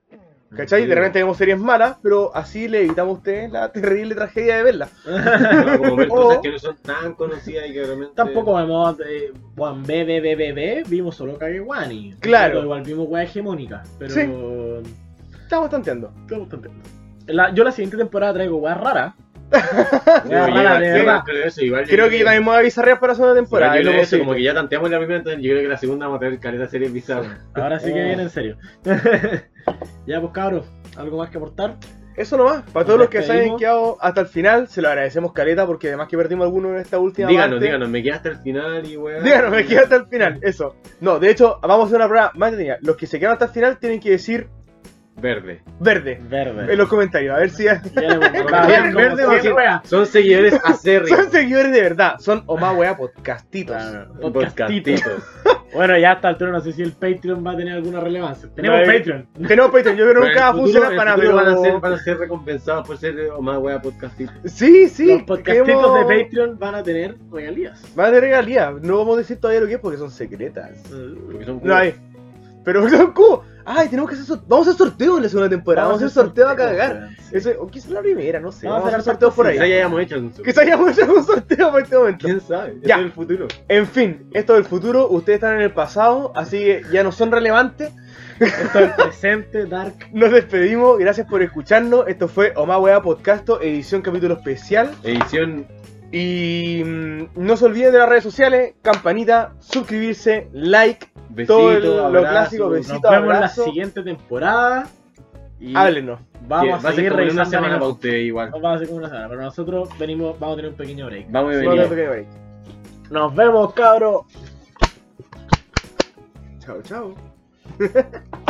S1: ¿Cachai?
S2: Sí.
S1: De repente vemos series malas, pero así le evitamos a ustedes la <laughs> terrible tragedia de verlas. <laughs>
S2: Claro, como ver cosas
S1: O-
S2: que <laughs> no son tan conocidas y que realmente...
S3: Tampoco vemos eh, Juan B, B, B, B, B, vimos solo Kagewani.
S1: Claro.
S3: Pero Igual vimos weá hegemónica, pero.
S1: Sí.
S3: Está
S1: Estamos tanteando.
S3: bastante. La- yo la siguiente temporada traigo weá rara.
S2: Sí,
S3: Weá
S2: oye,
S3: rara, de
S2: sí,
S3: verdad.
S2: creo eso, igual
S1: Creo que yo también me voy a avisar para la segunda temporada.
S2: Igual yo
S1: es lo
S2: creo eso,
S1: posible.
S2: como que ya tanteamos la primera, entonces yo creo que la segunda vamos a tener caleta de series bizarras.
S3: Ahora sí
S1: <laughs>
S3: que
S1: Oh.
S3: viene en serio. <laughs> ya, pues cabros, ¿algo más que aportar?
S1: Eso nomás, para todos
S3: Nos
S1: los que se hayan
S3: despedimos.
S1: quedado hasta el final, se lo agradecemos caleta porque además que perdimos alguno en esta última
S2: Díganos,
S1: parte. <laughs>
S2: díganos, me quedé hasta el final y weón.
S1: Díganos, me quedé hasta el final, eso. No, de hecho, vamos a hacer una prueba más detenida. Los que se quedan hasta el final tienen que decir
S2: Verde.
S1: verde
S3: Verde.
S1: en los comentarios, a ver si
S3: Ya le pongo-
S2: Verde,
S1: verde,
S3: Verde, como
S1: verde.
S3: siempre, weá.
S2: Son seguidores acérrimos.
S1: <laughs> son seguidores de verdad, son o más wea podcastitos.
S3: Claro, podcastito.
S2: Podcastitos.
S3: <laughs> Bueno, ya hasta el altura no sé si el Patreon va a tener alguna relevancia. Tenemos
S1: No, eh,
S3: Patreon.
S1: Tenemos Patreon, yo creo que nunca
S2: Pero en el
S1: va a
S2: futuro-
S1: funcionar
S2: en el
S1: para
S2: futuro van, a ser,
S1: nada,
S2: van a ser recompensados por ser eh, o más wea podcastito.
S1: pero... Sí, sí.
S3: Los podcastitos
S1: queremos-
S3: de Patreon van a tener regalías.
S1: Van a tener regalías, no vamos a decir todavía lo que es porque son secretas.
S2: Porque son
S1: No hay. Pero <laughs> son como... Ay, tenemos que hacer sorteo. Vamos a hacer sorteo en la segunda temporada. Vamos a hacer sorteo a cagar.
S3: weón, sí.
S1: Eso, o quizás la primera, no sé.
S3: Vamos
S1: Vamos
S3: a
S1: a hacer
S3: hacer
S1: sorteos por
S2: Quizá ya
S1: ahí.
S2: hayamos hecho un
S1: Quizás hayamos hecho un sorteo para este momento.
S2: ¿Quién sabe?
S1: Ya.
S2: Ya. Es el futuro.
S1: En fin, esto del futuro, ustedes están en el pasado, así que ya no son relevantes.
S3: Esto es presente, Dark.
S1: Nos despedimos, gracias por escucharnos. Esto fue Oma Hueá Podcasto, edición capítulo especial.
S2: Edición
S1: Y mm, no se olviden de las redes sociales, campanita, suscribirse, like,
S2: Besito,
S1: todo el- lo
S2: abrazo,
S1: clásico, besito,
S3: Nos vemos en la
S1: abrazo.
S3: siguiente temporada.
S2: y
S1: Háblenos.
S2: que
S3: Vamos
S2: va
S3: a
S2: a ser
S3: seguir
S2: como en una
S3: revisando.
S2: semana para
S3: Vamos
S2: usted igual.
S3: a hacer como una semana, pero nosotros venimos, vamos a tener un pequeño break.
S2: Vamos a
S1: No
S2: venir.
S1: te toques, bye.
S3: Nos vemos, cabros.
S1: Chao, chao.